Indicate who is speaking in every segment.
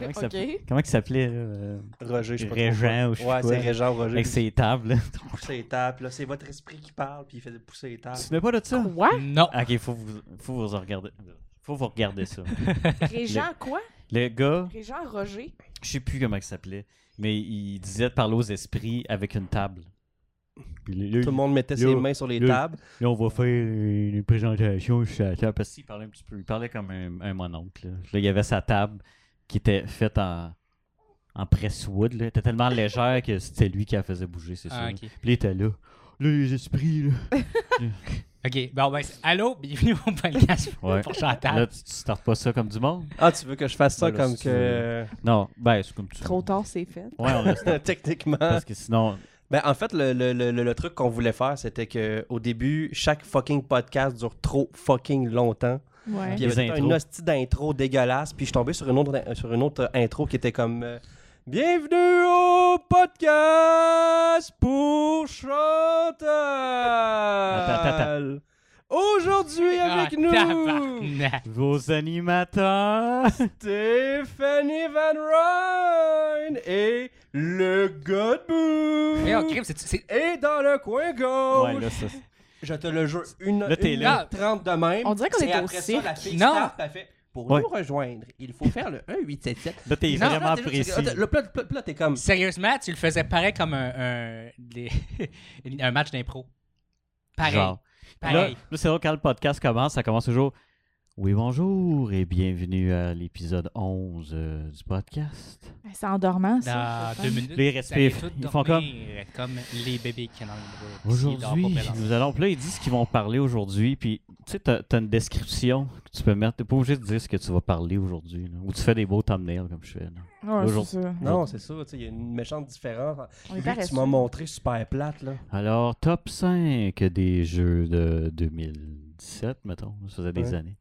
Speaker 1: Comment il
Speaker 2: Ok.
Speaker 1: s'appelait là, euh,
Speaker 3: Roger, je sais pas trop
Speaker 1: Régent ou je
Speaker 3: quoi.
Speaker 1: sais
Speaker 3: Ouais,
Speaker 1: quoi,
Speaker 3: c'est Régent Roger.
Speaker 1: Avec ses tables. là.
Speaker 3: Il poussait les tables. puis Là, c'est votre esprit qui parle, puis il faisait pousser les tables.
Speaker 1: tu te mets pas de ça?
Speaker 2: Quoi?
Speaker 4: Non.
Speaker 1: Ah, Ok, faut vous, faut vous regarder. Faut vous regarder ça.
Speaker 2: Régent quoi?
Speaker 1: Le gars,
Speaker 2: Régent Roger?
Speaker 1: je sais plus comment il s'appelait, mais il disait de parler aux esprits avec une table. Puis là,
Speaker 3: Tout le monde mettait ses
Speaker 1: Yo.
Speaker 3: mains sur les
Speaker 1: Yo.
Speaker 3: tables.
Speaker 1: là, on va faire une présentation sur la table. Parce qu'il parlait un petit peu, il parlait comme un, un mononcle. Là. Là, il y avait sa table qui était faite en, en presse-wood. là. Elle était tellement légère que c'était lui qui la faisait bouger, c'est sûr.
Speaker 4: Ah, ok.
Speaker 1: Puis il était là. Là, les esprits, là.
Speaker 4: OK. Bon, ben, c'est- allô, bienvenue au podcast
Speaker 1: Ouais.
Speaker 4: pour Chantal.
Speaker 1: Là, tu, tu startes pas ça comme du monde?
Speaker 3: Ah, tu veux que je fasse ça
Speaker 1: Ouais, là,
Speaker 3: comme
Speaker 1: si
Speaker 3: que.
Speaker 1: Non, ben, c'est comme tu
Speaker 2: Trop tard, Ah. c'est fait.
Speaker 1: Ouais, on laisse
Speaker 3: Techniquement.
Speaker 1: Parce que sinon,
Speaker 3: Ben, en fait, le, le- le- le- le truc qu'on voulait faire, c'était que au début, chaque fucking podcast dure trop fucking longtemps.
Speaker 2: Ouais.
Speaker 3: Puis il y
Speaker 1: Les
Speaker 3: avait tout
Speaker 1: intros.
Speaker 3: une hostie d'intro dégueulasse. Puis je suis tombé sur une autre, sur une autre intro qui était comme euh, Bienvenue au podcast pour
Speaker 1: Attends, attends,
Speaker 3: Chantal. Aujourd'hui avec
Speaker 4: Ah,
Speaker 3: nous,
Speaker 4: tabarnak.
Speaker 1: vos animateurs.
Speaker 3: Stéphanie Van Ryn et le gars de boue.
Speaker 4: Mais oh, crime, c'est- c'est-
Speaker 3: Et dans le coin gauche.
Speaker 1: Ouais, là, Ah. ça.
Speaker 3: Je te le jure, une,
Speaker 1: Là, t'es
Speaker 3: une
Speaker 4: là.
Speaker 3: 30 de même.
Speaker 2: On dirait qu'on
Speaker 3: Et
Speaker 2: est au
Speaker 3: après ça,
Speaker 2: cirque.
Speaker 3: la fille
Speaker 4: Non.
Speaker 3: staff a fait pour
Speaker 1: Ouais.
Speaker 3: nous rejoindre, il faut faire le 1877.
Speaker 1: Là, t'es
Speaker 4: Non,
Speaker 1: vraiment
Speaker 3: là, t'es
Speaker 1: précis.
Speaker 3: juste- attends, Le plat, plat, plat, t'es comme.
Speaker 4: Sérieusement, tu le faisais pareil comme un, un, des- un match d'impro. Pareil.
Speaker 1: Genre. Là,
Speaker 4: Pareil.
Speaker 1: là, c'est drôle, quand le podcast commence, ça commence toujours. Oui, bonjour et bienvenue à l'épisode 11 euh, du podcast.
Speaker 2: Ben, C'est en dormant, ça.
Speaker 4: Dans Ah, deux minutes,
Speaker 1: Les
Speaker 4: vous allez
Speaker 1: respects,
Speaker 4: tous
Speaker 1: ils font
Speaker 4: dormir comme les bébés qui sont dans le
Speaker 1: Aujourd'hui,
Speaker 4: ben
Speaker 1: nous allons. Puis là, ils disent qu'ils vont parler aujourd'hui. Puis, tu sais, t'as, t'as une description que tu peux mettre. T'es pas obligé de dire ce que tu vas parler aujourd'hui. là. Ou tu fais des beaux thumbnails comme je fais. là.
Speaker 2: Ouais,
Speaker 1: Bonjour.
Speaker 2: c'est ça.
Speaker 3: Non, c'est ça, tu sais, il y a une méchante différence.
Speaker 2: On
Speaker 3: Vu
Speaker 2: est
Speaker 3: que tu
Speaker 2: paresseux.
Speaker 3: m'as montré super plate, là.
Speaker 1: Alors, top 5 des jeux de 2017, mettons. Ça faisait des
Speaker 3: Ouais.
Speaker 1: années.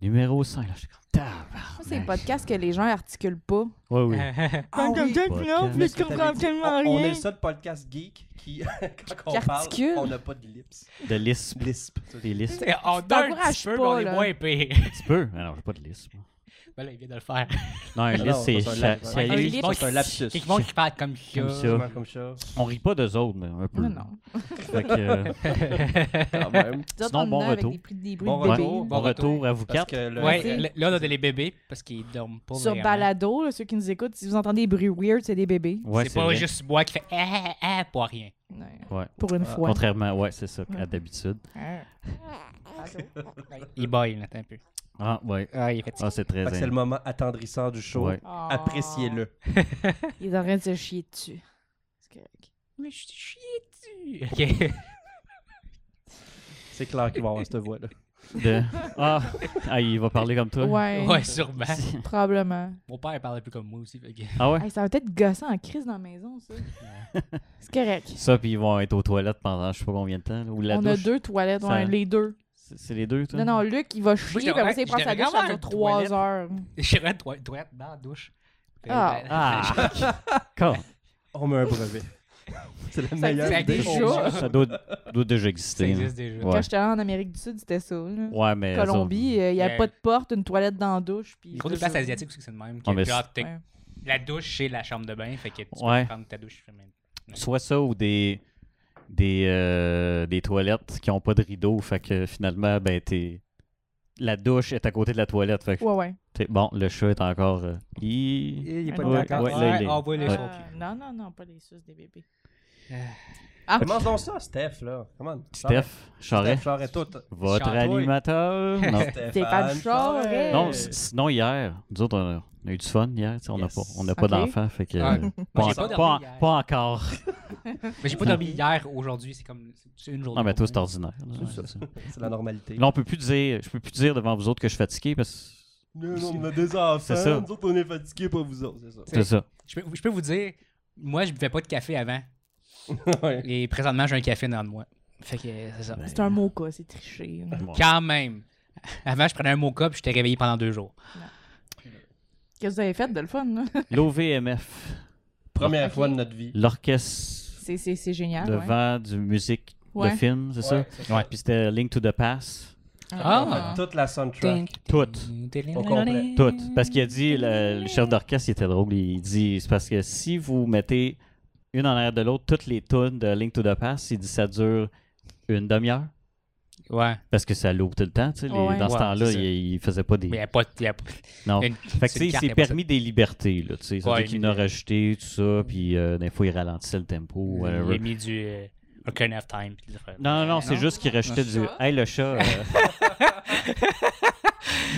Speaker 1: Numéro 5, là, je suis comme.
Speaker 2: Ça,
Speaker 1: Tabarnak.
Speaker 2: C'est un podcast que les gens articulent pas.
Speaker 1: Ouais, oui.
Speaker 3: Ah oui,
Speaker 1: Podcast.
Speaker 3: mais ce que t'avais dit, on- On est le seul podcast geek qui, quand on
Speaker 2: Qui
Speaker 3: parle,
Speaker 2: articule.
Speaker 3: on n'a pas de lips.
Speaker 1: De lisp.
Speaker 3: Lisp.
Speaker 1: Des lisp.
Speaker 4: On dort un
Speaker 2: t'encourage
Speaker 4: petit peu, mais
Speaker 2: pas,
Speaker 4: on est
Speaker 2: là.
Speaker 4: moins pire.
Speaker 1: Tu peux. Alors, Ah j'ai pas de lisp. moi.
Speaker 4: ben là, il vient de le faire.
Speaker 1: Non, un
Speaker 3: Non,
Speaker 1: lisp,
Speaker 3: non,
Speaker 1: c'est.
Speaker 3: ça, c'est un
Speaker 1: cha-
Speaker 3: lapsus.
Speaker 1: c'est-
Speaker 2: Un
Speaker 4: Il
Speaker 2: lisp.
Speaker 4: manque-
Speaker 3: C'est un lapsus.
Speaker 4: Quelqu'un qui parle comme ça.
Speaker 1: Comme ça.
Speaker 3: Comment comme ça?
Speaker 1: On rit pas d'eux autres, mais un peu.
Speaker 2: Non, non.
Speaker 1: Fait que, euh,
Speaker 3: Quand même.
Speaker 2: D'autres,
Speaker 1: Sinon,
Speaker 2: on en
Speaker 1: bon
Speaker 2: a avec
Speaker 1: retour.
Speaker 2: des prix- des bruits
Speaker 3: Bon
Speaker 2: de bébés,
Speaker 3: retour.
Speaker 2: là.
Speaker 1: bon retour à vous
Speaker 3: Parce
Speaker 1: quatre.
Speaker 3: que le-
Speaker 4: Ouais,
Speaker 2: C'est-
Speaker 4: là, là, on a des bébés parce qu'ils dorment pas.
Speaker 2: Sur
Speaker 4: vraiment.
Speaker 2: Balado, là, ceux qui nous écoutent, si vous entendez des bruits weird, c'est des bébés.
Speaker 1: Ouais,
Speaker 4: c'est pas
Speaker 1: vrai.
Speaker 4: juste bois qui fait ah, ah, ah, pour rien.
Speaker 2: Ouais.
Speaker 1: Ouais.
Speaker 2: Pour une
Speaker 3: Ah,
Speaker 2: fois.
Speaker 1: Contrairement, ouais, c'est ça, à d'habitude.
Speaker 2: Ah.
Speaker 4: Il boil, attends un peu.
Speaker 1: Ah, ouais.
Speaker 4: Ah, il est fatigué.
Speaker 1: Mm. Ah, c'est très
Speaker 3: Fait que C'est le
Speaker 1: in-
Speaker 3: moment attendrissant du show.
Speaker 1: Ouais.
Speaker 3: Appréciez-le.
Speaker 2: Ah. Il est en train de se chier dessus. C'est correct.
Speaker 4: Mais je suis chié dessus. Ok.
Speaker 3: C'est clair qu'il va avoir cette voix-là.
Speaker 1: De- Ah, ah, il va parler comme toi.
Speaker 2: Ouais,
Speaker 4: Ouais, sûrement.
Speaker 2: probablement.
Speaker 4: Mon père parlait plus comme moi aussi. fait que-
Speaker 1: Ah ouais?
Speaker 2: Hey, ça va peut-être gosser en crise dans la maison, ça. C'est correct.
Speaker 1: Ça, puis ils vont être aux toilettes pendant je sais pas combien de temps. là, Ou la
Speaker 2: on
Speaker 1: douche.
Speaker 2: a deux toilettes,
Speaker 1: Ça-
Speaker 2: ouais, les deux.
Speaker 1: C'est c'est les deux, toi?
Speaker 2: Non, non, Luc, il va
Speaker 4: Moi,
Speaker 2: chier,
Speaker 4: j'étais
Speaker 2: puis après, ça, il
Speaker 4: vraiment-
Speaker 2: prend sa
Speaker 4: j'étais
Speaker 2: douche, ça
Speaker 4: vraiment
Speaker 2: dure
Speaker 4: une
Speaker 2: trois
Speaker 4: toilette.
Speaker 2: heures.
Speaker 4: J'ai vraiment une toilette toilette dans la douche. Fait que-
Speaker 2: Ah.
Speaker 1: Ah! Quand?
Speaker 3: On met un brevet. C'est la
Speaker 2: Ça
Speaker 3: meilleure
Speaker 4: existe
Speaker 3: idée.
Speaker 2: déjà.
Speaker 3: qu'on a.
Speaker 1: Ça doit, doit déjà
Speaker 4: Ça
Speaker 1: exister.
Speaker 4: existe déjà.
Speaker 1: Ouais.
Speaker 2: Quand j'étais allée en Amérique du Sud, c'était ça. là.
Speaker 1: là. Ouais, mais. eux
Speaker 2: Colombie, euh, il n'y a
Speaker 4: Ouais.
Speaker 2: pas de porte, une toilette dans la douche. Puis
Speaker 4: Gros de place asiatique aussi, c'est le même. que
Speaker 1: Ah, mais
Speaker 4: genre, t'es-
Speaker 2: Ouais.
Speaker 4: La douche, c'est la chambre de bain. Fait que tu
Speaker 1: Ouais.
Speaker 4: peux prendre ta douche. fait même.
Speaker 1: autres, Soit ça ou des. Des, euh, des toilettes qui ont pas de rideau. Fait que finalement, ben, t'es. La douche est à côté de la toilette. Fait que
Speaker 2: Ouais, ouais.
Speaker 1: T'sais, Bon, le chat est encore. euh, hi.
Speaker 4: Il est
Speaker 2: pas
Speaker 1: Ouais, d'accord. ouais, là, il est-
Speaker 4: on voit les
Speaker 1: ouais.
Speaker 4: choses.
Speaker 2: Euh, non, non, non, pas les suces des bébés. Ah.
Speaker 3: Commence donc ça, Steph, là. Come on.
Speaker 1: Ah. Steph Charret,
Speaker 3: Steph Charest, tout.
Speaker 1: votre
Speaker 4: Charret.
Speaker 1: animateur. Non,
Speaker 2: Stéphane Charest.
Speaker 1: Non, s- sinon, hier, nous autres, on a, on a eu du fun hier. t'sais, On n'a
Speaker 3: Yes.
Speaker 1: pas, on a pas
Speaker 2: Ok.
Speaker 1: d'enfants. Fait que.
Speaker 4: Ouais.
Speaker 1: euh,
Speaker 4: Moi,
Speaker 1: pas,
Speaker 4: j'ai
Speaker 1: en-
Speaker 4: pas dormi
Speaker 1: pas en-
Speaker 4: hier.
Speaker 1: pas encore.
Speaker 4: Mais j'ai pas dormi hier, aujourd'hui. C'est comme c'est une journée.
Speaker 1: Non, Ah, mais toi,
Speaker 4: pour
Speaker 1: c'est ordinaire.
Speaker 4: moi.
Speaker 1: là, ouais, c'est ça.
Speaker 3: C'est la normalité.
Speaker 1: Là, on peut plus dire. Je peux plus dire devant vous autres que je suis fatigué parce
Speaker 3: Nous, on a des enfants.
Speaker 1: C'est ça.
Speaker 3: Nous autres, on est fatigués, pas vous autres, c'est ça.
Speaker 1: que c'est ça.
Speaker 4: Je peux, je peux vous dire, moi, je buvais pas de café avant.
Speaker 3: Ouais.
Speaker 4: Et présentement, j'ai un café dans de moi. Fait que euh, c'est ça.
Speaker 2: C'est un mot, quoi, c'est triché. là.
Speaker 1: Ouais.
Speaker 4: Quand même. Avant, je prenais un mot cup, j'étais réveillé pendant deux jours.
Speaker 2: Qu'est-ce que vous avez fait de le fun, là?
Speaker 1: L'OVMF,
Speaker 3: Première
Speaker 2: Ok.
Speaker 3: fois de notre vie.
Speaker 1: l'orchestre
Speaker 2: C'est- C'est c'est génial.
Speaker 1: de
Speaker 2: Hein, ouais.
Speaker 1: vent, du musique,
Speaker 2: Ouais.
Speaker 1: de film, c'est ça?
Speaker 3: Ouais, c'est ça.
Speaker 1: Puis c'était Link to the Past.
Speaker 4: Ah!
Speaker 3: Toute la soundtrack.
Speaker 1: Toutes.
Speaker 3: Au complet.
Speaker 1: Toutes. Parce qu'il a dit, le, le chef d'orchestre, il était drôle. Il dit, c'est parce que si vous mettez une en arrière de l'autre, toutes les tunes de Link to the Past, il dit ça dure une demi-heure.
Speaker 4: Ouais.
Speaker 1: Parce que ça loupe tout le temps. tu sais, les-
Speaker 2: Ouais.
Speaker 1: Dans ce
Speaker 4: Ouais,
Speaker 1: temps-là,
Speaker 4: c'est ça.
Speaker 1: il, il faisait pas des.
Speaker 4: Mais il n'y a pas. il Y a...
Speaker 1: Non.
Speaker 4: Une...
Speaker 1: Fait que, tu sais, il s'est permis des libertés, là, tu sais.
Speaker 4: Ouais,
Speaker 1: C'est-à-dire qu'il
Speaker 4: il-
Speaker 1: en a rajouté, tout ça, puis euh, des fois, il ralentissait le tempo,
Speaker 4: Il a
Speaker 1: whatever.
Speaker 4: mis du. Euh, Ocarina of Time. puis des affaires.
Speaker 1: Non, non, non, c'est
Speaker 4: Non?
Speaker 1: juste qu'il rajoutait du...
Speaker 2: chat.
Speaker 1: Hey, le chat! euh. ouais.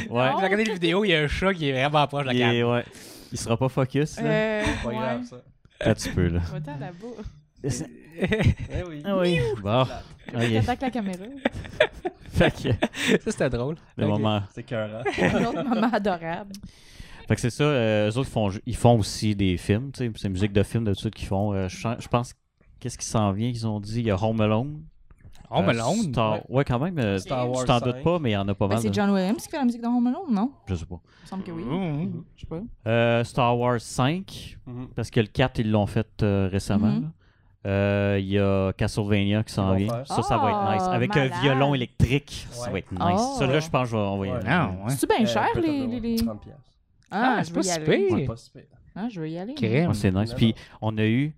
Speaker 2: Non,
Speaker 4: J'ai regardé les vidéos, il y a un chat qui est vraiment proche de la
Speaker 1: Il, est-
Speaker 4: cam.
Speaker 1: ouais. il sera pas focus, là.
Speaker 2: Euh,
Speaker 3: Pas grave, ça.
Speaker 1: Là, tu peux, là.
Speaker 2: Va-t'en là-bas.
Speaker 3: Eh oui.
Speaker 2: ah
Speaker 1: oui. Bon. OK.
Speaker 2: T'attaques la caméra.
Speaker 1: Fait que,
Speaker 4: ça, c'était drôle.
Speaker 1: le
Speaker 3: Ok.
Speaker 1: moment...
Speaker 3: C'est cœur, hein.
Speaker 2: Une autre maman adorable.
Speaker 1: Fait que c'est ça, euh, eux autres, font, ju- ils font aussi des films, tu sais. C'est musique de film, d'habitude, qu'ils font. Euh, je chan- je pense... Qu'est-ce qui s'en vient qu'ils ont dit? Il y a Home Alone.
Speaker 4: Home
Speaker 1: Euh,
Speaker 4: Alone.
Speaker 1: Star- Ouais, quand même. euh,
Speaker 3: Star
Speaker 1: tu
Speaker 3: Wars
Speaker 1: t'en
Speaker 3: 5.
Speaker 1: doutes pas, mais il y en a pas
Speaker 2: Ben,
Speaker 1: mal.
Speaker 2: c'est
Speaker 1: là.
Speaker 2: John Williams qui fait la musique de Home Alone, non?
Speaker 1: Je sais pas.
Speaker 2: Il me semble que oui.
Speaker 4: Mhm.
Speaker 2: Je sais pas.
Speaker 1: Euh, Star Wars 5,
Speaker 3: Mhm.
Speaker 1: parce que le 4, ils l'ont fait euh, récemment.
Speaker 2: Mhm.
Speaker 1: là. Euh, Il y a Castlevania qui s'en
Speaker 3: Ils vont
Speaker 1: vient.
Speaker 3: faire.
Speaker 1: Ça, ça va être
Speaker 2: Ah,
Speaker 1: nice. Avec
Speaker 2: malade.
Speaker 1: un violon électrique, ça va
Speaker 3: Ouais.
Speaker 1: être nice.
Speaker 2: Oh.
Speaker 1: Ça, là, je pense que je vais envoyer.
Speaker 3: Ouais.
Speaker 1: un.
Speaker 4: Non, Ah, ouais.
Speaker 2: C'est bien
Speaker 3: Euh,
Speaker 2: cher,
Speaker 3: peut-être,
Speaker 2: les.
Speaker 3: ouais,
Speaker 2: les- les-
Speaker 3: 30 piastres.
Speaker 4: Ah,
Speaker 2: Ah, je
Speaker 4: c'est
Speaker 2: veux
Speaker 4: pas
Speaker 2: y
Speaker 4: si
Speaker 2: aller.
Speaker 4: pire.
Speaker 3: Ouais, pas si pire.
Speaker 2: Ah, je veux y aller.
Speaker 4: Crème.
Speaker 1: Ouais, c'est nice.
Speaker 3: Non,
Speaker 1: Puis, on a eu,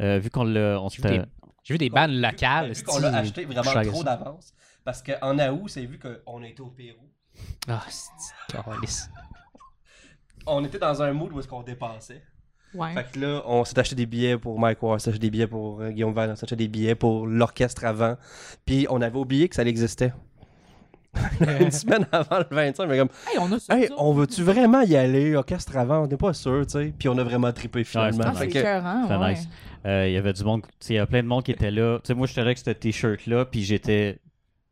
Speaker 1: euh, vu qu'on l'a. On
Speaker 4: J'ai vu
Speaker 1: s'était-
Speaker 4: J'ai vu des
Speaker 3: Qu'on-
Speaker 4: bandes
Speaker 3: vu-
Speaker 4: locales.
Speaker 3: Vu qu'on l'a acheté vraiment
Speaker 4: cher,
Speaker 3: trop
Speaker 4: ça.
Speaker 3: d'avance. Parce qu'en août, c'est vu qu'on a été au Pérou.
Speaker 4: Ah, c'est calice.
Speaker 3: On était dans un mood où est-ce qu'on dépensait.
Speaker 2: Ouais.
Speaker 3: Fait que là, on s'est acheté des billets pour Mike Ward, on s'est acheté des billets pour euh, Guillaume Vallée, on s'est acheté des billets pour l'orchestre avant. Puis on avait oublié que ça existait. Une semaine avant le 25, mais comme,
Speaker 2: Hey, on a ça.
Speaker 3: hey,
Speaker 2: ça.
Speaker 3: on veut-tu vraiment y aller, orchestre avant? On n'est pas sûr, tu sais. Puis on a vraiment trippé finalement.
Speaker 2: Ah,
Speaker 1: Ouais,
Speaker 2: c'est
Speaker 3: Fait que-
Speaker 2: écœurant,
Speaker 1: C'était
Speaker 2: ouais.
Speaker 1: nice. Euh, il y avait du monde, tu sais, il y a plein de monde qui était là. Tu sais, moi, j'étais là avec ce t-shirt-là, puis j'étais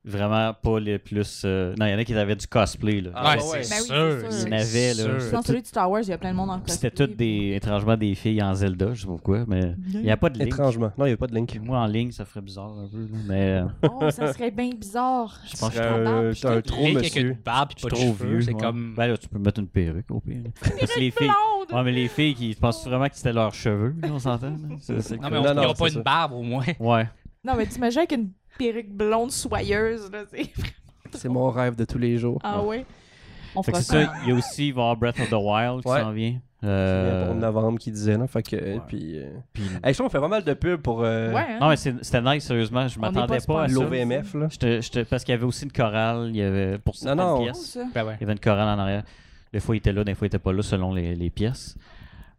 Speaker 1: vraiment pas les plus. euh, Non, il y en a qui avaient du cosplay, là.
Speaker 3: Ah,
Speaker 4: bah ouais,
Speaker 3: ouais.
Speaker 4: c'est
Speaker 2: Ben oui, c'est
Speaker 4: sûr. c'est
Speaker 1: sûr. Il y en avait, là.
Speaker 4: sûr.
Speaker 2: Dans celui de Star Wars, il y a plein de monde en
Speaker 1: Puis
Speaker 2: cosplay.
Speaker 1: C'était toutes des, étrangement, des filles en Zelda, je sais pas pourquoi, mais il n'y a pas de link.
Speaker 3: Étrangement. Non, il n'y a pas de link.
Speaker 1: Moi, en ligne, ça ferait bizarre un peu, là, mais euh,
Speaker 2: Oh, ça serait bien bizarre. Je
Speaker 1: pense
Speaker 2: pense
Speaker 1: que
Speaker 2: que
Speaker 1: c'est
Speaker 3: Euh,
Speaker 2: je
Speaker 3: T'as un trou,
Speaker 4: Trop avec une
Speaker 3: monsieur.
Speaker 4: barbe
Speaker 1: je
Speaker 4: pis
Speaker 1: suis
Speaker 4: pas de
Speaker 1: trop vieux.
Speaker 4: cheveux, c'est
Speaker 1: ouais.
Speaker 4: comme...
Speaker 1: Ben là, tu peux mettre une perruque, au pire. Parce que les filles... Ouais, mais les filles, qui pensent vraiment que c'était leurs cheveux, là, on s'entend? là? C'est- c'est
Speaker 4: Non,
Speaker 1: cool.
Speaker 4: mais on-
Speaker 3: Non,
Speaker 4: ils
Speaker 3: non,
Speaker 4: n'ont pas
Speaker 3: c'est ça.
Speaker 4: une barbe, au moins.
Speaker 1: Ouais.
Speaker 2: Non, mais t'imagines avec une perruque blonde soyeuse, là, c'est...
Speaker 3: C'est mon rêve de tous les jours.
Speaker 2: Ah ouais? On
Speaker 1: Fait que
Speaker 2: fera
Speaker 1: c'est
Speaker 2: ça.
Speaker 1: ça, il y a aussi, il va y avoir Breath of the Wild qui
Speaker 3: Ouais.
Speaker 1: s'en vient.
Speaker 3: C'est bien
Speaker 1: Euh,
Speaker 3: pour novembre qui disait, là. Fait que.
Speaker 1: Ouais.
Speaker 3: Puis. euh,
Speaker 1: puis-
Speaker 3: Hey, je trouve qu'on fait pas mal de pub pour euh,
Speaker 2: Ouais, hein?
Speaker 1: Non, mais c'est- c'était nice, sérieusement. Je
Speaker 2: On n'est
Speaker 1: m'attendais
Speaker 2: pas
Speaker 1: pas à ça.
Speaker 2: sponsor.
Speaker 3: l'OVMF, là.
Speaker 1: J'étais- j'étais- Parce qu'il y avait aussi une chorale, il y avait pour certaines
Speaker 3: non.
Speaker 2: Oh,
Speaker 1: pièces.
Speaker 2: ça.
Speaker 4: Ben ouais.
Speaker 1: Il y avait une chorale en arrière. Des fois, il était là, des fois, il était pas là, selon les, les pièces.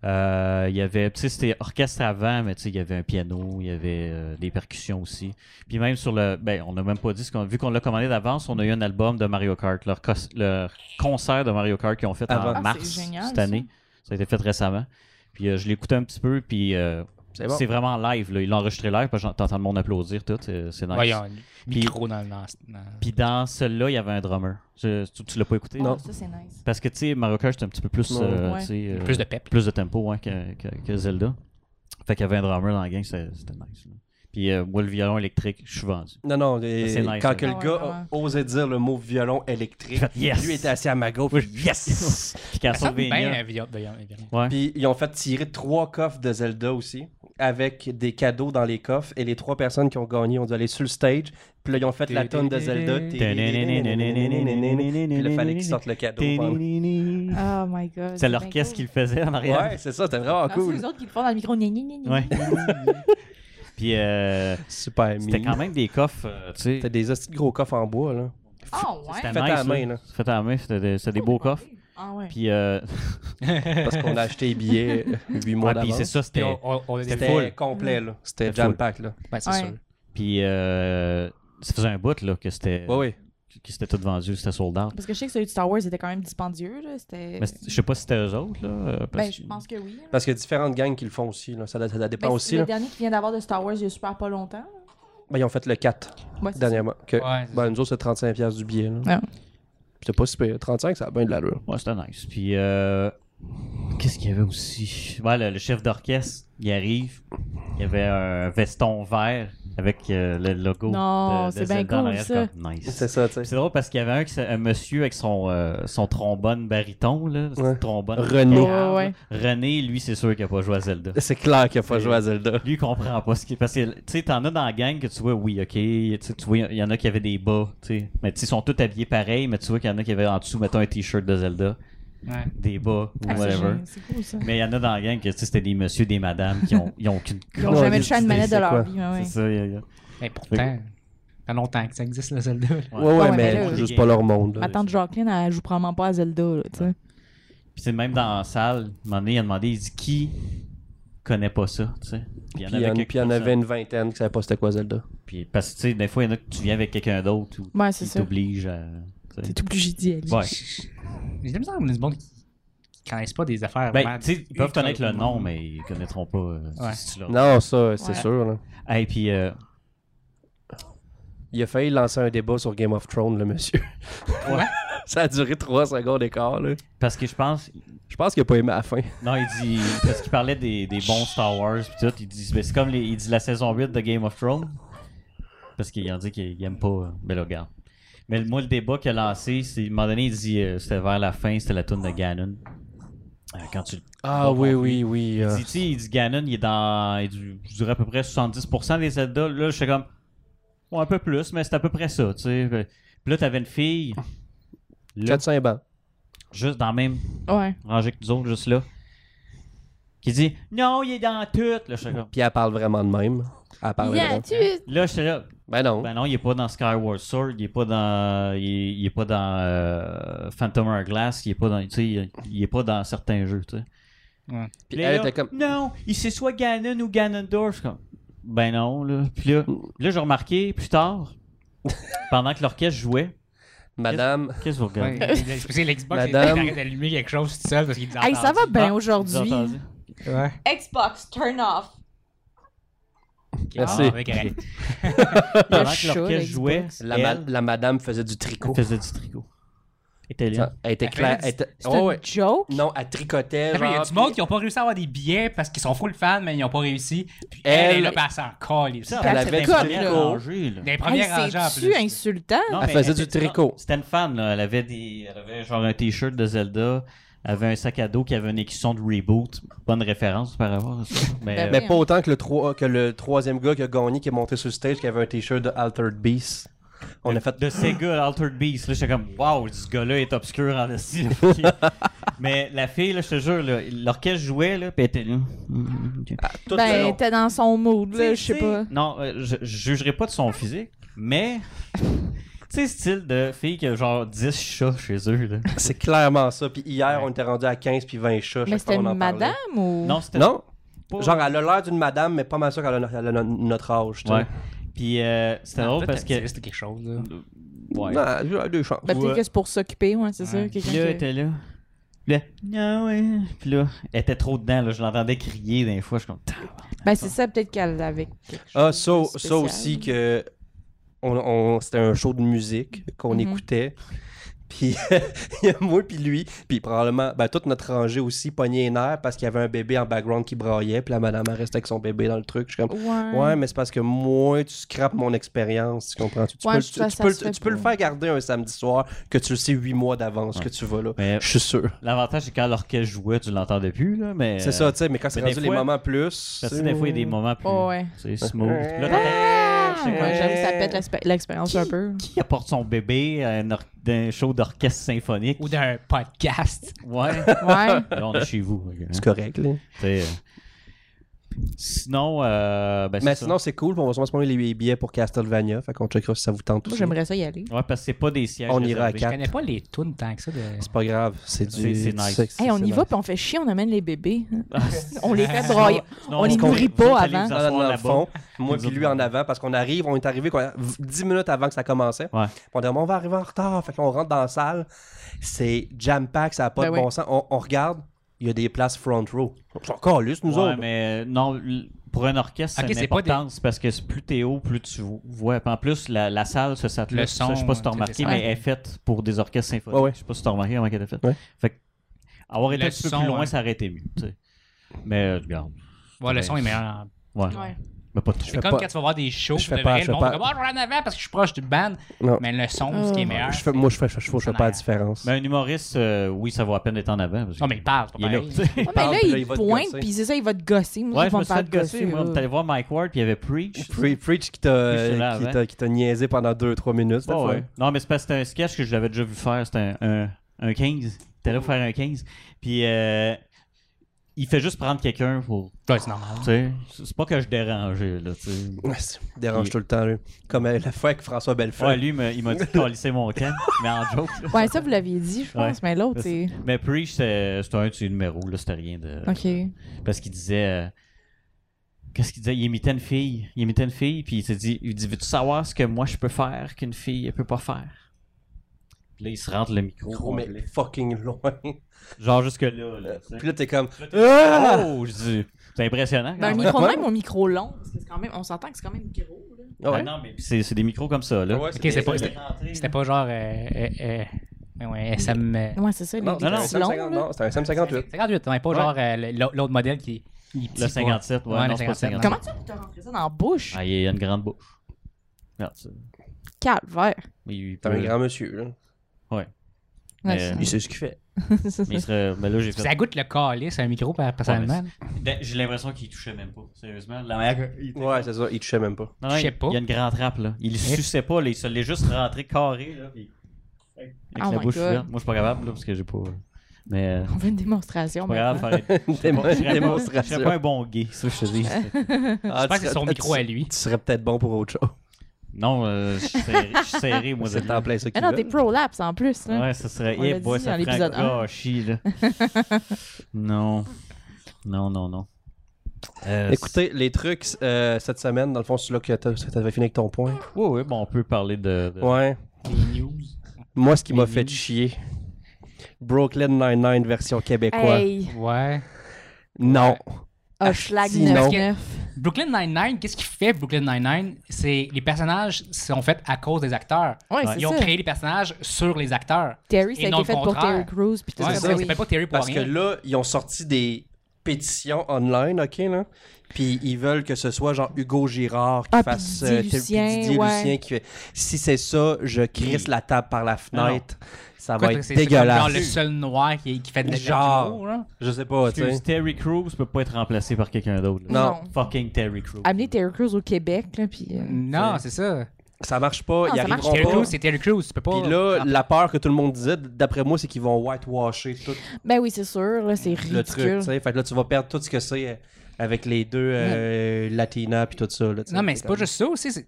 Speaker 1: Euh, il y avait, tu sais, c'était orchestre avant, mais tu sais, il y avait un piano, il y avait euh, des percussions aussi. Puis même sur le, ben, on n'a même pas dit ce qu'on, vu qu'on l'a commandé d'avance, on a eu un album de Mario Kart, leur, cos- leur concert de Mario Kart qu'ils ont fait
Speaker 3: Avant.
Speaker 1: en
Speaker 2: Ah,
Speaker 1: mars
Speaker 2: c'est génial,
Speaker 1: cette
Speaker 2: ça.
Speaker 1: année. Ça a été fait récemment. Puis euh, je l'ai écouté un petit peu, puis euh,
Speaker 3: C'est bon.
Speaker 1: c'est vraiment live, là. Ils l'ont enregistré live, parce que j'en- t'entends le monde applaudir, tout, c'est c'est nice.
Speaker 4: Voyons, le
Speaker 1: Puis-
Speaker 4: micro dans le... dans- dans-
Speaker 1: Puis dans celui-là, il y avait un drummer. Je- tu tu l'as pas écouté?
Speaker 2: Ah,
Speaker 3: Non.
Speaker 2: ça, c'est nice.
Speaker 1: Parce que, tu sais, Mario Kart, c'est un petit peu plus,
Speaker 3: Ouais.
Speaker 1: euh,
Speaker 2: Ouais.
Speaker 1: tu sais, euh,
Speaker 4: Plus de pep.
Speaker 1: plus de tempo hein, que, que- que Zelda. Fait qu'il y avait un drummer dans la gang, c'était c'était nice. là. Puis euh, moi, le violon électrique, je suis vendu.
Speaker 3: Non, non, et-
Speaker 1: Ça, c'est nice,
Speaker 3: quand
Speaker 1: ça.
Speaker 3: que le
Speaker 2: Ah ouais,
Speaker 3: gars
Speaker 2: ouais.
Speaker 3: a osé dire le mot violon électrique,
Speaker 1: Fait, yes!
Speaker 3: lui était assis à ma gauche. Yes!
Speaker 1: Puis
Speaker 4: Ça sonne bien,
Speaker 3: hein.
Speaker 4: euh,
Speaker 1: Castlevania.
Speaker 4: un viol- voyons, un viol.
Speaker 1: Ouais.
Speaker 3: Puis ils ont fait tirer trois coffres de Zelda aussi, avec des cadeaux dans les coffres. Et les trois personnes qui ont gagné ont dû aller sur le stage. Puis là, ils ont fait la tonne de Zelda. Puis là, il fallait qu'ils sortent le cadeau. pendant-
Speaker 2: Oh my God.
Speaker 1: C'est l'orchestre qui
Speaker 2: qui
Speaker 1: le faisait en arrière.
Speaker 3: Ouais, c'est ça, c'était vraiment
Speaker 2: cool. Ah, C'est
Speaker 3: cool.
Speaker 2: les autres qui le font dans le micro. Gna, gna, gna, gna.
Speaker 1: Ouais. Puis euh,
Speaker 3: Super
Speaker 1: c'était
Speaker 3: mignon.
Speaker 1: quand même des coffres, euh, tu sais.
Speaker 3: C'était des hosties de gros coffres en bois, là.
Speaker 2: Ah ouais?
Speaker 1: C'était
Speaker 3: Fait à la
Speaker 1: nice,
Speaker 3: main,
Speaker 1: là.
Speaker 3: là.
Speaker 1: Fait à la main, c'était des, c'était des beaux coffres.
Speaker 2: Ah ouais.
Speaker 1: Puis, euh,
Speaker 3: Parce qu'on a acheté les billets 8 mois
Speaker 1: ouais, puis c'est
Speaker 3: d'avance.
Speaker 1: ça,
Speaker 4: Puis
Speaker 1: c'était.
Speaker 4: on- on- on a des-
Speaker 1: c'était
Speaker 3: C'était
Speaker 1: full.
Speaker 3: complet, là. C'était
Speaker 1: C'était full.
Speaker 3: jam-pack, là.
Speaker 4: Ben, c'est
Speaker 2: Ouais.
Speaker 4: sûr.
Speaker 1: Puis, euh, ça faisait un bout, là, que c'était.
Speaker 3: Ouais, ouais.
Speaker 1: que c'était tout vendu, c'était sold out.
Speaker 2: Parce que je sais que celui de Star Wars était quand même dispendieux, là. C'était...
Speaker 1: Mais c'est- je sais pas si c'était eux autres, là. euh, parce
Speaker 2: Ben, je
Speaker 1: que-
Speaker 2: pense que oui. là.
Speaker 3: Parce qu'il y a différentes gangs qui le font aussi. Là. Ça, ça- ça dépend
Speaker 2: Ben,
Speaker 3: aussi.
Speaker 2: le
Speaker 3: là.
Speaker 2: dernier qui vient d'avoir de Star Wars il y a super pas longtemps.
Speaker 3: Ben, ils ont fait le 4
Speaker 2: Ouais, c'est
Speaker 3: dernièrement. Que,
Speaker 4: Ouais, c'est
Speaker 3: ben, nous autres, c'est 35$ du billet. là.
Speaker 2: Ouais.
Speaker 3: C'était pas si pire. 35, ça a bien de l'allure.
Speaker 1: Ouais, c'était nice. Puis, euh, qu'est-ce qu'il y avait aussi? Ouais, le, le chef d'orchestre, il arrive. Il y avait un veston vert Avec euh, le logo.
Speaker 2: Non,
Speaker 1: de- de
Speaker 2: c'est bien
Speaker 1: Zelda en
Speaker 2: cool,
Speaker 1: arrière,
Speaker 2: ça.
Speaker 1: comme, Nice.
Speaker 3: C'est ça, tu sais.
Speaker 1: C'est drôle parce qu'il y avait un, qui se- un monsieur avec son, euh, son trombone baryton, là. son
Speaker 3: Ouais.
Speaker 1: trombone
Speaker 3: René.
Speaker 1: de
Speaker 2: Ouais,
Speaker 1: garde,
Speaker 2: Ah, ouais.
Speaker 1: là. René, lui, c'est sûr qu'il n'a pas joué à Zelda.
Speaker 3: C'est clair qu'il a pas
Speaker 1: C'est-
Speaker 3: joué à Zelda.
Speaker 1: Lui, il comprend pas ce qui. Parce que, tu sais, t'en as dans la gang que tu vois, oui, ok. Tu sais, tu vois, il y en a qui avaient des bas, tu sais. Mais tu sais, ils sont tous habillés pareil, mais tu vois qu'il y en a qui avaient en dessous, mettons, un t-shirt de Zelda,
Speaker 4: Ouais.
Speaker 1: des bas, ou
Speaker 2: Ah, c'est
Speaker 1: whatever.
Speaker 2: gênant, C'est cool, ça.
Speaker 1: Mais il y en a dans la gang que, tu sais, c'était des messieurs, des madames qui ont, ils ont aucune
Speaker 2: Ils n'ont
Speaker 3: Non,
Speaker 2: jamais
Speaker 3: les
Speaker 2: touché à une
Speaker 3: idées,
Speaker 2: manette de
Speaker 3: c'est
Speaker 2: leur
Speaker 3: quoi?
Speaker 2: vie. ouais, ouais.
Speaker 1: C'est ça, il y a- il y a-
Speaker 4: Hey, pourtant, ça fait longtemps que ça existe, le Zelda. là.
Speaker 3: Ouais, ouais,
Speaker 2: ouais,
Speaker 3: mais,
Speaker 2: mais là,
Speaker 3: juste
Speaker 1: euh,
Speaker 3: pas leur monde. là.
Speaker 2: Ma tante Jacqueline, elle joue probablement pas à Zelda. Là, tu sais.
Speaker 1: Puis c'est même dans la salle, à un moment donné, il a demandé, il dit qui connaît pas ça, tu sais. Puis
Speaker 3: Puis il y en-
Speaker 1: quelques
Speaker 3: puis il y en avait
Speaker 1: pourcents.
Speaker 3: une vingtaine qui savaient pas c'était quoi Zelda.
Speaker 1: Puis parce que tu sais, des fois, il y en a que tu viens avec quelqu'un d'autre ou
Speaker 2: Ouais, c'est
Speaker 1: qui
Speaker 2: ça.
Speaker 1: t'oblige à. tu sais.
Speaker 2: T'es obligé d'y aller.
Speaker 1: Ouais.
Speaker 4: J'ai l'impression qu'on a du monde qui ne connaissent pas des affaires.
Speaker 1: Ben,
Speaker 4: vraiment
Speaker 1: tu sais, ils peuvent
Speaker 4: ultra-
Speaker 1: connaître le nom, mais ils connaîtront pas euh,
Speaker 4: Ouais.
Speaker 1: si tu l'as.
Speaker 3: Non, ça, c'est
Speaker 2: Ouais.
Speaker 3: sûr. là.
Speaker 1: Hey, puis euh,
Speaker 3: Il a failli lancer un débat sur Game of Thrones, le monsieur.
Speaker 4: Ouais.
Speaker 3: ça a duré trois secondes et quart. Là.
Speaker 1: parce que je pense.
Speaker 3: Je pense qu'il a pas aimé à la fin.
Speaker 1: Non, il dit. Parce qu'il parlait des, des bons Star Wars, puis tout. Il dit. ben, c'est comme les- il dit la saison 8 de Game of Thrones. Parce qu'il en dit qu'il aime pas. euh, Mais là, regarde. Mais le- moi, le débat qu'il a lancé, c'est. À un moment donné, il dit. euh, c'était vers la fin, c'était la toune de Ganon. Euh, quand tu
Speaker 3: Ah
Speaker 1: Bon,
Speaker 3: oui,
Speaker 1: bon,
Speaker 3: oui, oui. euh,
Speaker 1: Il dit, tu sais, il dit Ganon, il est dans, il est du- je dirais à peu près 70% des Zelda. Là, je suis comme, ouais, un peu plus, mais c'est à peu près ça, tu sais. Puis là, t'avais une fille, là,
Speaker 3: 400 bancs.
Speaker 1: juste dans la même
Speaker 2: Ouais.
Speaker 1: rangée que nous autres, juste là, qui dit, non, il est dans tout. Là, je suis comme,
Speaker 3: Puis elle parle vraiment de même. Elle parle
Speaker 2: Viens,
Speaker 3: vraiment.
Speaker 2: tu.
Speaker 1: là, je suis là,
Speaker 3: Ben non.
Speaker 1: ben non, il est pas dans Skyward Sword, il est pas dans, il est, il est pas dans euh, Phantom Hourglass, il est pas dans, tu sais, il, il est pas dans certains jeux, tu sais.
Speaker 4: Ouais.
Speaker 3: Puis
Speaker 1: Puis
Speaker 3: elle
Speaker 1: là,
Speaker 3: était comme.
Speaker 1: Non, il c'est soit Ganon ou Ganondorf. Je suis comme, ben non, là. Puis là, là, j'ai remarqué plus tard, pendant que l'orchestre jouait,
Speaker 3: Madame.
Speaker 1: qu'est-ce que vous regardez?
Speaker 4: Ouais, il- il- c'est l'Xbox, il
Speaker 3: Madame.
Speaker 4: arrête d'allumer quelque chose tout seul parce qu'il nous a
Speaker 2: Hey, ça va
Speaker 4: entendu.
Speaker 2: bien
Speaker 1: Ah,
Speaker 2: Ben, aujourd'hui.
Speaker 1: vous entendez?
Speaker 4: Ouais.
Speaker 2: Xbox, turn off.
Speaker 3: Merci.
Speaker 4: Ah, avec elle.
Speaker 1: Pendant
Speaker 2: chat,
Speaker 1: que l'orchestre
Speaker 2: l'Xbox.
Speaker 1: jouait,
Speaker 3: La,
Speaker 1: elle,
Speaker 3: ma- la madame faisait du tricot.
Speaker 1: elle faisait du tricot. Était là.
Speaker 3: Ça, Elle était
Speaker 4: Elle
Speaker 3: claire.
Speaker 4: faisait
Speaker 3: Elle
Speaker 4: du-
Speaker 3: était-
Speaker 2: C'est
Speaker 3: Ouais,
Speaker 2: un
Speaker 3: ouais.
Speaker 2: joke.
Speaker 3: Non, elle tricotait.
Speaker 4: Après, Il y a
Speaker 3: genre,
Speaker 4: du monde
Speaker 3: puis-
Speaker 4: qui n'ont pas réussi à avoir des billets parce qu'ils sont full fans, mais ils n'ont pas réussi. Puis elle,
Speaker 3: Elle-
Speaker 4: est là, puis elle s'en colle.
Speaker 1: Ça,
Speaker 2: Elle
Speaker 1: elle
Speaker 2: avait
Speaker 1: avait
Speaker 2: du tricot.
Speaker 1: rangée, là.
Speaker 4: Des
Speaker 2: Hey,
Speaker 4: premières rangées en
Speaker 2: C'est-tu
Speaker 4: plus.
Speaker 2: insultant?
Speaker 1: Non,
Speaker 3: Elle
Speaker 1: mais
Speaker 3: faisait du
Speaker 1: était-
Speaker 3: tricot.
Speaker 1: non, C'était une fan, là. Elle avait, des, elle avait genre un t-shirt de Zelda, elle avait un sac à dos qui avait un écusson de reboot. Bonne référence par rapport à ça. Mais,
Speaker 2: Ben,
Speaker 1: euh,
Speaker 3: Mais pas autant que le, trois- que le troisième gars qui a gagné, qui est monté sur le stage, qui avait un t-shirt de Altered Beast. On a fait.
Speaker 1: de Sega à Altered Beast. Là, j'étais comme, wow, ce gars-là est obscur en esti. Mais la fille, là, je te jure, là, l'orchestre jouait, là, puis elle était là. Mm, ok.
Speaker 3: Tout le
Speaker 2: Ben,
Speaker 3: long.
Speaker 2: t'es dans son mood, là, Ben, je sais pas.
Speaker 1: Non, euh, je, je jugerai pas de son physique, mais. Tu sais, style de fille qui a genre 10 chats chez eux, là.
Speaker 2: Oh.
Speaker 3: C'est clairement ça. Puis hier, on était rendu à 15 puis 20 chats.
Speaker 2: Mais
Speaker 3: chaque
Speaker 2: c'était
Speaker 3: fois, on en
Speaker 2: une
Speaker 3: parlait.
Speaker 2: madame ou.
Speaker 1: Non, c'était
Speaker 3: Non,
Speaker 1: pas.
Speaker 3: genre elle a l'air d'une madame, mais pas mal sûr qu'elle a, no- elle a no- notre âge. tu sais.
Speaker 1: Ouais. Puis euh, c'était drôle parce que.
Speaker 4: C'était quelque chose, là.
Speaker 1: Ouais.
Speaker 3: Non, elle a deux chances.
Speaker 2: Ben, peut-être que c'est pour s'occuper, ouais, c'est sûr.
Speaker 4: Ouais.
Speaker 1: Puis euh, là, elle
Speaker 2: Quelqu'un qui...
Speaker 1: était là. Puis là, non, ouais. Puis là, elle était trop dedans, là. Je l'entendais crier des fois. Je suis comme.
Speaker 2: Ben, c'est ça, peut-être qu'elle avait quelque chose.
Speaker 3: Ah,
Speaker 2: de
Speaker 3: ça, ça
Speaker 2: spécial.
Speaker 3: aussi que on, on- c'était un show de musique qu'on
Speaker 2: Mhm.
Speaker 3: écoutait. Puis il y a moi puis lui, puis probablement ben, toute notre rangée aussi pognait les nerfs parce qu'il y avait un bébé en background qui braillait, puis la madame elle restait avec son bébé dans le truc. Je suis comme
Speaker 2: Ouais.
Speaker 3: Ouais, mais c'est parce que moi, tu scrapes mon expérience, tu comprends? Tu, tu
Speaker 2: Ouais,
Speaker 3: peux,
Speaker 2: je
Speaker 3: tu-
Speaker 2: trouve
Speaker 3: tu
Speaker 2: ça
Speaker 3: peux le-
Speaker 2: se fait
Speaker 3: tu peux le
Speaker 2: pas.
Speaker 3: faire garder un samedi soir que tu le sais huit mois d'avance que tu vas là.
Speaker 1: Mais
Speaker 3: Je suis sûr.
Speaker 1: l'avantage, c'est quand l'orchestre jouait, tu l'entendais plus, là. Mais.
Speaker 3: C'est ça, tu sais, mais quand c'est
Speaker 1: mais des
Speaker 3: rendu les
Speaker 1: fois-
Speaker 3: moments plus.
Speaker 1: Parce que des fois, il y a des moments plus
Speaker 2: Oh, ouais.
Speaker 1: tu sais, smooth. Puis là,
Speaker 2: Ah!
Speaker 1: Ouais.
Speaker 2: Ouais, J'avoue, ça pète l'expé- l'expérience un peu.
Speaker 1: qui apporte son bébé à un, or- d'un show d'orchestre symphonique?
Speaker 4: Ou d'un podcast.
Speaker 1: Ouais.
Speaker 2: Ouais.
Speaker 1: là, on est chez vous. ok, hein.
Speaker 3: C'est correct, là.
Speaker 1: Tu sais, euh. Sinon, euh, ben,
Speaker 3: Mais
Speaker 1: c'est
Speaker 3: sinon, c'est cool. On va sûrement se prendre les billets pour Castlevania. Fait qu'on checkera si ça vous tente
Speaker 2: Moi,
Speaker 3: aussi.
Speaker 2: j'aimerais ça y aller.
Speaker 1: ça. Ouais, parce que c'est pas des sièges.
Speaker 3: On ira à
Speaker 1: réservés.
Speaker 4: Je
Speaker 3: Quatre.
Speaker 4: connais pas les tunes tant que ça. De...
Speaker 3: C'est pas grave. C'est
Speaker 1: C'est-
Speaker 3: du.
Speaker 1: c'est nice.
Speaker 3: c'est-
Speaker 2: Hey, on
Speaker 3: c'est
Speaker 2: y
Speaker 3: nice.
Speaker 2: va, puis on fait chier, on amène les bébés. hein.
Speaker 1: Ah, c'est-
Speaker 2: On les fait broyer.
Speaker 1: Sinon,
Speaker 2: on les
Speaker 1: vous-
Speaker 2: nourrit
Speaker 1: vous
Speaker 2: pas
Speaker 1: autres, allez
Speaker 2: avant.
Speaker 1: vous
Speaker 3: Ah,
Speaker 1: asseoir
Speaker 3: dans le
Speaker 1: là-bas.
Speaker 3: fond, moi
Speaker 1: Nous
Speaker 3: puis lui
Speaker 1: autres.
Speaker 3: en avant, parce qu'on arrive, on est arrivé quoi, v- 10 minutes avant que ça commençait.
Speaker 1: Ouais.
Speaker 3: Puis On dit, on va arriver en retard. Fait qu'on rentre dans la salle. C'est jam-pack, ça n'a pas
Speaker 2: Ben
Speaker 3: de
Speaker 2: oui.
Speaker 3: bon sens. On, on regarde, il y a des places front row. C'est encore lus, nous
Speaker 1: Ouais,
Speaker 3: autres.
Speaker 1: mais euh, non, l- pour un orchestre,
Speaker 4: Ok,
Speaker 1: c'est
Speaker 4: c'est
Speaker 1: une
Speaker 4: pas des-
Speaker 1: importance parce que c'est plus t'es haut, plus tu vois. Puis En plus, la, la salle, ce sac
Speaker 4: Le
Speaker 1: je sais pas si
Speaker 4: son,
Speaker 1: t'as
Speaker 4: euh,
Speaker 1: remarqué,
Speaker 4: c'est
Speaker 1: mais
Speaker 4: ça.
Speaker 1: elle est faite pour des orchestres symphoniques.
Speaker 3: Ouais, ouais.
Speaker 1: Je sais pas si t'as remarqué comment elle est faite.
Speaker 3: Ouais.
Speaker 1: Fait que, avoir été
Speaker 4: Le
Speaker 1: un petit peu
Speaker 4: son,
Speaker 1: plus loin,
Speaker 4: hein.
Speaker 1: ça aurait été mieux. tu sais. Mais euh, regarde.
Speaker 4: Ouais, le son est meilleur. en-
Speaker 1: Ouais.
Speaker 2: Ouais.
Speaker 1: Mais pas trop.
Speaker 4: C'est comme
Speaker 3: pas-
Speaker 4: quand tu vas voir des shows,
Speaker 3: je fais
Speaker 4: de
Speaker 3: pas-
Speaker 4: vrai,
Speaker 3: je fais
Speaker 4: le monde est
Speaker 3: pas-
Speaker 4: comme oh, je vais en avant parce que je suis proche du band,
Speaker 3: Non. Ah.
Speaker 4: mais le son, ce qui est meilleur.
Speaker 3: Je fais, moi, je fais, je fais, je fais pas la différence.
Speaker 1: Mais un humoriste, euh, oui, ça vaut la peine d'être en avant. parce que-
Speaker 4: Non, mais il parle, c'est pas
Speaker 1: Il est là.
Speaker 4: pareil.
Speaker 1: tu sais.
Speaker 2: Ouais, mais
Speaker 3: parle,
Speaker 2: là,
Speaker 3: puis là,
Speaker 2: il
Speaker 3: il va te
Speaker 2: pointe,
Speaker 3: gosser.
Speaker 2: puis c'est ça, il va te gosser. Moi,
Speaker 1: Ouais,
Speaker 2: je
Speaker 1: je
Speaker 2: vais
Speaker 1: me
Speaker 2: me
Speaker 1: suis fait
Speaker 2: faire
Speaker 1: gosser.
Speaker 2: gosser.
Speaker 1: Moi, on est allé
Speaker 2: là.
Speaker 1: voir Mike Ward, puis il y avait Preach.
Speaker 3: Pre- Preach qui
Speaker 1: Preach,
Speaker 3: t'a
Speaker 1: là,
Speaker 3: qui
Speaker 1: avant.
Speaker 3: t'a- qui t'a niaisé pendant 2-3 minutes. c'était
Speaker 1: Ouais,
Speaker 3: fun.
Speaker 1: ouais. Non, mais c'est parce que c'était un sketch que je l'avais déjà vu faire. C'était un, un, un 15. T'es là pour faire un 15. Puis euh, il fait juste prendre quelqu'un pour.
Speaker 4: Ouais, c'est normal.
Speaker 1: Tu sais, c'est c'est pas que je dérangeais, là, tu sais.
Speaker 3: Ouais, c'est- dérange
Speaker 1: Il-
Speaker 3: tout le temps, lui. Comme euh, la fois avec François
Speaker 1: Ouais,
Speaker 3: Bellefeuille.
Speaker 1: lui, il m'a- il m'a dit de calisser mon camp, mais en joke. là.
Speaker 2: Ouais, ça, vous l'aviez dit, je pense,
Speaker 1: Ouais.
Speaker 2: mais l'autre, c'est.
Speaker 1: Mais Preach, c'est- c'était un de ses numéros, là, c'était rien de.
Speaker 2: Ok.
Speaker 1: Parce qu'il disait. euh, Qu'est-ce qu'il disait Il imitait une fille. Il imitait une fille, puis il s'est dit il dit, Veux-tu savoir ce que moi je peux faire qu'une fille, elle peut pas faire Puis là, il se rentre le micro.
Speaker 3: Gros, mais il est fucking loin.
Speaker 1: Genre jusque-là, là. tu sais.
Speaker 3: Puis là, t'es comme. Ah!
Speaker 1: Oh, je dis. C'est impressionnant.
Speaker 2: Ben, un
Speaker 1: quand même.
Speaker 2: micro,
Speaker 3: Ouais.
Speaker 2: même mon micro long, parce que c'est quand même, on s'entend que c'est quand même gros, là.
Speaker 3: Ah ouais?
Speaker 1: Ah non, mais c'est c'est des micros comme ça, là.
Speaker 3: Ouais,
Speaker 4: Ok, c'est pas-
Speaker 1: Il est
Speaker 4: c'était-
Speaker 1: rentré,
Speaker 4: C'était
Speaker 1: là.
Speaker 4: pas genre. euh, euh, euh, mais ouais, SM. euh,
Speaker 2: Ouais, c'est ça, les
Speaker 3: Non,
Speaker 2: petits
Speaker 1: non,
Speaker 3: c'était un
Speaker 2: longs,
Speaker 3: SM50,
Speaker 2: là.
Speaker 3: non, c'était un SM58.
Speaker 4: 58, ouais, pas
Speaker 1: Ouais.
Speaker 4: genre euh, le- l'autre l'autre modèle qui. il est petit,
Speaker 1: Le
Speaker 4: pas-
Speaker 1: 57, ouais,
Speaker 4: Ouais,
Speaker 1: non,
Speaker 4: le
Speaker 1: c'est pas le
Speaker 4: 57.
Speaker 1: 57.
Speaker 2: Comment tu as rentré ça dans la bouche?
Speaker 1: Ah, il a une grande bouche. Ah, Regarde ça.
Speaker 2: Calvaire.
Speaker 1: Il- il
Speaker 3: T'es un
Speaker 1: peut-
Speaker 3: grand monsieur, là.
Speaker 1: Mais-
Speaker 3: Il sait ce qu'il fait.
Speaker 1: Mais, il serait- mais là, j'ai fait.
Speaker 4: Ça goûte le calice, un micro, per- personnellement.
Speaker 1: Ben, J'ai l'impression qu'il touchait même pas. Sérieusement, la manière que- il était-
Speaker 3: Ouais, c'est ça, il touchait même pas.
Speaker 1: Non, non,
Speaker 4: Je sais
Speaker 1: il-
Speaker 4: pas. Eh.
Speaker 1: Il y a une grande trappe, là. Il le suçait pas, là. Il se l'est juste rentré carré, là. Puis... Avec
Speaker 2: Oh
Speaker 1: la
Speaker 2: my
Speaker 1: bouche
Speaker 2: God.
Speaker 1: ouverte. Moi, je suis pas capable, là, parce que j'ai pas. Mais. euh,
Speaker 2: On veut une démonstration,
Speaker 1: c'est pas
Speaker 2: mais.
Speaker 1: grave, faire.
Speaker 3: Des
Speaker 1: Je serais pas- Je
Speaker 3: démonstrations.
Speaker 1: serais pas un bon gay, ça, je te dis.
Speaker 3: Ah,
Speaker 4: Je pense
Speaker 3: tu
Speaker 4: que c'est
Speaker 3: serais-
Speaker 4: son micro
Speaker 3: tu-
Speaker 4: à lui.
Speaker 3: Tu serais peut-être bon pour autre chose.
Speaker 1: Non, euh, je suis serré- je suis serré, moi, de
Speaker 3: C'est en plein ça
Speaker 2: Ah
Speaker 3: qu'il
Speaker 2: non, t'es
Speaker 3: veut.
Speaker 2: prolapse en plus, hein. là.
Speaker 1: Ouais, ça serait.
Speaker 2: On
Speaker 1: Eh
Speaker 2: l'a
Speaker 1: boy,
Speaker 2: dit
Speaker 1: ça
Speaker 2: dans
Speaker 1: prend
Speaker 2: l'épisode un.
Speaker 1: un gâchis, là. non. Non, non, non. Euh,
Speaker 3: Écoutez, les trucs euh, cette semaine, dans le fond, c'est là que t'as- t'avais fini avec ton point.
Speaker 1: c'est- Ouais, ouais, bon, on peut parler de. de-
Speaker 3: Ouais.
Speaker 4: Les news.
Speaker 3: Moi, ce qui m'a
Speaker 1: Les
Speaker 3: fait
Speaker 1: news.
Speaker 3: chier, Brooklyn Nine-Nine version québécoise.
Speaker 2: Hey,
Speaker 4: Ouais.
Speaker 3: Non.
Speaker 4: Ah,
Speaker 2: Hochelag
Speaker 3: si, non.
Speaker 2: 99.
Speaker 4: Brooklyn Nine-Nine, qu'est-ce qui fait Brooklyn Nine-Nine? C'est les personnages sont faits à cause des acteurs.
Speaker 2: Ouais, c'est
Speaker 4: Ils ont
Speaker 2: ça.
Speaker 4: créé les personnages sur les acteurs.
Speaker 2: Terry, ça
Speaker 4: Et
Speaker 2: a
Speaker 4: non
Speaker 2: été
Speaker 4: le
Speaker 2: fait pour Terry
Speaker 4: contraire.
Speaker 2: Crews, puis tout ça.
Speaker 4: Ouais,
Speaker 2: Ben
Speaker 4: ça,
Speaker 3: ça.
Speaker 4: s'appelle pas Terry pour
Speaker 3: Parce que
Speaker 4: rien.
Speaker 3: là, ils ont sorti des pétitions online, OK, là? Puis ils veulent que ce soit genre Hugo Girard qui
Speaker 2: Ah, puis
Speaker 3: fasse...
Speaker 2: Didier
Speaker 3: euh, puis
Speaker 2: Lucien,
Speaker 3: Didier
Speaker 2: ouais.
Speaker 3: Lucien qui fait... Si c'est ça, je crisse la table par la fenêtre. Ça va
Speaker 4: Ah Quoi,
Speaker 3: être
Speaker 4: c'est- c'est comme genre
Speaker 3: dégueulasse.
Speaker 4: le seul noir qui, qui fait de la
Speaker 3: Genre.
Speaker 4: de l'humour,
Speaker 3: Je sais pas, tu
Speaker 1: Excuse,
Speaker 3: sais.
Speaker 1: Terry Crews peut pas être remplacé par quelqu'un d'autre. là.
Speaker 3: Non.
Speaker 1: Fucking Terry Crews.
Speaker 2: Amener Terry Crews au Québec, là, puis.
Speaker 4: là.
Speaker 3: Mm.
Speaker 2: euh,
Speaker 4: Non, c'est ça.
Speaker 3: Ça marche pas,
Speaker 2: Non,
Speaker 3: ils
Speaker 2: ça marche
Speaker 3: arriveront
Speaker 4: Terry
Speaker 3: pas.
Speaker 4: Crews, c'est Terry Crews. Tu peux pas.
Speaker 3: Puis là, la peur que tout le monde disait, d'après moi, c'est qu'ils vont whitewasher tout
Speaker 2: Ben oui, c'est sûr, là, c'est ridicule.
Speaker 3: le truc, tu sais. Fait que là, tu vas perdre tout ce que c'est euh, avec les deux euh, Latina puis tout ça, là, tu sais.
Speaker 4: Non, mais c'est pas
Speaker 3: comme-
Speaker 4: juste ça aussi. c'est-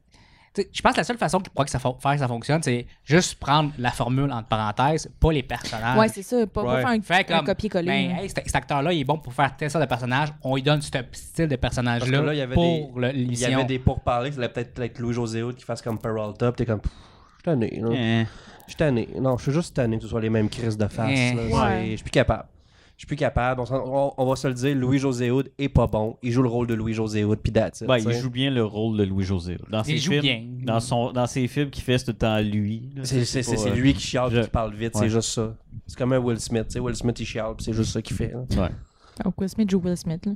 Speaker 4: tu sais, Je pense que la seule façon pour que ça, fon- faire que ça fonctionne, c'est juste prendre la formule entre parenthèses, pas les personnages.
Speaker 2: Ouais, c'est ça. Pas, pas
Speaker 3: Ouais.
Speaker 2: faire un,
Speaker 4: Fait
Speaker 2: un
Speaker 4: comme,
Speaker 2: copier-coller.
Speaker 4: ben,
Speaker 2: là.
Speaker 4: hey, cet, cet acteur-là, il est bon pour faire tel sorte de personnage. On lui donne ce style de
Speaker 3: Parce que
Speaker 4: personnage-là
Speaker 3: là, il y avait
Speaker 4: pour
Speaker 3: des,
Speaker 4: le-
Speaker 3: il y
Speaker 4: l'émission.
Speaker 3: avait des pourparlers, ça allait peut-être être Louis José Hood qui fasse comme Peralta, pis t'es comme, Pff, je suis tanné, là.
Speaker 1: Eh.
Speaker 3: je suis tanné. Non, je suis juste tanné que ce soit les mêmes crises de face.
Speaker 4: Eh.
Speaker 3: là.
Speaker 2: Ouais.
Speaker 3: C'est- Je suis plus capable. Je suis plus capable. On, s'en- on- on va se le dire, Louis José Hood est pas bon. Il joue le rôle de Louis José Hood, puis that's it,
Speaker 1: Ben,
Speaker 3: tu
Speaker 1: il
Speaker 3: sais.
Speaker 1: joue bien le rôle de Louis-José. là. Dans ses
Speaker 4: joue
Speaker 1: films,
Speaker 4: bien.
Speaker 1: Dans, son, dans ses films qu'il fait, c'est tout le temps lui. là.
Speaker 3: C'est- C'est c'est-
Speaker 1: pas,
Speaker 3: c'est
Speaker 1: euh,
Speaker 3: lui qui chiale, pis
Speaker 1: je-
Speaker 3: qui parle vite,
Speaker 1: Ouais.
Speaker 3: c'est juste ça. C'est comme un Will Smith, tu sais. Will Smith, il chiale, pis c'est juste ça qu'il fait. là.
Speaker 1: Ouais.
Speaker 2: Oh, Will Smith joue Will Smith. là.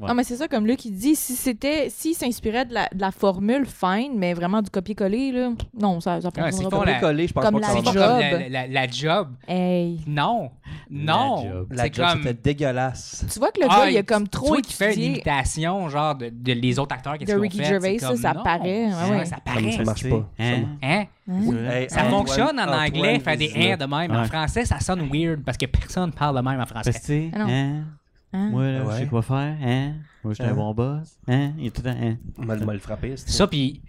Speaker 1: Ouais.
Speaker 2: Non, mais c'est ça, comme Luc, il dit, si c'était, s'il s'inspirait de la, de la formule fine, mais vraiment du copier-coller, là, non, ça, ça
Speaker 4: c'est
Speaker 2: fonctionnera
Speaker 4: pas
Speaker 2: pas.
Speaker 4: la-
Speaker 3: Coller, je pense
Speaker 2: Comme
Speaker 3: pas
Speaker 2: la
Speaker 3: que
Speaker 4: C'est
Speaker 3: ça
Speaker 4: pas
Speaker 3: va.
Speaker 2: job.
Speaker 4: comme la, la- la job.
Speaker 2: Hey.
Speaker 4: Non.
Speaker 1: La
Speaker 4: Non.
Speaker 1: job.
Speaker 3: La
Speaker 4: C'est
Speaker 3: job,
Speaker 4: comme.
Speaker 3: c'était dégueulasse.
Speaker 2: Tu vois que le
Speaker 4: Ah,
Speaker 2: gars, il a comme
Speaker 4: tu-
Speaker 2: trop
Speaker 4: tu vois qu'il fait une
Speaker 2: étudié.
Speaker 4: imitation, genre, de, de les autres acteurs qui
Speaker 2: De Ricky Gervais, ça, ça paraît, ouais, ouais.
Speaker 4: Ça
Speaker 3: Ah, mais
Speaker 4: paraît.
Speaker 3: ça marche pas.
Speaker 1: Hein?
Speaker 4: Hein?
Speaker 2: Hein?
Speaker 3: Hey,
Speaker 4: Ça
Speaker 3: Antoine-
Speaker 4: fonctionne en
Speaker 3: Antoine
Speaker 4: anglais, faire des
Speaker 3: Vézina.
Speaker 4: airs de même. En
Speaker 1: Ouais.
Speaker 4: français, ça sonne weird parce que personne parle de même en français.
Speaker 1: Parce que, tu sais,
Speaker 2: Ah non.
Speaker 1: hein?
Speaker 2: Hein?
Speaker 1: Moi, là, je sais
Speaker 3: Ouais.
Speaker 1: quoi faire. Hein? Moi, j'étais
Speaker 3: Hein?
Speaker 1: un bon boss. Hein? Il est tout le temps. Hein?
Speaker 3: Mal, mal frappé, c'est-
Speaker 4: Ça, puis.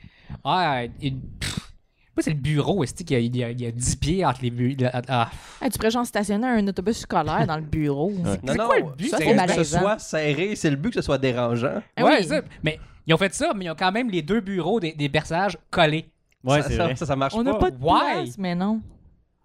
Speaker 4: Ah, il- pff, moi, c'est le bureau, est-ce qu'il y a, il y a- il y a 10 pieds entre les bureaux. Ah,
Speaker 2: Hey, tu pourrais genre stationner un autobus scolaire dans le bureau.
Speaker 3: Non,
Speaker 4: C'est
Speaker 3: non,
Speaker 4: quoi le but?
Speaker 3: ça,
Speaker 4: C'est
Speaker 3: faut que ce
Speaker 2: malaisant.
Speaker 3: soit serré, c'est le but que ce soit dérangeant.
Speaker 2: Ah
Speaker 4: ouais,
Speaker 2: oui.
Speaker 4: ça. Mais ils ont fait ça, mais ils ont quand même les deux bureaux des, des personnages collés.
Speaker 1: Ouais,
Speaker 3: ça,
Speaker 1: c'est
Speaker 3: ça,
Speaker 1: vrai.
Speaker 3: ça, ça marche
Speaker 2: On n'a
Speaker 3: pas.
Speaker 2: pas de
Speaker 4: Why?
Speaker 2: place, mais non.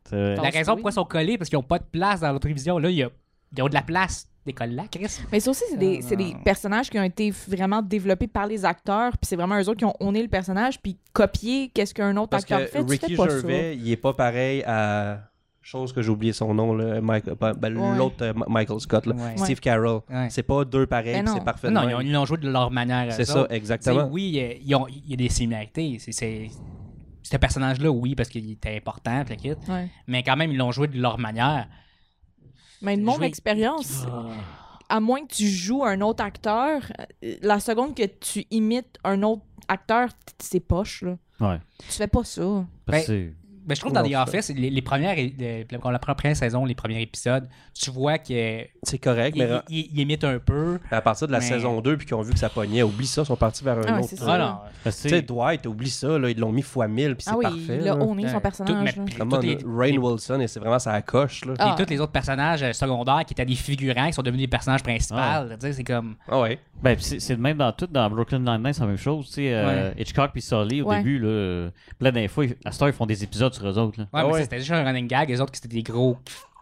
Speaker 1: C'est vrai.
Speaker 4: La
Speaker 2: Parce que
Speaker 4: raison
Speaker 2: oui.
Speaker 4: pourquoi ils sont collés, parce qu'ils n'ont pas de place dans l'autre vision. Là, il y a- ils ont de la place. Des là, Chris.
Speaker 2: Mais ça aussi, c'est des,
Speaker 4: Euh,
Speaker 2: c'est des
Speaker 4: non.
Speaker 2: personnages qui ont été vraiment développés par les acteurs, puis c'est vraiment eux autres qui ont honné le personnage, puis copié qu'est-ce qu'un autre
Speaker 3: Parce
Speaker 2: acteur
Speaker 3: que
Speaker 2: fait. Tu fais
Speaker 3: Ricky
Speaker 2: pas
Speaker 3: Gervais, il est pas pareil à chose que j'ai oublié son nom, là, Mike- ben, ben,
Speaker 2: Ouais.
Speaker 3: l'autre euh, Ma- Michael Scott, là,
Speaker 4: Ouais.
Speaker 3: Steve Carroll.
Speaker 4: Ouais.
Speaker 3: C'est pas deux pareils,
Speaker 2: Ben
Speaker 3: puis
Speaker 2: non.
Speaker 3: c'est parfait. de
Speaker 4: Non,
Speaker 3: même.
Speaker 4: ils ont- ils l'ont joué de leur manière.
Speaker 3: C'est
Speaker 4: eux
Speaker 3: ça,
Speaker 4: autres. Tu sais,
Speaker 3: exactement.
Speaker 4: oui, euh, ils ont- il y a des similarités. C'est- c'est- Ce personnage-là, oui, parce qu'il était important, puis le kit.
Speaker 2: Ouais.
Speaker 4: Mais quand même, ils l'ont joué de leur manière.
Speaker 2: Mais de mon
Speaker 4: Jouer-
Speaker 2: expérience, à moins que tu joues un autre acteur, euh, la seconde que tu imites un autre acteur, t- c'est poche, là.
Speaker 1: Ouais.
Speaker 2: Tu fais pas ça.
Speaker 1: Parce que c'est-
Speaker 4: Mais je trouve que dans
Speaker 3: Non,
Speaker 4: The
Speaker 3: c'est
Speaker 4: Office, les, les premières, euh, la, la première saison, les premiers épisodes, tu vois qu'il
Speaker 3: C'est correct, mais
Speaker 4: il, il- il imite un peu.
Speaker 3: à partir de la
Speaker 4: Mais-
Speaker 3: saison 2, puis qu'ils ont vu que ça pognait, oublie ça, ils sont partis vers un
Speaker 2: Ah ouais,
Speaker 3: autre.
Speaker 2: c'est ça.
Speaker 4: Ah non.
Speaker 1: parce que
Speaker 3: Tu sais, Dwight, oublie ça, là, ils l'ont mis fois 1000, puis c'est
Speaker 2: ah oui,
Speaker 3: parfait.
Speaker 2: là,
Speaker 3: là.
Speaker 2: on est
Speaker 4: Ouais.
Speaker 2: son
Speaker 4: Tout- mais-
Speaker 2: personnage. là.
Speaker 4: puis-
Speaker 3: Come on,
Speaker 4: Toutes les-
Speaker 3: Rainn
Speaker 4: les-
Speaker 3: Wilson, et c'est vraiment ça coche. Là.
Speaker 2: Ah.
Speaker 4: Et tous les autres personnages euh, secondaires qui étaient des figurants qui sont devenus des personnages principaux. Tu sais, C'est comme.
Speaker 3: Ah ouais.
Speaker 1: Ben, pis c'est c'est le même dans tout. Dans Brooklyn Nine-Nine, c'est la même chose. tu sais, euh, Hitchcock puis Sully, au
Speaker 2: Ouais.
Speaker 1: début, là, euh, plein d'infos, ils- à cette heure, ils font des épisodes sur eux autres. Là.
Speaker 4: Ouais,
Speaker 3: Ah
Speaker 4: mais
Speaker 3: ouais.
Speaker 4: ça, c'était juste un running gag. Les autres, c'était des gros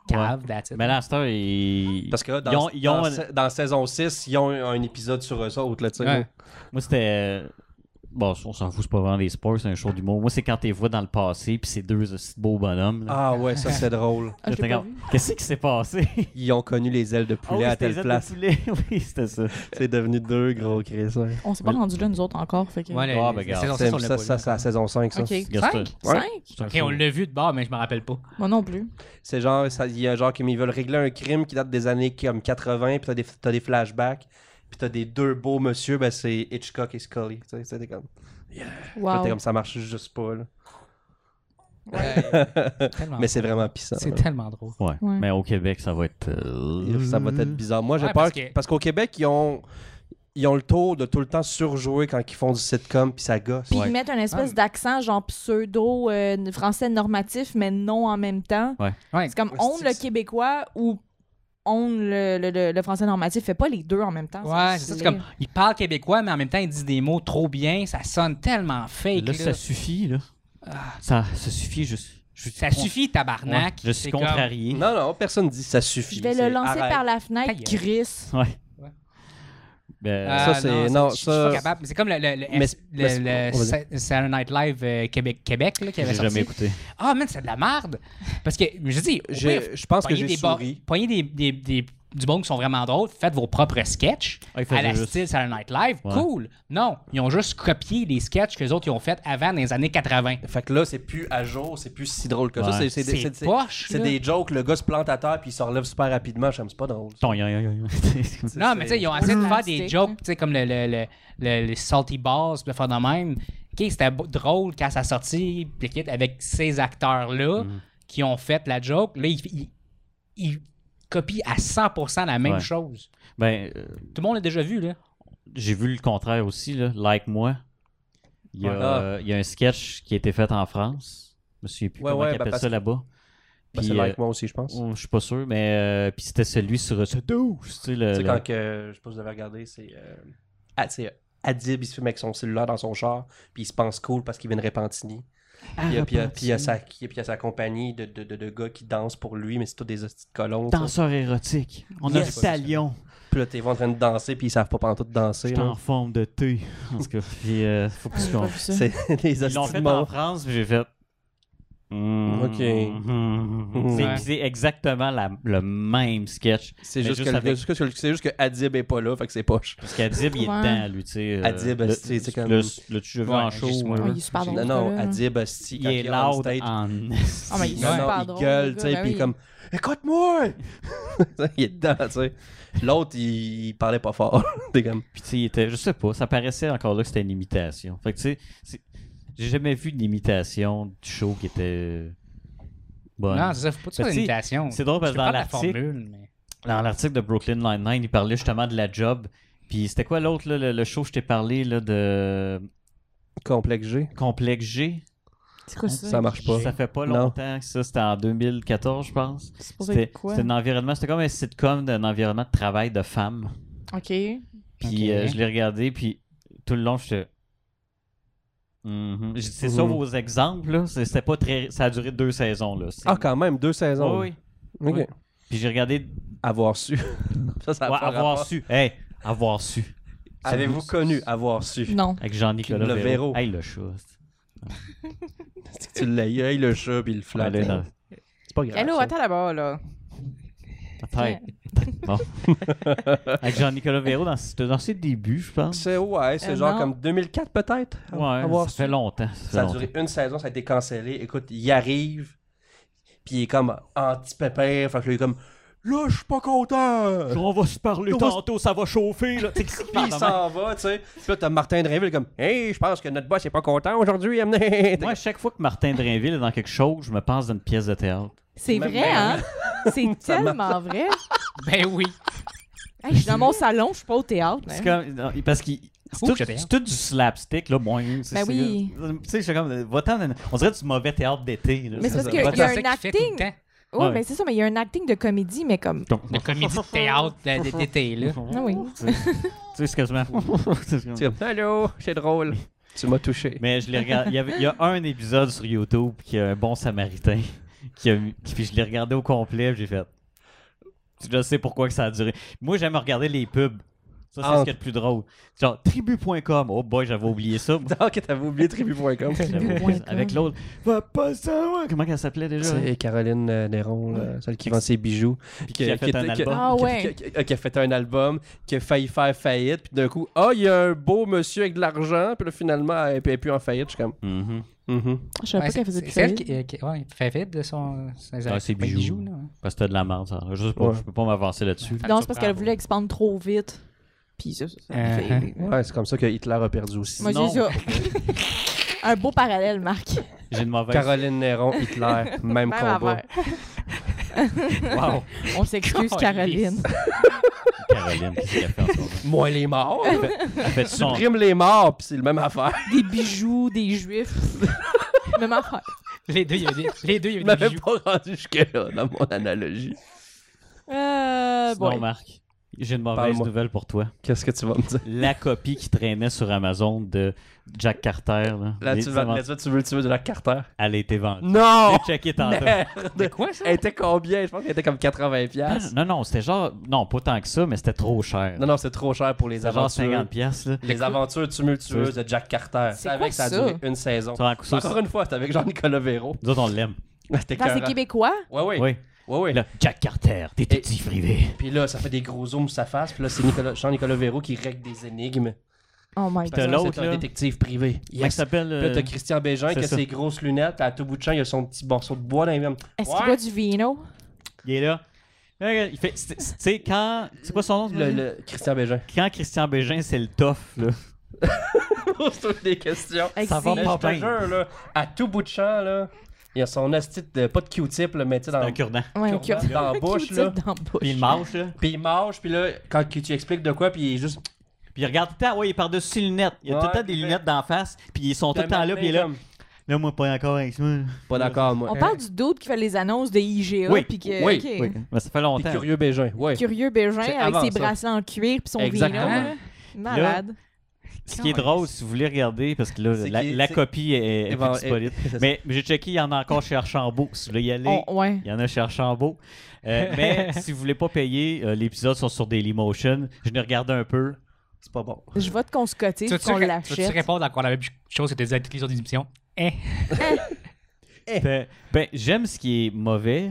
Speaker 4: caves. that's it.
Speaker 1: Mais là, à cette heure, ils...
Speaker 3: Parce que dans,
Speaker 1: ils ont- ils ont-
Speaker 3: dans sa- dans saison 6, ils ont un, un épisode sur eux autres. Là, tu sais.
Speaker 4: Ouais.
Speaker 1: Moi, c'était... euh, Bon, on s'en fout, c'est pas vraiment des sports, c'est un show d'humour. Moi, c'est quand t'es vois dans le passé, puis c'est deux aussi beaux bonhommes. là.
Speaker 3: Ah ouais, ça c'est drôle.
Speaker 2: Ah, je l'ai
Speaker 1: J'étais
Speaker 2: pas
Speaker 1: comme,
Speaker 2: vu.
Speaker 1: Qu'est-ce qui s'est passé?
Speaker 3: Ils ont connu les ailes de
Speaker 1: Ah oui,
Speaker 3: poulet à
Speaker 1: c'était les
Speaker 3: telle
Speaker 1: ailes de
Speaker 3: place.
Speaker 1: poulet. oui, c'était ça.
Speaker 3: C'est devenu deux gros Chris. ouais.
Speaker 2: On s'est pas
Speaker 1: Mais-
Speaker 2: rendu là, nous autres, encore. Fait que...
Speaker 4: Ouais, la-
Speaker 1: Ah,
Speaker 4: la-
Speaker 1: ben,
Speaker 4: la
Speaker 1: regarde.
Speaker 4: saison
Speaker 3: C'est-
Speaker 4: six, on l'a
Speaker 3: Ça,
Speaker 4: pas
Speaker 3: ça
Speaker 4: vu.
Speaker 3: c'est la saison 5. Ça.
Speaker 2: OK.
Speaker 1: Regarde, c'est un-
Speaker 4: Cinq?
Speaker 3: Ouais.
Speaker 2: Cinq?
Speaker 1: c'est un
Speaker 4: Ok,
Speaker 1: show-
Speaker 4: on l'a vu de bord, mais je me rappelle pas.
Speaker 2: Moi non plus.
Speaker 3: C'est genre, ça- il y a genre comme ils veulent régler un crime qui date des années comme 80, puis t'as des, t'as des flashbacks, puis t'as des deux beaux monsieur, ben c'est Hitchcock et Scully. Tu sais, c'était comme,
Speaker 2: Wow.
Speaker 3: t'es comme ça marche juste pas. là.
Speaker 4: Tellement
Speaker 3: Mais c'est vraiment pissant.
Speaker 4: C'est
Speaker 3: là.
Speaker 4: tellement drôle.
Speaker 1: Ouais.
Speaker 2: Ouais.
Speaker 1: Mais au Québec, ça va être... euh,
Speaker 3: Ça va être bizarre. Moi, j'ai
Speaker 4: Ouais,
Speaker 3: peur.
Speaker 4: parce
Speaker 3: qu'- Parce,
Speaker 4: que-
Speaker 3: qu'au Québec, ils ont, ils ont le tour de tout le temps surjouer quand ils font du sitcom, puis ça gosse.
Speaker 2: Puis ils mettent un espèce d'accent genre pseudo euh, français normatif, mais non en même temps.
Speaker 4: Ouais.
Speaker 2: C'est comme
Speaker 3: Ouais,
Speaker 2: on
Speaker 3: c'est-
Speaker 2: le québécois ou on le, le- le- le français normatif. Fait pas les deux en même temps.
Speaker 4: Ouais, c'est ça. C'est comme, il parle québécois, mais en même temps, il dit des mots trop bien. Ça sonne tellement fake.
Speaker 1: Là,
Speaker 4: Là,
Speaker 1: ça suffit, là.
Speaker 3: Ah.
Speaker 1: Ça, ça suffit, je, suis- je suis-
Speaker 4: Ça suffit, tabarnak.
Speaker 1: Ouais, je suis
Speaker 4: C'est comme-
Speaker 1: contrarié.
Speaker 3: Non, non, personne dit ça suffit.
Speaker 2: Je vais
Speaker 3: c'est-
Speaker 2: le lancer
Speaker 3: arrête.
Speaker 2: par la fenêtre,
Speaker 4: Ta gueule.
Speaker 2: Chris.
Speaker 1: Ouais.
Speaker 4: Ouais.
Speaker 1: Ben,
Speaker 4: Ah,
Speaker 3: Ça, c'est- non,
Speaker 4: je- je suis pas
Speaker 3: ça-
Speaker 4: capable. Mais C'est comme le, le, le-
Speaker 3: Mais-
Speaker 4: le-
Speaker 3: mais-
Speaker 4: le
Speaker 3: on va
Speaker 4: Sa- Saturday Night Live euh, Québec, Québec là, qui avait
Speaker 1: j'ai
Speaker 4: sorti.
Speaker 1: jamais écouté.
Speaker 4: Ah, man, c'est de la merde. Parce que, je dis, au pire,
Speaker 3: Je, je pense que
Speaker 4: pognez
Speaker 3: j'ai
Speaker 4: des
Speaker 3: souri.
Speaker 4: bo- pognez des, des, des- du monde qui sont vraiment drôles, faites vos propres sketchs
Speaker 1: Ah, ils faisaient
Speaker 4: à la
Speaker 1: juste-
Speaker 4: style Saturday Night Live.
Speaker 1: Ouais.
Speaker 4: Cool. Non, ils ont juste copié les sketchs que les autres ils ont fait avant dans les années 80.
Speaker 3: Fait que là, c'est plus à jour, c'est plus si drôle que ça.
Speaker 1: Ouais.
Speaker 3: C'est, c'est, des-
Speaker 4: C'est
Speaker 3: c'est- c'est-
Speaker 4: poche.
Speaker 3: c'est
Speaker 4: là.
Speaker 3: des jokes, le gars se plante à terre, puis il se relève super rapidement. J'aime, c'est pas drôle. ça.
Speaker 1: Ton yon, yon, yon, yon. C'est comme-
Speaker 4: Non, mais tu sais, ils ont essayé de faire des
Speaker 2: plastique,
Speaker 4: jokes,
Speaker 2: hein.
Speaker 4: tu sais, comme le, le, le, le- le Salty Balls, puis le faire de même. OK, c'était bo- drôle quand ça sortit, puis le kit, avec ces acteurs-là
Speaker 3: Mm.
Speaker 4: qui ont fait la joke. Là, ils, ils- ils copient à 100% la même
Speaker 1: Ouais.
Speaker 4: chose.
Speaker 1: Ben, euh,
Speaker 4: Tout le monde l'a déjà vu, là.
Speaker 1: j'ai vu le contraire aussi, là. Like moi. Il y, a,
Speaker 3: Ouais.
Speaker 1: euh, il y a un sketch qui a été fait en France. Je me souviens plus
Speaker 3: Ah. Ouais,
Speaker 1: comment
Speaker 3: ouais,
Speaker 1: ils
Speaker 3: ben,
Speaker 1: appellent
Speaker 3: parce
Speaker 1: ça
Speaker 3: que-
Speaker 1: là-bas.
Speaker 3: Ben,
Speaker 1: Puis,
Speaker 3: c'est
Speaker 1: euh,
Speaker 3: like moi aussi, je pense.
Speaker 1: oh, je suis pas sûr, mais euh, puis c'était celui sur ce douce, tu sais, le-
Speaker 3: Tu sais,
Speaker 1: le-
Speaker 3: quand que, je sais pas si vous avez regardé, c'est. euh, ah, tu sais, Adib, il se filme avec son cellulaire dans son char, puis il se pense cool parce qu'il vient de Repentini.
Speaker 4: Ah,
Speaker 3: Puis il y a- puis il y a- puis il y a sa- puis il y a sa compagnie de, de, de, de gars qui dansent pour lui, mais c'est tous des hosties de colons. ça.
Speaker 1: danseur érotique. On
Speaker 3: Yes.
Speaker 1: a Talion.
Speaker 3: Puis là, t'es en train de danser, puis ils savent pas pantoute danser.
Speaker 1: J'étais en
Speaker 3: là.
Speaker 1: forme de thé. En tout cas, puis, euh, faut plus qu'on.
Speaker 3: C'est des
Speaker 1: Ils l'ont
Speaker 3: hosties
Speaker 1: fait
Speaker 3: de
Speaker 1: en
Speaker 3: morts.
Speaker 1: France, puis j'ai fait. Mm, mm,
Speaker 3: Ok.
Speaker 1: mm. C'est-
Speaker 4: Ouais.
Speaker 1: C'est exactement la- le même sketch.
Speaker 3: C'est
Speaker 1: Mais
Speaker 3: juste,
Speaker 1: juste
Speaker 3: que-
Speaker 1: avec-
Speaker 3: c'est juste que- c'est juste que Adib est pas là, fait que c'est poche.
Speaker 1: Parce qu'Adib, il est
Speaker 2: Ouais.
Speaker 1: dedans, lui, tu sais. euh,
Speaker 3: Adib,
Speaker 1: le-
Speaker 3: c'est- c'est comme-
Speaker 1: Le, le tu l'as vu
Speaker 4: Ouais,
Speaker 1: en show.
Speaker 4: juste moi.
Speaker 1: euh,
Speaker 2: Ouais, Ah, il est super drôle.
Speaker 3: Non,
Speaker 2: ce
Speaker 3: non,
Speaker 2: gars-là.
Speaker 3: Adib, hostie,
Speaker 1: Il
Speaker 3: quand
Speaker 1: est
Speaker 3: on
Speaker 1: loud hein.
Speaker 3: stage,
Speaker 1: en.
Speaker 2: Ah, mais il est
Speaker 3: Non,
Speaker 2: super
Speaker 3: non,
Speaker 2: drôle,
Speaker 3: il gueule,
Speaker 2: le
Speaker 3: tu sais,
Speaker 2: gars,
Speaker 3: puis
Speaker 2: ben
Speaker 3: comme Écoute-moi! il est dedans, tu sais. L'autre, il, il parlait pas fort. T'es comme.
Speaker 1: Puis, tu sais, il était. Je sais pas, ça paraissait encore là que c'était une imitation. Fait que, tu sais, c'est- j'ai jamais vu une imitation du show qui était. euh, Bonne.
Speaker 4: Non, c'est ça, faut pas que tu
Speaker 1: Ben,
Speaker 4: fasses une
Speaker 1: tu sais,
Speaker 4: imitation.
Speaker 1: c'est drôle parce
Speaker 4: Tu
Speaker 1: que
Speaker 4: peux
Speaker 1: dans
Speaker 4: prendre la
Speaker 1: l'article-
Speaker 4: formule, mais...
Speaker 1: dans l'article de Brooklyn Nine-Nine, il parlait justement de la job. Puis c'était quoi l'autre, là, le, le show que je t'ai parlé là, de
Speaker 3: Complexe G.
Speaker 1: Complexe G?
Speaker 2: C'est quoi
Speaker 3: Ça
Speaker 2: ça?
Speaker 3: marche pas.
Speaker 1: Ça fait pas
Speaker 3: Non.
Speaker 1: longtemps que ça, c'était en 2014, je pense.
Speaker 2: C'est pour
Speaker 1: C'était
Speaker 2: être quoi?
Speaker 1: c'était un environnement, c'était comme un sitcom d'un environnement de travail de femmes.
Speaker 2: OK.
Speaker 1: Puis
Speaker 4: Ok.
Speaker 1: euh, je l'ai regardé, puis tout le long, j'étais. Mhm. J'ai dit, C'est ça
Speaker 3: Mhm.
Speaker 1: vos exemples, là? C'est- C'était pas très. Ça a duré deux saisons, là. C'est-
Speaker 3: Ah, quand même, deux saisons.
Speaker 1: Oui, oui.
Speaker 3: Ok.
Speaker 1: oui. Puis j'ai regardé.
Speaker 3: Avoir su. ça, ça a
Speaker 1: Ouais,
Speaker 3: pas
Speaker 1: avoir
Speaker 3: rapport.
Speaker 1: su. Hey, avoir su.
Speaker 3: Avez-vous connu Avoir su?
Speaker 2: Non.
Speaker 1: Avec Jean-Nicolas
Speaker 3: Le
Speaker 1: Véro.
Speaker 3: Véro.
Speaker 1: Hey, le chat.
Speaker 3: C'est que tu l'as eu, hey, le chat, puis le flat.
Speaker 1: Allez, non.
Speaker 3: C'est C'est pas grave.
Speaker 2: Allô,
Speaker 3: ça.
Speaker 2: attends là-bas, là.
Speaker 1: Peut-être. bon. Avec Jean-Nicolas Véro dans, c'était dans ses débuts, je pense.
Speaker 3: C'est ouais, c'est
Speaker 2: Euh,
Speaker 3: genre
Speaker 2: non.
Speaker 3: comme 2004 peut-être. à-
Speaker 1: Ouais,
Speaker 3: à voir
Speaker 1: ça fait longtemps. Ça, fait
Speaker 3: Ça a
Speaker 1: longtemps.
Speaker 3: duré une saison, ça a été cancellé. Écoute, il arrive, puis il est comme anti-pépère. Fait que là, il est comme Là, je suis pas content.
Speaker 1: On va se parler
Speaker 3: On va se-
Speaker 1: tantôt, ça va chauffer. Là. T'sais,
Speaker 3: Puis il s'en va, tu sais. Puis là, t'as Martin Drainville comme Hey, je pense que notre boss est pas content aujourd'hui. amenez.
Speaker 1: Moi, à chaque fois que Martin Drainville est dans quelque chose, je me pense d'une pièce de théâtre.
Speaker 2: C'est
Speaker 3: Même
Speaker 2: vrai,
Speaker 3: bien,
Speaker 2: hein? C'est
Speaker 3: Ça marche.
Speaker 2: tellement vrai.
Speaker 4: Ben oui.
Speaker 2: Hey, je suis dans mon salon, je suis pas au théâtre. mais-
Speaker 1: C'est comme, non, parce qu'il. C'est
Speaker 4: Ouh,
Speaker 1: tout,
Speaker 4: que j'étais
Speaker 1: c'est tout du slapstick, là, moi. c'est-
Speaker 2: Ben
Speaker 1: c'est-
Speaker 2: oui.
Speaker 1: Tu sais, je suis comme, euh, va-t'en dans- on dirait du mauvais théâtre d'été. là.
Speaker 2: Mais c'est
Speaker 1: Ça,
Speaker 2: parce
Speaker 1: ça
Speaker 2: que-
Speaker 1: va
Speaker 2: il y a
Speaker 1: être-
Speaker 4: C'est
Speaker 2: un
Speaker 4: ça qu'il fait tout le
Speaker 2: acting.
Speaker 4: temps.
Speaker 2: Ouais,
Speaker 1: Ouais.
Speaker 2: ben c'est ça, mais il y a un acting de comédie, mais comme.
Speaker 4: La comédie de théâtre de- de- d'été, là.
Speaker 2: Ah oui.
Speaker 1: Tu sais, tu sais, c'est quasiment- c'est comme-
Speaker 3: Tu dis, Allô, c'est drôle. Tu m'as touché.
Speaker 1: Mais je l'ai regardé. Il y, avait- il y a un épisode sur YouTube qui a un bon samaritain. Qui a, mis- qui- puis je l'ai regardé au complet. puis J'ai fait. Je sais pourquoi que ça a duré. Moi, j'aime regarder les pubs. Ça, c'est
Speaker 3: Ah.
Speaker 1: ce qu'il y a de plus drôle. Genre, tribu.com. Oh boy, j'avais oublié ça. moi.
Speaker 3: Ah, que t'avais oublié tribu.com.
Speaker 1: J'avais oublié ça. Avec l'autre. Va pas ça, ouais. Comment qu'elle s'appelait déjà hein?
Speaker 3: C'est Caroline euh, Néron, là, celle qui vend ses bijoux.
Speaker 1: Puis qui a fait un album.
Speaker 2: Ah ouais.
Speaker 3: qui- qui- qui a fait un album, qui a failli faire faillite, puis d'un coup, ah, il y a un beau monsieur avec de l'argent, puis là, finalement, elle n'est plus en faillite. Je suis comme,
Speaker 1: Mhm.
Speaker 3: mhm.
Speaker 2: Je savais
Speaker 4: Ouais,
Speaker 2: pas qu'elle
Speaker 4: c'est
Speaker 2: faisait
Speaker 4: c'est
Speaker 2: du
Speaker 4: celle
Speaker 2: faillite.
Speaker 4: qui, euh, qui- ouais, il fait vite de son, hein? ses,
Speaker 1: Ah, ses bijoux.
Speaker 4: là.
Speaker 1: Parce que c'était de la merde, ça. Je sais pas,
Speaker 3: Ouais.
Speaker 1: je peux pas m'avancer là-dessus.
Speaker 2: Non, c'est
Speaker 4: Ça me
Speaker 2: parce
Speaker 4: surprend,
Speaker 2: qu'elle
Speaker 4: ouais.
Speaker 2: voulait expandre trop vite. Puis ça, ça, ça
Speaker 4: Euh,
Speaker 2: fait-
Speaker 3: Ouais, c'est comme ça que Hitler a perdu aussi.
Speaker 2: Moi,
Speaker 1: Non.
Speaker 2: j'ai ça. Un beau parallèle, Marc.
Speaker 1: J'ai une mauvaise.
Speaker 3: Caroline Néron, Hitler,
Speaker 2: Même
Speaker 3: même combat.
Speaker 2: affaire.
Speaker 1: Wow.
Speaker 2: On s'excuse, Caroline.
Speaker 1: Caroline, qu'est-ce qu'elle fait en ce moment?
Speaker 3: Moi, les morts.
Speaker 1: Elle fait son.
Speaker 3: Supprime les morts, puis c'est le même affaire.
Speaker 2: Des bijoux, des juifs. Même affaire.
Speaker 4: Les deux, il y avait des, les deux, il y
Speaker 3: Je
Speaker 4: avait des
Speaker 3: m'avais
Speaker 4: bijoux.
Speaker 3: pas rendu jusque-là dans mon analogie.
Speaker 2: Euh,
Speaker 1: Sinon,
Speaker 2: bon.
Speaker 1: Marc, j'ai une mauvaise
Speaker 3: Parle-moi.
Speaker 1: nouvelle pour toi.
Speaker 3: Qu'est-ce que tu vas me dire?
Speaker 1: La copie qui traînait sur Amazon de Jack Carter, là,
Speaker 3: Là,
Speaker 1: les-
Speaker 3: tu, vas, là, tu, veux, tu veux, tu veux de la Carter?
Speaker 1: elle a été vendue.
Speaker 3: Non!
Speaker 1: J'ai checké tantôt.
Speaker 4: De
Speaker 3: Merde!
Speaker 4: quoi, ça?
Speaker 3: Elle était combien? Je pense qu'elle était comme 80$. piastres.
Speaker 1: Ah, Non, non, c'était genre... Non, pas tant que ça, mais c'était trop cher.
Speaker 3: Non, non, c'est trop cher pour les
Speaker 1: C'était Ah. genre
Speaker 3: aventures.
Speaker 1: 50 piastres, là.
Speaker 3: Les aventures tumultueuses de Jack Carter.
Speaker 2: C'est
Speaker 3: C'est avec
Speaker 2: quoi
Speaker 3: ça a
Speaker 2: ça?
Speaker 3: duré une saison.
Speaker 1: Tu vois, un coup, ça,
Speaker 3: Encore une fois, c'était avec Jean-Nicolas Véro.
Speaker 1: Nous autres, on l'aime.
Speaker 3: C'était
Speaker 2: Quand c'est
Speaker 3: écœurant.
Speaker 2: québécois,
Speaker 3: Ouais, ouais.
Speaker 1: Oui.
Speaker 3: ouais, ouais.
Speaker 1: Là, Jack Carter, détective privé.
Speaker 3: Puis là, ça fait des gros zooms sur sa face. Puis là, c'est Nicolas- Jean-Nicolas Véro qui règle des énigmes.
Speaker 2: oh my
Speaker 1: T'as
Speaker 3: Parce que
Speaker 2: god.
Speaker 1: l'autre,
Speaker 3: c'est un
Speaker 1: là.
Speaker 3: détective privé.
Speaker 1: Comment il
Speaker 3: Yes.
Speaker 1: s'appelle?
Speaker 3: Puis là,
Speaker 1: euh,
Speaker 3: t'as Christian Bégin
Speaker 1: c'est
Speaker 3: qui a
Speaker 1: ça.
Speaker 3: ses grosses lunettes. puis À tout bout de champ, il a son petit morceau de bois dans les mains.
Speaker 2: Est-ce
Speaker 3: Ouais.
Speaker 2: qu'il boit du vino?
Speaker 1: Il est là. Regarde, Il fait... c'est- c'est- Tu sais, quand... C'est quoi son nom? tu
Speaker 3: Le,
Speaker 1: m'as dit?
Speaker 3: le- Christian Bégin.
Speaker 1: Quand Christian Bégin, c'est le tough, là.
Speaker 3: pose toutes des questions.
Speaker 1: Ça va
Speaker 2: Exi-
Speaker 3: Mais je
Speaker 1: pas
Speaker 3: te
Speaker 1: bien.
Speaker 3: jure, là, à tout bout de champ, là, il a son astite de pas de Q-tip, là, mais tu sais, dans,
Speaker 1: Un cure-dent.
Speaker 2: Ouais,
Speaker 3: dans
Speaker 2: ok. Qui
Speaker 3: la bouche,
Speaker 2: dit
Speaker 3: là.
Speaker 2: dans la bouche.
Speaker 1: Puis il marche, là.
Speaker 3: Puis il mange, puis là, quand que tu expliques de quoi, puis il est juste.
Speaker 1: Puis il regarde tout le temps, ouais, il est par-dessus ses lunettes. Il a tout le
Speaker 3: Ouais,
Speaker 1: temps des
Speaker 3: puis-
Speaker 1: lunettes d'en face, puis ils sont tout le temps là, puis il est là. Là, moi, pas d'accord avec ça.
Speaker 3: Pas d'accord, moi.
Speaker 2: On parle du doute qui fait les annonces de IGA.
Speaker 1: Oui,
Speaker 2: puis que,
Speaker 3: oui,
Speaker 2: ok.
Speaker 1: Oui, ben, ça fait
Speaker 3: T'es
Speaker 1: longtemps.
Speaker 3: curieux, Bégin. Ouais.
Speaker 2: Curieux Bégin
Speaker 3: C'est
Speaker 2: avec
Speaker 3: avant
Speaker 2: ses
Speaker 3: ça.
Speaker 2: bracelets en cuir puis son
Speaker 3: Exactement.
Speaker 2: vino. là. Malade.
Speaker 1: Ce qui est drôle, si vous voulez regarder, parce que là,
Speaker 3: C'est
Speaker 1: la,
Speaker 3: qu'il-
Speaker 1: la
Speaker 3: c'est-
Speaker 1: copie est, est
Speaker 3: Eh ben,
Speaker 1: plus disponible.
Speaker 3: eh, c'est ça.
Speaker 1: Mais j'ai checké, il y en a encore chez Archambault. Si vous voulez y aller,
Speaker 2: On- ouais.
Speaker 1: il y en a chez Archambault. Euh, mais si vous voulez pas payer, euh, l'épisode sont sur Dailymotion. Je l'ai regardé un peu.
Speaker 3: C'est pas bon.
Speaker 2: Je vais te conscoter
Speaker 4: Tu
Speaker 2: puis qu'on
Speaker 4: tu
Speaker 2: l'achète.
Speaker 4: répondre encore la même chose que tu disais à toutes les autres émissions? Eh,
Speaker 3: Eh.
Speaker 1: Ben, ben, j'aime ce qui est mauvais,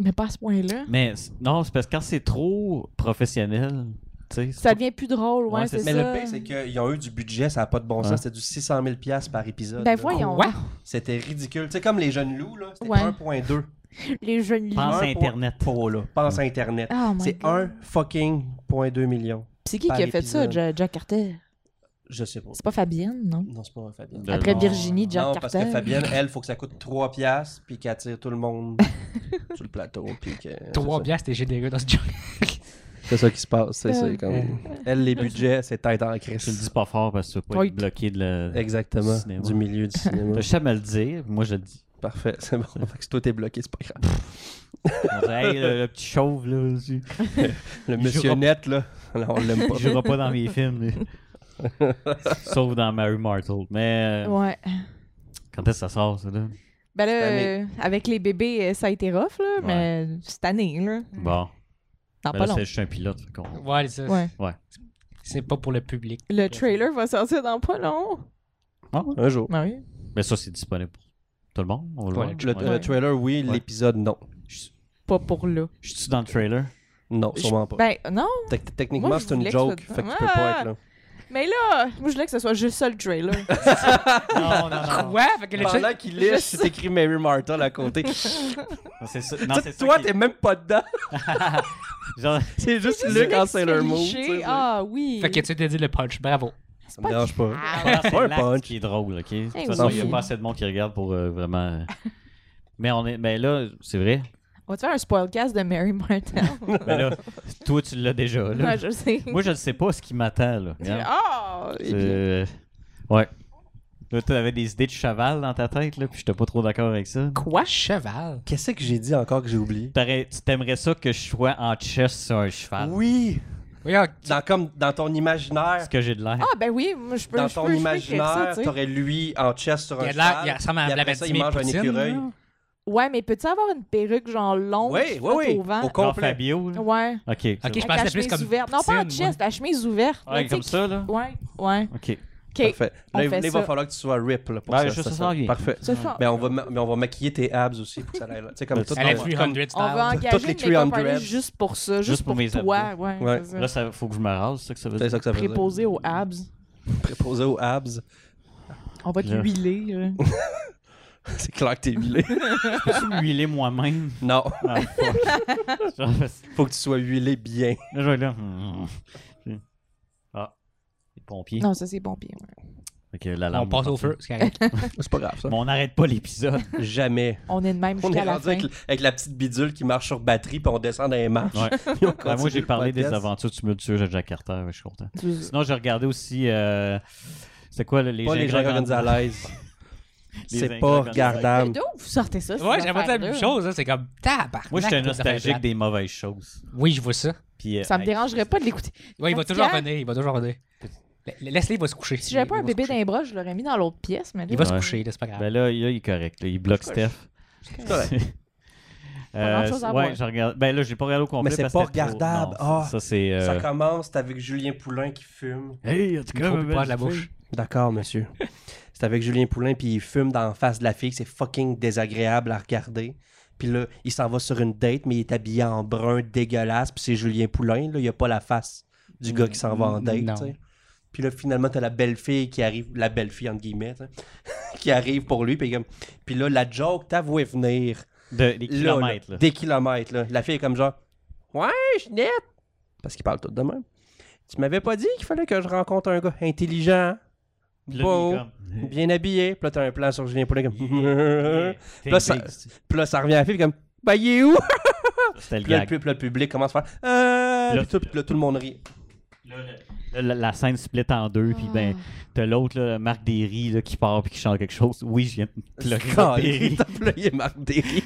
Speaker 2: Mais pas à ce point-là.
Speaker 1: mais c- non, c'est parce que quand c'est trop professionnel, tu sais. c'est
Speaker 2: Ça
Speaker 1: trop-
Speaker 2: devient plus drôle, ouais,
Speaker 1: Ouais,
Speaker 2: c'est
Speaker 1: c'est-
Speaker 2: ça.
Speaker 3: Mais le pire, c'est qu'ils ont eu du budget, ça n'a pas de bon
Speaker 1: Ouais.
Speaker 3: sens. C'était du 600 000 piastres par épisode.
Speaker 2: Ben
Speaker 3: là.
Speaker 2: voyons,
Speaker 4: ouais.
Speaker 3: C'était ridicule. Tu sais, comme les jeunes loups, là, c'était
Speaker 2: Ouais.
Speaker 3: 1.2.
Speaker 2: les jeunes
Speaker 1: Pense
Speaker 2: livres.
Speaker 1: à
Speaker 3: Un point-
Speaker 1: Internet.
Speaker 3: Oh là, pense à Internet.
Speaker 2: Oh my
Speaker 3: C'est
Speaker 2: God.
Speaker 3: 1 fucking point deux million.
Speaker 2: C'est qui
Speaker 3: par
Speaker 2: qui a fait ça,
Speaker 3: épisode.
Speaker 2: Ja- Jack Carter?
Speaker 3: Je sais pas.
Speaker 2: C'est pas Fabienne, non?
Speaker 3: Non, c'est pas Fabienne.
Speaker 1: De-
Speaker 2: Après
Speaker 1: non.
Speaker 2: Virginie, Jack
Speaker 3: non, parce
Speaker 2: Carter.
Speaker 3: que Fabienne, elle, faut que ça coûte 3 piastres, puis qu'elle attire tout le monde sur le plateau. Puis que,
Speaker 4: Trois bières, c'était généreux dans ce genre.
Speaker 3: C'est ça qui se passe. c'est- c'est
Speaker 2: Euh.
Speaker 3: comme- Elle, les budgets, c'est tête en
Speaker 1: Tu le dis
Speaker 3: crise.
Speaker 1: pas fort parce que tu veux pas
Speaker 2: Oui.
Speaker 1: être bloqué de le.
Speaker 3: Exactement.
Speaker 1: Du cinéma.
Speaker 3: Du milieu du cinéma.
Speaker 1: T'as juste à me le dire, moi je le dis.
Speaker 3: Parfait, c'est bon. Fait que si toi t'es bloqué, c'est pas grave.
Speaker 1: On dit, hey, le, le petit chauve, là, aussi.
Speaker 3: Le
Speaker 1: Il
Speaker 3: monsieur
Speaker 1: jouera-
Speaker 3: net, là, là, on l'aime pas.
Speaker 1: il jouera pas dans mes films. lui. Sauf dans Mary Martle. Mais euh,
Speaker 2: Ouais.
Speaker 1: quand est-ce que ça sort, ça, là?
Speaker 2: Ben là,
Speaker 3: Cette année.
Speaker 2: euh, avec les bébés, euh, ça a été rough,
Speaker 1: Ouais.
Speaker 2: là, mais cette année, là.
Speaker 1: Bon.
Speaker 2: Non,
Speaker 1: Ben
Speaker 2: Ah, pas
Speaker 1: là,
Speaker 2: long.
Speaker 1: c'est juste un pilote. fait qu'on-
Speaker 4: Ouais, c'est ça.
Speaker 2: Ouais.
Speaker 4: C'est pas pour le public.
Speaker 2: Le trailer va sortir dans pas long.
Speaker 1: Ah, ouais.
Speaker 3: Un jour.
Speaker 2: Ben oui.
Speaker 1: Mais ça, c'est disponible pour Tout le monde? On le
Speaker 4: Ouais,
Speaker 1: voit?
Speaker 3: Le,
Speaker 1: Ouais.
Speaker 3: le trailer, oui.
Speaker 1: Ouais.
Speaker 3: L'épisode, non.
Speaker 1: Je
Speaker 2: Pas pour là.
Speaker 1: je suis dans le trailer.
Speaker 3: Non,
Speaker 2: Je-
Speaker 3: sûrement pas.
Speaker 2: Ben non,
Speaker 3: Tec- Techniquement,
Speaker 2: moi, je
Speaker 3: c'est une
Speaker 2: voulais que ce
Speaker 3: joke.
Speaker 2: soit-
Speaker 3: Fait que tu peux pas être là.
Speaker 2: mais là, moi je voulais que ce soit juste ça le trailer.
Speaker 1: Non, non, non.
Speaker 4: Ouais, fait que le
Speaker 3: Pendant qu'il
Speaker 2: Je
Speaker 3: lit,
Speaker 2: sais.
Speaker 3: c'est écrit Mary Martin à côté.
Speaker 1: C'est ça. Non, c'est ça
Speaker 3: toi,
Speaker 1: qui-
Speaker 3: t'es même pas dedans.
Speaker 1: Genre,
Speaker 3: C'est juste
Speaker 2: C'est
Speaker 3: Luc
Speaker 2: là
Speaker 3: en
Speaker 2: que c'est
Speaker 3: Sailor Moon.
Speaker 2: liché.
Speaker 3: tu sais.
Speaker 2: Ah oui.
Speaker 4: Fait que tu t'es dit le punch, bravo.
Speaker 3: Ça me dérange pas.
Speaker 1: voilà, c'est
Speaker 3: Pas un
Speaker 1: l'acte
Speaker 3: punch.
Speaker 1: qui est drôle, ok? De toute
Speaker 2: Eh
Speaker 1: façon,
Speaker 3: oui.
Speaker 1: il n'y a pas assez de monde qui regarde pour euh, vraiment. Mais on est. Mais là, c'est vrai.
Speaker 2: On va te faire un spoilcast de Mary Martin.
Speaker 1: Mais là, toi, tu l'as déjà. Là.
Speaker 2: Moi je sais.
Speaker 1: Moi, je ne sais pas ce qui m'attend. Là. Regarde.
Speaker 2: Ah! et puis-
Speaker 1: Euh, Ouais. Là, tu avais des idées de cheval dans ta tête, là, puis j'étais pas trop d'accord avec ça.
Speaker 4: Quoi? Cheval?
Speaker 3: Qu'est-ce que j'ai dit encore que j'ai oublié?
Speaker 1: T'aurais- Tu t'aimerais ça que je sois en chess sur un cheval.
Speaker 3: Oui!
Speaker 4: Regarde,
Speaker 3: Dans, comme, dans ton imaginaire,
Speaker 1: Est-ce que j'ai de l'air?
Speaker 2: Ah ben oui, moi je peux
Speaker 3: dans
Speaker 2: je
Speaker 3: ton
Speaker 2: peux- je peux écrire ça,
Speaker 3: imaginaire,
Speaker 2: tu sais.
Speaker 3: t'aurais lui en chest sur
Speaker 4: il
Speaker 3: un
Speaker 4: a de l'air,
Speaker 3: cheval.
Speaker 4: il ressemble à
Speaker 3: puis
Speaker 4: la
Speaker 3: après ça, il
Speaker 4: Vladimir
Speaker 3: mange un
Speaker 4: Poutine,
Speaker 3: écureuil.
Speaker 4: là.
Speaker 2: Ouais, mais peux-tu avoir une perruque genre longue
Speaker 3: Oui,
Speaker 2: qui
Speaker 3: oui,
Speaker 2: flotte
Speaker 3: oui.
Speaker 2: au vent?
Speaker 3: Au
Speaker 1: Genre
Speaker 3: complet. Ah,
Speaker 1: Fabio. là?
Speaker 2: Ouais.
Speaker 1: Ok. c'est bon.
Speaker 4: Ok, je
Speaker 2: Avec la
Speaker 4: pensais plus
Speaker 2: chemise
Speaker 4: comme
Speaker 2: ouverte. Non, pas en
Speaker 4: Poutine,
Speaker 2: chest, la chemise ouverte.
Speaker 1: Ouais,
Speaker 2: Mais
Speaker 1: comme
Speaker 2: tu sais
Speaker 1: ça, là.
Speaker 2: qui- Ouais, ouais.
Speaker 1: Ok.
Speaker 2: OK.
Speaker 3: Parfait.
Speaker 2: on
Speaker 3: Là, il-
Speaker 2: fait
Speaker 3: là, il va
Speaker 2: ça.
Speaker 3: falloir que tu sois rip là, pour
Speaker 1: Ben,
Speaker 3: ça.
Speaker 1: je sais
Speaker 3: ça,
Speaker 1: ça
Speaker 3: ça.
Speaker 1: sent bien.
Speaker 3: Parfait.
Speaker 2: Ça sent-
Speaker 3: Mais on, va, ma- mais on va maquiller tes abs aussi pour que ça aille là. Tu sais, comme
Speaker 1: Ben,
Speaker 3: tout
Speaker 1: c'est
Speaker 4: À la
Speaker 1: Ah ouais.
Speaker 4: 300 style.
Speaker 2: On va
Speaker 3: Toutes
Speaker 2: engager
Speaker 3: les
Speaker 2: une make-up
Speaker 3: 300.
Speaker 2: artist juste pour ça, juste,
Speaker 1: Juste pour
Speaker 2: pour,
Speaker 1: mes
Speaker 2: toi. Ouais,
Speaker 3: Ouais.
Speaker 2: c'est ça.
Speaker 1: Là, ça faut que je me rase, c'est ça que ça veut
Speaker 3: C'est
Speaker 1: dire.
Speaker 3: ça que ça veut dire.
Speaker 2: Préposé aux abs.
Speaker 3: Préposé aux abs.
Speaker 2: On va te
Speaker 1: Là.
Speaker 2: huiler. là.
Speaker 3: C'est clair que t'es huilé.
Speaker 1: Peux-tu m'huiler moi-même?
Speaker 3: non,
Speaker 1: Ah, fuck. Genre, parce-
Speaker 3: faut que tu sois huilé bien.
Speaker 1: là, je vais là. Hmm. Ah. Les pompiers.
Speaker 2: Non, ça c'est bon pied. ouais.
Speaker 1: Fait que la
Speaker 4: On
Speaker 1: lampe-
Speaker 4: passe au feu, c'est correct.
Speaker 3: C'est pas grave, ça.
Speaker 1: Mais on n'arrête pas l'épisode.
Speaker 3: Jamais.
Speaker 2: On est de même
Speaker 3: On est
Speaker 2: jusqu'à la
Speaker 3: rendu
Speaker 2: fin.
Speaker 3: avec, l- avec la petite bidule qui marche sur batterie, puis on descend dans les marches.
Speaker 1: Ouais.
Speaker 3: puis on
Speaker 1: Ben, moi,
Speaker 3: continue
Speaker 1: j'ai
Speaker 3: le
Speaker 1: parlé des
Speaker 3: podcast.
Speaker 1: aventures tumultueuses de Jack Carter, je suis content.
Speaker 2: Tu-
Speaker 1: Sinon, j'ai regardé aussi. euh, C'est quoi là, les
Speaker 3: Pas les gens
Speaker 1: ingrats-
Speaker 3: organisés à l'aise.
Speaker 1: Les
Speaker 3: C'est
Speaker 1: ingrats
Speaker 3: pas
Speaker 1: organisés.
Speaker 3: regardable.
Speaker 2: D'où vous sortez ça?
Speaker 4: Ouais, j'avais pas la même chose, hein, c'est comme tabarnak.
Speaker 1: Moi, j'étais
Speaker 4: tout ça fait
Speaker 1: nostalgique
Speaker 4: plate.
Speaker 1: des mauvaises choses.
Speaker 4: Oui, je vois ça.
Speaker 1: Puis, euh,
Speaker 2: Ça me
Speaker 1: hey,
Speaker 2: dérangerait pas de l'écouter.
Speaker 4: Ouais, il va
Speaker 2: Parce
Speaker 4: toujours
Speaker 2: que-
Speaker 4: revenir, il va toujours revenir. Laisse-le, il va se coucher.
Speaker 2: Si j'avais pas
Speaker 4: Il
Speaker 2: un
Speaker 4: va se
Speaker 2: bébé
Speaker 4: coucher.
Speaker 2: dans les bras, je l'aurais mis dans l'autre pièce. Mais là,
Speaker 4: Il va se
Speaker 1: Ouais.
Speaker 4: coucher, là, c'est pas grave.
Speaker 1: Ben là, il- là, il est correct. là, il bloque Steph.
Speaker 3: correct.
Speaker 2: Pas grand-chose à
Speaker 1: ouais,
Speaker 2: voir.
Speaker 1: je regarde. Ben là, j'ai pas regardé au complet.
Speaker 3: Mais c'est
Speaker 1: parce
Speaker 3: pas
Speaker 1: que c'était trop-
Speaker 3: regardable.
Speaker 1: Non,
Speaker 3: Ah.
Speaker 1: ça, c'est. euh,
Speaker 3: Ça commence t'es avec Julien Poulain qui fume.
Speaker 1: Hey, en tout
Speaker 4: Il
Speaker 1: cas,
Speaker 4: faut
Speaker 1: ma
Speaker 4: pas de la
Speaker 1: belle-fille.
Speaker 4: bouche.
Speaker 3: D'accord, monsieur. C'est avec Julien Poulain, puis il fume dans la face de la fille. C'est fucking désagréable à regarder. Puis là, il s'en va sur une date, mais il est habillé en brun dégueulasse. Puis c'est Julien Poulain, là, il a pas la face du gars qui s'en va en date.
Speaker 4: Non.
Speaker 3: tu sais. Puis là, finalement, t'as la belle-fille qui arrive, la belle-fille, entre guillemets, tu sais, qui arrive pour lui. Puis, comme... puis là, la joke, t'as voué venir.
Speaker 1: De, des
Speaker 3: Là,
Speaker 1: kilomètres,
Speaker 3: là,
Speaker 1: là.
Speaker 3: Des kilomètres, là. La fille est comme genre, ouais, je suis nette. Parce qu'il parle tout de même. Tu m'avais pas dit qu'il fallait que je rencontre un gars intelligent,
Speaker 1: Puis là,
Speaker 3: beau,
Speaker 1: il est comme, euh,
Speaker 3: bien habillé. Puis là, t'as un plan sur Julien Poulin. Comme...
Speaker 1: Yeah, t'es
Speaker 3: Là, ça-
Speaker 1: big, c'est-
Speaker 3: Puis là, ça revient à la fille. Comme, bah, il est où?
Speaker 1: C'était le
Speaker 3: Puis là, le,
Speaker 1: gag.
Speaker 3: pub- puis là, le public commence à faire. Euh...
Speaker 1: Là,
Speaker 3: Puis, tout, puis là, tout le monde rit.
Speaker 1: Là, La, la scène split en deux, puis ben, t'as l'autre, là, Marc Derry, là, qui part puis qui chante quelque chose. Oui, je viens de plugger Marc Derry.
Speaker 3: Puis là, il est Marc Derry.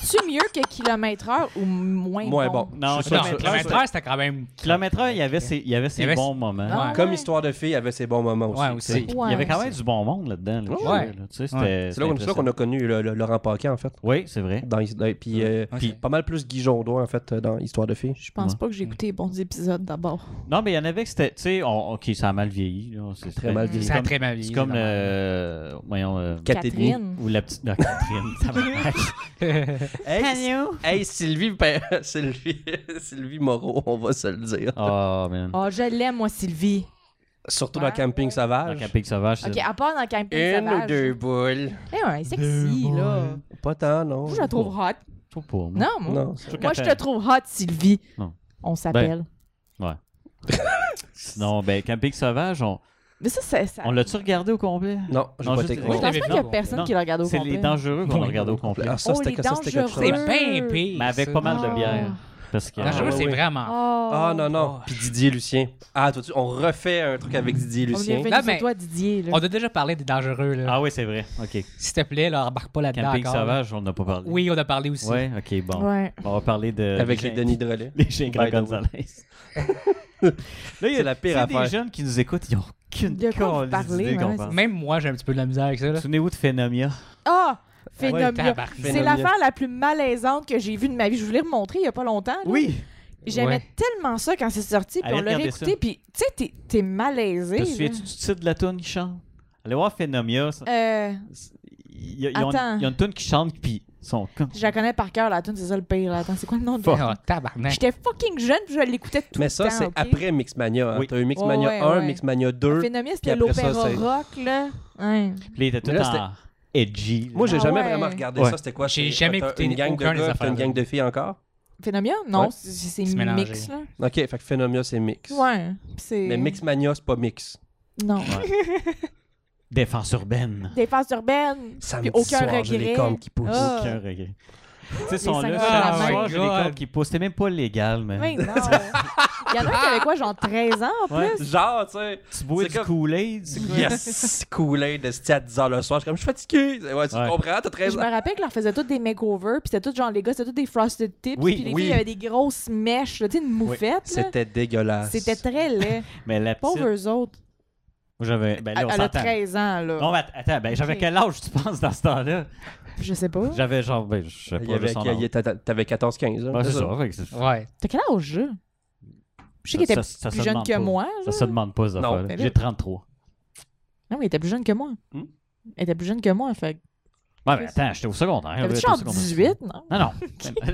Speaker 2: C'est mieux que kilomètre heure ou moins,
Speaker 3: Moins bon.
Speaker 1: Non,
Speaker 3: Je suis
Speaker 4: Non,
Speaker 3: sûr-
Speaker 4: mais
Speaker 1: kilomètre heure,
Speaker 4: le heure, c'était quand même.
Speaker 1: Kilomètre heure, il y avait ses, il y avait ses
Speaker 4: Il y avait-
Speaker 1: bons moments.
Speaker 4: Ouais.
Speaker 2: Ah
Speaker 3: Comme
Speaker 2: ouais.
Speaker 3: histoire de fille, il avait ses bons moments aussi.
Speaker 4: Ouais, aussi.
Speaker 2: Ouais.
Speaker 1: Il y avait quand même du bon monde là-dedans. là,
Speaker 3: Ouais.
Speaker 1: je dirais, là. Tu sais, c'était-
Speaker 4: Ouais.
Speaker 3: C'est là qu'on c'est là qu'on a connu le- le- Laurent Paquin, en fait.
Speaker 1: Oui, c'est vrai.
Speaker 3: Dans, dans- puis, euh,
Speaker 4: Ouais.
Speaker 3: puis pas mal plus Guy Jondois, en fait, euh, dans Histoire de filles.
Speaker 2: Je pense pas que j'ai écouté les bons épisodes d'abord.
Speaker 1: Non, mais il y en avait que c'était. Tu sais, on- ok, ça a mal vieilli. là, c'est-
Speaker 3: Très mal
Speaker 1: c'est
Speaker 3: vieilli.
Speaker 4: Ça a
Speaker 1: comme-
Speaker 4: très mal vieilli,
Speaker 1: C'est comme.
Speaker 4: c'est normal.
Speaker 1: euh, voyons. euh,
Speaker 3: Quatre et demi.
Speaker 2: Catherine.
Speaker 1: ou la petite. Non, Catherine. tabarnak.
Speaker 3: Hey, hey, Sylvie, Pe- Sylvie, Sylvie Moreau, on va se le dire.
Speaker 1: Oh, man.
Speaker 2: Oh, je l'aime, moi, Sylvie.
Speaker 3: Surtout dans Camping Sauvage.
Speaker 1: Dans Camping Sauvage,
Speaker 2: Ok,
Speaker 1: c'est-
Speaker 2: à part dans Camping
Speaker 3: Une
Speaker 2: Sauvage.
Speaker 3: ou deux boules.
Speaker 2: Eh ouais, sexy, là.
Speaker 3: Pas tant, non.
Speaker 2: Moi, je la trouve hot.
Speaker 1: Tout pour moi.
Speaker 2: Non, moi.
Speaker 3: Non, c'est-
Speaker 2: Moi, je te trouve hot, Sylvie.
Speaker 1: Non.
Speaker 2: On s'appelle.
Speaker 1: Sinon, ben, Camping Sauvage, on,
Speaker 2: Mais ça, c'est ça.
Speaker 1: on l'a-tu regardé au complet?
Speaker 3: non, j'ai
Speaker 1: Non,
Speaker 3: pas
Speaker 1: juste-
Speaker 3: été
Speaker 1: oui,
Speaker 2: Moi,
Speaker 1: on
Speaker 2: je pense
Speaker 4: l'avait
Speaker 2: pas
Speaker 4: vu
Speaker 2: qu'il y a
Speaker 4: au
Speaker 2: personne
Speaker 1: complet.
Speaker 2: qui l'a regardé au
Speaker 1: C'est
Speaker 2: complet.
Speaker 1: les dangereux qu'on a regardé au complet.
Speaker 3: Ah, ça,
Speaker 2: Oh, les
Speaker 3: c'était ça, c'était quelque
Speaker 2: dangereux.
Speaker 4: C'est
Speaker 3: chose.
Speaker 4: bien pire.
Speaker 1: Mais avec
Speaker 4: ça.
Speaker 1: pas mal de
Speaker 2: Ah.
Speaker 1: bière. Parce que.
Speaker 4: Ah, je
Speaker 3: Ah,
Speaker 4: vois,
Speaker 3: ouais,
Speaker 4: c'est
Speaker 3: ouais.
Speaker 4: vraiment.
Speaker 2: Oh.
Speaker 3: Ah non, non.
Speaker 4: Oh.
Speaker 3: Puis Didier Lucien. Ah, toi, tu- on refait un truc avec Didier
Speaker 2: On est
Speaker 3: Lucien.
Speaker 2: revenu
Speaker 4: Non,
Speaker 2: sur
Speaker 4: mais-
Speaker 2: toi, Didier. Là.
Speaker 4: On a déjà parlé des dangereux, là.
Speaker 1: Ah oui, c'est vrai. OK.
Speaker 4: S'il te plaît, là, embarque pas là-dedans.
Speaker 1: Camping
Speaker 4: encore.
Speaker 1: Sauvage, on n'a pas parlé.
Speaker 4: Oui, on a parlé aussi.
Speaker 1: Ouais, OK, bon.
Speaker 2: Ouais.
Speaker 1: On va parler de.
Speaker 3: Avec
Speaker 1: des
Speaker 3: les
Speaker 1: gens-
Speaker 3: Denis Drolet.
Speaker 1: Les Gingras
Speaker 3: By the way.
Speaker 1: Gonzalez. Là, il y a
Speaker 3: C'est la pire
Speaker 1: tu sais, des
Speaker 3: affaire.
Speaker 1: jeunes qui nous écoutent, ils n'ont aucune
Speaker 2: De quoi
Speaker 1: câlisse
Speaker 2: vous parlez,
Speaker 1: d'idée qu'on
Speaker 2: ouais,
Speaker 1: parle.
Speaker 4: Même moi, j'ai un petit peu de la misère avec ça, là.
Speaker 1: Souvenez-vous de Phenomia.
Speaker 2: Ah!
Speaker 4: Ouais,
Speaker 2: Phénomène.
Speaker 4: tabarnak.
Speaker 2: c'est l'affaire la plus malaisante que j'ai vue de ma vie. Je voulais remontrer il y a pas longtemps. là. J'aimais
Speaker 4: Ouais.
Speaker 2: tellement ça quand c'est sorti, puis
Speaker 1: Allez
Speaker 2: on l'a
Speaker 1: regarder
Speaker 2: réécouté,
Speaker 1: ça.
Speaker 2: puis tu sais, t'es- t'es malaisé.
Speaker 1: Te
Speaker 2: là.
Speaker 1: souviens-tu du titre de la tune qui chante? Allez voir Phenomia. ça-
Speaker 2: Euh,
Speaker 1: c'est- y a- y a- ils ont-
Speaker 2: Attends.
Speaker 1: ils ont une tune qui chante, puis ils sont comme.
Speaker 2: Je la connais par cœur, la tune, c'est ça le pire. Là. Attends, c'est quoi le nom de
Speaker 1: Fuck.
Speaker 2: la
Speaker 4: Oh,
Speaker 2: tune?
Speaker 4: tabarnak.
Speaker 2: J'étais fucking jeune, puis je l'écoutais tout
Speaker 3: Mais
Speaker 2: le temps.
Speaker 3: ça, c'est
Speaker 2: ok?
Speaker 3: après Mixmania. hein.
Speaker 1: Oui.
Speaker 3: T'as eu Mixmania
Speaker 2: Ouais, ouais,
Speaker 3: 1,
Speaker 2: ouais.
Speaker 3: Mixmania 2.
Speaker 2: Phénomène,
Speaker 3: Puis
Speaker 2: c'était
Speaker 3: après ça,
Speaker 2: l'opéra
Speaker 3: c'est-
Speaker 2: rock, là. Ouais.
Speaker 1: Puis là, t'es
Speaker 3: Mais
Speaker 1: tout
Speaker 3: là,
Speaker 1: en edgy. là.
Speaker 3: Moi, j'ai
Speaker 2: Ah
Speaker 3: jamais
Speaker 2: ouais.
Speaker 3: vraiment regardé
Speaker 1: Ouais.
Speaker 3: ça. C'était quoi c'est-
Speaker 4: J'ai jamais
Speaker 3: t'as
Speaker 4: écouté
Speaker 3: une gang de
Speaker 4: aucun des
Speaker 3: gars, t'as une
Speaker 4: affaires-là.
Speaker 3: gang de filles encore.
Speaker 2: Phénomène? Non,
Speaker 3: Ouais.
Speaker 2: c'est c'est
Speaker 4: C'est mélangé.
Speaker 2: mix, là.
Speaker 3: Ok, fait que Phénomia, c'est mix.
Speaker 2: Ouais. puis c'est-
Speaker 3: Mais Mixmania, c'est pas mix.
Speaker 2: Non.
Speaker 1: défense urbaine.
Speaker 2: Défense urbaine.
Speaker 3: Ça
Speaker 2: Puis aucun regret.
Speaker 3: qui poussent.
Speaker 2: Ah.
Speaker 1: Aucun regret. Tu sais, ils sont
Speaker 2: cinq
Speaker 1: là,
Speaker 2: heures
Speaker 1: chaque
Speaker 4: de la
Speaker 1: soir,
Speaker 4: main.
Speaker 1: j'ai des
Speaker 4: God.
Speaker 1: cordes qui poussent. C'était même pas légal, man.
Speaker 2: Oui, non. Il y en a un qui avait quoi, genre 13 ans, en plus?
Speaker 1: Ouais.
Speaker 3: Genre, tu sais.
Speaker 1: Tu bois
Speaker 3: C'est
Speaker 1: du
Speaker 3: comme-
Speaker 1: Kool-Aid. c'est quoi?
Speaker 3: Yes! coulé de ce à 10 h le soir. Je suis comme, je suis fatigué. Ouais, tu
Speaker 1: Ouais.
Speaker 3: comprends? T'as 13
Speaker 2: Je me
Speaker 3: ans.
Speaker 2: rappelle qu'ils leur faisaient tous des makeovers, puis c'était tous genre les gars, c'était tous des frosted tips,
Speaker 1: Oui,
Speaker 2: puis les
Speaker 3: oui.
Speaker 2: filles avaient des grosses mèches, là, tu sais, une moufette. là.
Speaker 3: C'était dégueulasse.
Speaker 2: C'était très laid.
Speaker 1: Mais la petite,
Speaker 2: Pauvres
Speaker 1: moi,
Speaker 2: eux autres.
Speaker 1: j'avais... Ben là, on
Speaker 2: elle a
Speaker 1: s'entend.
Speaker 2: 13 ans, là.
Speaker 1: Non, mais att- attends, ben, j'avais
Speaker 2: Ok.
Speaker 1: quel âge, tu penses, dans ce temps-là?
Speaker 2: Je sais pas.
Speaker 1: J'avais genre, ben, je sais pas,
Speaker 3: Il y avait-
Speaker 1: son
Speaker 3: il y
Speaker 1: âge.
Speaker 3: a- t'a- T'avais hein. 14-15 ans.
Speaker 1: Ouais, c'est ça, fait que c'est-
Speaker 4: Ouais.
Speaker 2: T'as quel âge, je? Je sais qu'il
Speaker 1: ça- ça-
Speaker 2: était
Speaker 1: ça
Speaker 2: plus
Speaker 1: se
Speaker 2: jeune
Speaker 1: demande
Speaker 2: que
Speaker 1: pas.
Speaker 2: moi.
Speaker 1: Ça se demande pas, ça.
Speaker 3: Non,
Speaker 1: affaire-là.
Speaker 2: mais là-
Speaker 1: J'ai 33.
Speaker 2: Non, mais il était plus jeune que moi.
Speaker 3: Hmm?
Speaker 2: Il était plus jeune que moi, fait. que-
Speaker 1: Ouais, mais attends, j'étais au secondaire. là,
Speaker 2: T'avais-tu
Speaker 1: j'étais au
Speaker 2: genre
Speaker 1: secondaire.
Speaker 2: 18, non?
Speaker 1: Non, non.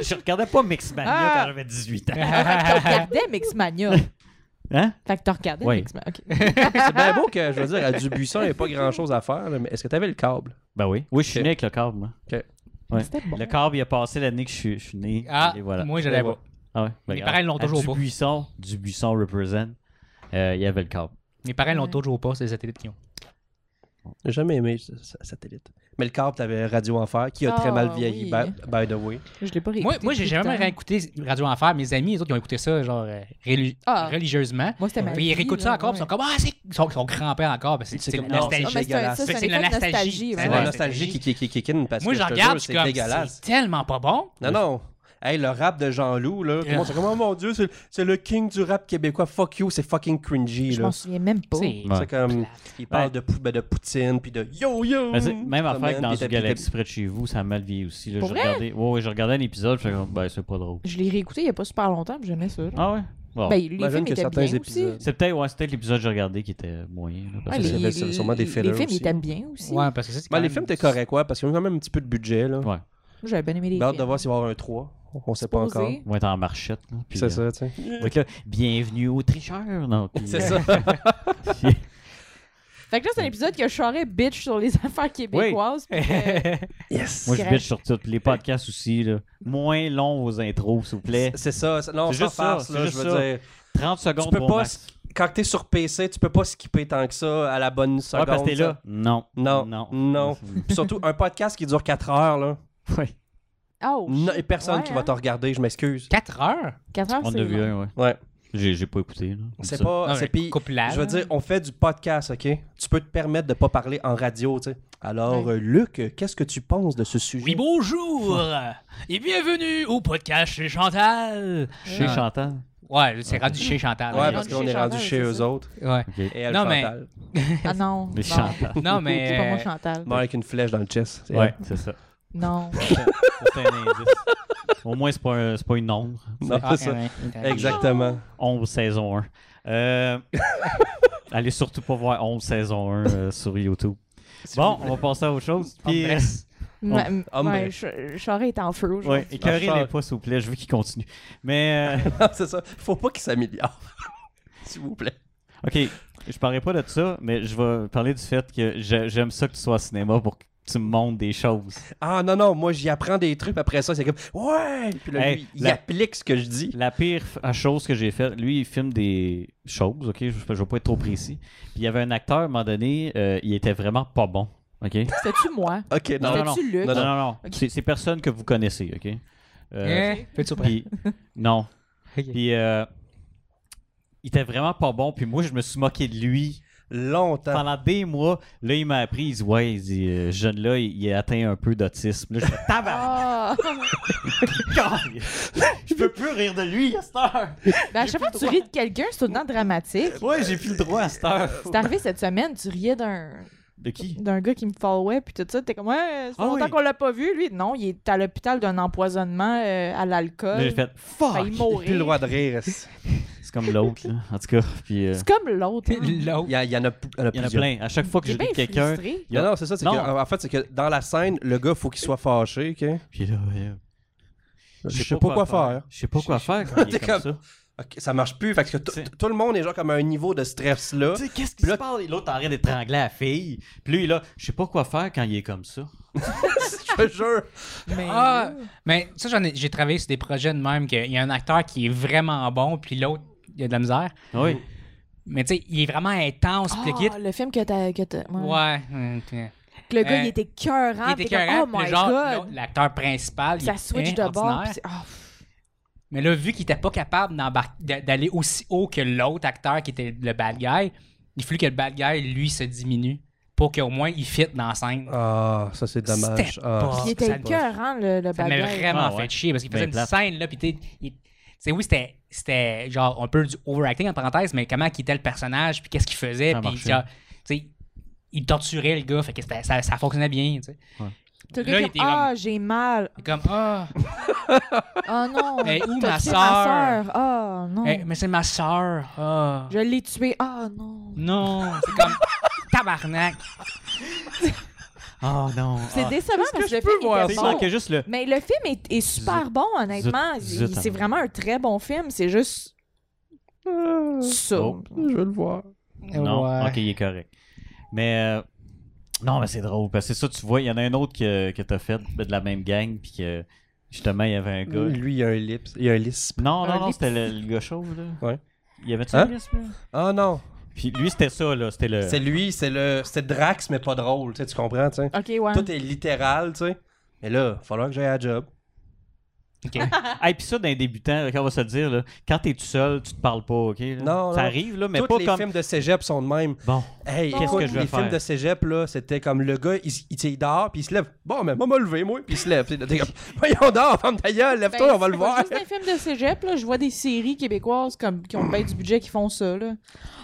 Speaker 1: je regardais pas Mixmania
Speaker 2: Ah!
Speaker 1: quand j'avais 18 ans.
Speaker 2: Ah, fait que t'as regardé Mixmania.
Speaker 1: Hein?
Speaker 2: Fait que t'as regardé
Speaker 1: Oui.
Speaker 2: Mixmania. OK.
Speaker 3: C'est bien beau que, je veux dire, à Dubuisson, il n'y a pas grand-chose à faire. là, mais est-ce que t'avais le câble?
Speaker 1: Ben oui. Oui, je suis
Speaker 3: Ok.
Speaker 1: né avec le câble, moi.
Speaker 3: Ok.
Speaker 1: Ouais.
Speaker 2: C'était bon.
Speaker 1: Le câble, il a passé l'année que je suis, je suis né.
Speaker 4: Ah,
Speaker 1: et voilà.
Speaker 4: moi, je l'avais pas.
Speaker 1: Ah ouais, ben
Speaker 4: Mes
Speaker 1: regarde.
Speaker 4: parents l'ont
Speaker 1: À
Speaker 4: toujours pas.
Speaker 1: Dubuisson, Dubuisson represent. Euh, il y avait le câble.
Speaker 4: Mes parents l'ont
Speaker 2: Ouais.
Speaker 4: toujours pas, ces satellites qui ont.
Speaker 3: J'ai jamais aimé ce- ce satellite. Mais le câble, t'avais Radio Enfer, qui a très
Speaker 2: Ah,
Speaker 3: mal
Speaker 2: oui.
Speaker 3: vieilli, by, by the way.
Speaker 2: Je l'ai pas réécouté.
Speaker 4: Moi, moi j'ai
Speaker 2: depuis le
Speaker 4: jamais
Speaker 2: temps.
Speaker 4: réécouté Radio Enfer. Mes amis, les autres, ils ont écouté ça, genre, euh, rélu-
Speaker 2: Ah.
Speaker 4: religieusement.
Speaker 2: Moi, c'était ma
Speaker 4: Puis
Speaker 2: vie,
Speaker 4: ils réécoutent
Speaker 2: là,
Speaker 4: ça encore, puis ils sont
Speaker 2: ouais.
Speaker 4: comme, ah, c'est. Ils sont, ils sont crampés encore, parce que
Speaker 3: C'est
Speaker 4: c'est
Speaker 3: comme-
Speaker 4: la
Speaker 3: non, c'est-
Speaker 4: nostalgie.
Speaker 2: Ah, mais c'est un- ça,
Speaker 4: Fait que
Speaker 2: c'est
Speaker 4: c'est
Speaker 2: un
Speaker 4: la
Speaker 2: effet de
Speaker 4: nostalgie.
Speaker 2: nostalgie.
Speaker 4: C'est
Speaker 3: C'est
Speaker 2: ouais.
Speaker 3: la
Speaker 4: Ouais.
Speaker 3: nostalgie qui, qui, qui, qui kick in parce
Speaker 4: Moi,
Speaker 3: que
Speaker 4: je
Speaker 3: te
Speaker 4: regarde,
Speaker 3: jure,
Speaker 4: c'est comme,
Speaker 3: c'est dégueulasse.
Speaker 4: c'est tellement pas bon.
Speaker 3: Non, non. Hey, le rap de Jean-Loup, là, tout le monde, c'est comme, oh mon dieu, c'est c'est le king du rap québécois, fuck you, c'est fucking cringy,
Speaker 2: Je
Speaker 3: là.
Speaker 2: m'en souviens même pas.
Speaker 4: C'est
Speaker 1: Ouais.
Speaker 3: C'est comme, il parle
Speaker 1: Ouais.
Speaker 3: de, pou- ben, de Poutine, puis de yo yo.
Speaker 1: Mais Ben, c'est-
Speaker 2: Mm.
Speaker 1: même
Speaker 3: Ça
Speaker 1: affaire que
Speaker 3: mène,
Speaker 1: dans
Speaker 3: puis
Speaker 1: une
Speaker 3: t'as- puis t'as-
Speaker 1: galaxie près de chez vous, ça a mal vieilli aussi. Là,
Speaker 2: Pour
Speaker 1: j'ai
Speaker 2: vrai?
Speaker 1: regardé, ouais, ouais, j'ai regardé un épisode, je comme, ben, c'est pas drôle.
Speaker 2: Je l'ai réécouté il n'y a pas super longtemps, puis j'aimais ça. là.
Speaker 1: Ah ouais? Bon.
Speaker 2: ben, les
Speaker 3: Imagine
Speaker 2: films
Speaker 3: que
Speaker 2: étaient
Speaker 3: certains
Speaker 2: bien
Speaker 3: épisodes.
Speaker 2: aussi.
Speaker 1: c'est peut-être ouais, c'est peut-être l'épisode que j'ai regardé qui était moyen. là, parce
Speaker 2: Ouais,
Speaker 1: que
Speaker 3: c'est-
Speaker 2: les,
Speaker 3: c'est sûrement des
Speaker 2: les-
Speaker 3: fillers
Speaker 2: les films
Speaker 3: aussi.
Speaker 2: étaient bien aussi.
Speaker 4: Ouais, parce que ça, c'est.
Speaker 3: Ben, les
Speaker 4: quand même-
Speaker 3: films, t'es correct, ouais, parce qu'ils ont quand même un petit peu de budget, là.
Speaker 1: Ouais.
Speaker 2: Moi, J'avais bien aimé les
Speaker 3: J'ai hâte de
Speaker 2: films.
Speaker 3: voir s'il va y avoir un 3. On sait pas
Speaker 2: Posé.
Speaker 3: encore.
Speaker 1: ils vont être en marchette. là, puis,
Speaker 3: C'est
Speaker 1: euh,
Speaker 3: ça, tu sais.
Speaker 1: ils vont être là, bienvenue au tricheur. Non, puis,
Speaker 3: C'est
Speaker 1: euh,
Speaker 3: ça.
Speaker 2: Fait que là, c'est un
Speaker 3: Hmm.
Speaker 2: épisode que je charrais bitch sur les affaires québécoises. puis, euh,
Speaker 3: Yes.
Speaker 1: Moi, je
Speaker 2: Correct.
Speaker 1: bitch sur tout. puis Les podcasts aussi. Là. Moins long vos intros, s'il vous plaît.
Speaker 3: C'est ça. c'est- Non,
Speaker 1: C'est
Speaker 3: sans
Speaker 1: juste ça,
Speaker 3: farce,
Speaker 1: c'est
Speaker 3: là,
Speaker 1: juste
Speaker 3: je veux
Speaker 1: ça.
Speaker 3: dire.
Speaker 1: 30 secondes
Speaker 3: Tu peux
Speaker 1: bon
Speaker 3: pas.
Speaker 1: max.
Speaker 3: sk- Quand t'es sur PC, tu peux pas skipper tant que ça à la bonne
Speaker 1: Ouais,
Speaker 3: seconde.
Speaker 1: parce que t'es là. Non.
Speaker 3: Non,
Speaker 1: Non.
Speaker 3: non. Puis surtout, un podcast qui dure 4 heures, là.
Speaker 1: Ouais.
Speaker 2: Oh,
Speaker 3: Non,
Speaker 2: shit.
Speaker 3: et personne
Speaker 2: Ouais,
Speaker 3: qui va
Speaker 2: hein.
Speaker 3: te regarder, je m'excuse.
Speaker 4: Quatre heures?
Speaker 2: Quatre heures,
Speaker 1: On en
Speaker 2: c'est
Speaker 1: a vu un,
Speaker 2: long.
Speaker 1: ouais.
Speaker 3: Ouais.
Speaker 1: J'ai j'ai pas écouté. là.
Speaker 3: C'est
Speaker 1: Ça.
Speaker 3: pas.
Speaker 4: Non,
Speaker 3: Ah, c'est
Speaker 4: mais
Speaker 3: puis-
Speaker 4: couplage.
Speaker 3: Je veux dire, on fait du podcast, OK? Tu peux te permettre de pas parler en radio, tu sais. Alors,
Speaker 2: Ouais.
Speaker 3: euh, Luc, euh, qu'est-ce que tu penses de ce sujet?
Speaker 4: Oui, bonjour! Et bienvenue au podcast chez Chantal!
Speaker 1: Chez
Speaker 4: Non.
Speaker 3: Ah.
Speaker 1: Chantal.
Speaker 4: Ouais, c'est rendu chez Chantal. hein.
Speaker 3: Ouais,
Speaker 2: on
Speaker 3: parce
Speaker 2: est
Speaker 3: qu'on
Speaker 2: chez
Speaker 3: est rendu
Speaker 2: Chantal,
Speaker 3: chez
Speaker 2: c'est
Speaker 3: eux
Speaker 2: ça.
Speaker 3: autres.
Speaker 4: Ouais.
Speaker 1: OK.
Speaker 3: Et elle,
Speaker 4: Non, mais-
Speaker 3: Chantal.
Speaker 2: Ah non.
Speaker 1: Mais
Speaker 2: non.
Speaker 1: Chantal.
Speaker 4: Non,
Speaker 2: C'est pas moi,
Speaker 4: mais. euh,
Speaker 2: Chantal.
Speaker 3: Mort avec une flèche dans le chest. C'est
Speaker 1: Ouais,
Speaker 3: elle.
Speaker 1: c'est ça.
Speaker 2: Non.
Speaker 1: C'est un indice. Au moins, c'est pas, un- c'est pas une ombre.
Speaker 3: Non,
Speaker 4: ah,
Speaker 3: c'est ça.
Speaker 4: ouais, ouais.
Speaker 3: Exactement.
Speaker 1: Ombre saison 1. Euh, allez surtout pas voir Ombre saison 1 euh, sur YouTube. Bon, on va passer à autre chose. Puis, euh,
Speaker 4: Hombre.
Speaker 2: Ma- m-
Speaker 3: Ah, mais-
Speaker 2: ouais, je- Charest est en feu aujourd'hui.
Speaker 1: ouais, écœurez-les
Speaker 3: Charles.
Speaker 1: pas, s'il vous plaît. Je veux qu'ils continuent. Mais, euh,
Speaker 3: Non, c'est ça. Faut pas qu'il s'améliore. S'il vous plaît.
Speaker 1: OK, je parlerai pas de ça, mais je vais parler du fait que je- j'aime ça que tu sois au cinéma pour que tu me montres des choses.
Speaker 3: Ah non, non, moi j'y apprends des trucs, après ça, c'est comme Ouais! Puis là,
Speaker 1: Hey,
Speaker 3: lui, il
Speaker 1: la-
Speaker 3: applique ce que je dis.
Speaker 1: La pire f- euh, chose que j'ai faite, lui, il filme des choses, OK? Je, je vais pas être trop précis. Puis il y avait un acteur, à un moment donné, euh, il était vraiment pas bon, OK?
Speaker 2: C'était-tu moi?
Speaker 3: Ok, non.
Speaker 1: Non, non,
Speaker 2: C'était-tu Luc?
Speaker 1: Non, non, non. C'est, c'est personne que vous connaissez, OK? Euh,
Speaker 4: Hein? Peux-tu reprendre?
Speaker 1: puis- non.
Speaker 4: Ok.
Speaker 1: Puis euh, il était vraiment pas bon. Puis moi, je me suis moqué de lui
Speaker 3: Longtemps.
Speaker 1: pendant des mois. Là, il m'a appris, il dit, ouais, il dit, euh, ce jeune-là, il, il a atteint un peu d'autisme. Là, je fais, tabarnak!
Speaker 2: Ah!
Speaker 1: je peux plus rire de lui à cette heure!
Speaker 2: Ben, à chaque fois que tu ris de quelqu'un, c'est tout le temps dramatique. Euh,
Speaker 1: Ouais, j'ai plus le droit à cette heure!
Speaker 2: C'est arrivé cette semaine, tu riais d'un
Speaker 1: De qui
Speaker 2: d'un gars qui me followait, puis tout ça. T'es comme, ouais, ça fait
Speaker 1: Ah
Speaker 2: longtemps
Speaker 1: oui.
Speaker 2: qu'on l'a pas vu, lui. Non, il est à l'hôpital d'un empoisonnement euh, à
Speaker 1: Là,
Speaker 2: l'alcool.
Speaker 1: j'ai fait fuck.
Speaker 2: failli
Speaker 3: Ah, Plus le
Speaker 2: mourir.
Speaker 3: droit de rire. est-ce.
Speaker 1: C'est comme l'autre, là. En tout cas, puis euh,
Speaker 2: C'est comme l'autre. hein.
Speaker 3: Il
Speaker 4: L'autre.
Speaker 3: y, a- il y en a, p- il y en a
Speaker 1: il y en a
Speaker 3: plusieurs.
Speaker 1: plein. À chaque fois que
Speaker 2: Il est
Speaker 1: je
Speaker 2: bien
Speaker 1: dis quelqu'un,
Speaker 2: frustré.
Speaker 1: il y a-
Speaker 3: Non, non, c'est ça. c'est
Speaker 1: Non.
Speaker 3: que, en fait, c'est que dans la scène, le gars, faut qu'il soit fâché. ok?
Speaker 1: puis là, ouais, euh,
Speaker 3: Je sais pas quoi faire.
Speaker 1: Je sais pas quoi faire quand il est
Speaker 3: T'es
Speaker 1: comme ça.
Speaker 3: Ok, ça marche plus. Fait que t-
Speaker 1: C'est-
Speaker 3: t- tout le monde est genre comme à un niveau de stress là.
Speaker 1: Tu sais, qu'est-ce qui
Speaker 3: Puis
Speaker 1: se
Speaker 3: là-
Speaker 1: passe? L'autre arrête d'étrangler la fille. Puis lui, là, je sais pas quoi faire quand il est comme ça.
Speaker 3: Je te jure.
Speaker 2: Mais
Speaker 4: Ah, mais ça, j'en ai- j'ai travaillé sur des projets de même qu'il y a un acteur qui est vraiment bon, puis l'autre, il a de la misère.
Speaker 1: Oui.
Speaker 4: Mais tu sais, il est vraiment intense,
Speaker 2: Ah,
Speaker 4: puis le kid.
Speaker 2: le film que t'as. Que t'as- ouais.
Speaker 4: Ouais. hum, tiens.
Speaker 2: Que Le gars,
Speaker 4: Euh,
Speaker 2: il était cœurant.
Speaker 4: il était écœurant,
Speaker 2: Oh
Speaker 4: puis
Speaker 2: my
Speaker 4: genre, l'autre-
Speaker 2: god.
Speaker 4: l'acteur principal, il
Speaker 2: Ça
Speaker 4: est
Speaker 2: switch
Speaker 4: bien
Speaker 2: de bord.
Speaker 4: ordinaire.
Speaker 2: puis c'est- ah, pff,
Speaker 4: Mais là, vu qu'il était pas capable d'embar- d'a- d'aller aussi haut que l'autre acteur qui était le bad guy, il fallut que le bad guy, lui, se diminue pour qu'au moins il fit dans la scène.
Speaker 3: Ah, ça c'est dommage.
Speaker 4: C'était
Speaker 3: Ah,
Speaker 4: pas-
Speaker 2: Il
Speaker 4: ça
Speaker 2: était
Speaker 4: le-
Speaker 2: écœurant, le, le
Speaker 4: Ça m'a
Speaker 2: bagage.
Speaker 4: vraiment
Speaker 1: Ah ouais.
Speaker 4: fait chier parce qu'il
Speaker 1: Ben
Speaker 4: faisait une
Speaker 1: plate.
Speaker 4: scène, là, puis tu sais, il- tu sais, oui, c'était- c'était genre un peu du overacting en parenthèse, mais comment qu'il était le personnage, puis qu'est-ce qu'il faisait,
Speaker 1: Ça
Speaker 4: puis
Speaker 1: marchait.
Speaker 4: genre, tu sais, il torturait le gars, fait que c'était- ça, ça fonctionnait bien, tu sais.
Speaker 2: T'as le
Speaker 4: Là,
Speaker 2: gars
Speaker 4: il
Speaker 2: qui
Speaker 4: était
Speaker 2: est comme, Ah, j'ai mal.
Speaker 4: Il est Comme, ah,
Speaker 2: Ah non.
Speaker 4: Eh, où
Speaker 2: t'as
Speaker 4: ma
Speaker 2: tué
Speaker 4: sœur?
Speaker 2: sœur. Ah non.
Speaker 4: eh, mais c'est ma soeur, ah,
Speaker 2: Je l'ai tué. Ah non.
Speaker 4: non, c'est comme, tabarnak.
Speaker 1: Oh non.
Speaker 2: C'est
Speaker 1: Ah.
Speaker 2: décevant parce que le
Speaker 3: peux
Speaker 2: film
Speaker 3: voir
Speaker 1: Tu
Speaker 2: était
Speaker 1: sais, il
Speaker 2: bon.
Speaker 1: manquait juste le.
Speaker 2: Mais le film est, est super
Speaker 1: Zut.
Speaker 2: bon, honnêtement.
Speaker 1: Zut.
Speaker 2: Il- C'est vraiment un très bon film. C'est juste ça.
Speaker 1: Oh.
Speaker 3: Je veux le voir.
Speaker 1: Non,
Speaker 4: Ouais.
Speaker 1: ok, il est correct. Mais euh, non, mais c'est drôle parce que c'est ça, tu vois, il y en a un autre que, que t'as fait de la même gang, puis que justement, il y avait un gars.
Speaker 3: Lui, il y a un lips. Il y a un lisp.
Speaker 1: Non,
Speaker 2: Un
Speaker 1: non, non,
Speaker 2: lip-
Speaker 1: c'était le, le gars chauve, là.
Speaker 3: Ouais.
Speaker 1: Il y avait
Speaker 3: Hein?
Speaker 1: ça,
Speaker 3: Ah non.
Speaker 1: Puis lui, c'était ça, là. C'était le.
Speaker 3: C'est lui, c'est le, c'est Drax mais pas drôle. Tu sais, tu comprends, tu sais.
Speaker 2: Ok, ouais.
Speaker 3: Tout est littéral, tu sais. Mais là, il falloir que j'aille à la job.
Speaker 4: Ok.
Speaker 1: Ah, et puis ça, d'un débutant, là, qu'on va se le dire, là, quand t'es tout seul, tu te parles pas, ok? là?
Speaker 3: Non,
Speaker 1: Ça
Speaker 3: non.
Speaker 1: arrive, là, mais
Speaker 3: Tous
Speaker 1: pas
Speaker 3: les
Speaker 1: comme.
Speaker 3: films de cégep sont de même.
Speaker 1: Bon,
Speaker 3: Hey,
Speaker 1: Qu'est-ce
Speaker 3: écoute,
Speaker 1: que je vais
Speaker 3: les films
Speaker 1: faire?
Speaker 3: de cégep, là, c'était comme le gars, il, il, tu sais, il dort, puis il se lève. Bon, mais moi, me lever, moi, puis il se lève. T'sais, T'es comme, voyons, dort, femme ta gueule,
Speaker 2: Ben,
Speaker 3: lève-toi, on va
Speaker 2: c'est
Speaker 3: le
Speaker 2: pas
Speaker 3: voir.
Speaker 2: juste un film de cégep, là. Je vois des séries québécoises comme, qui ont bien du budget qui font ça, là.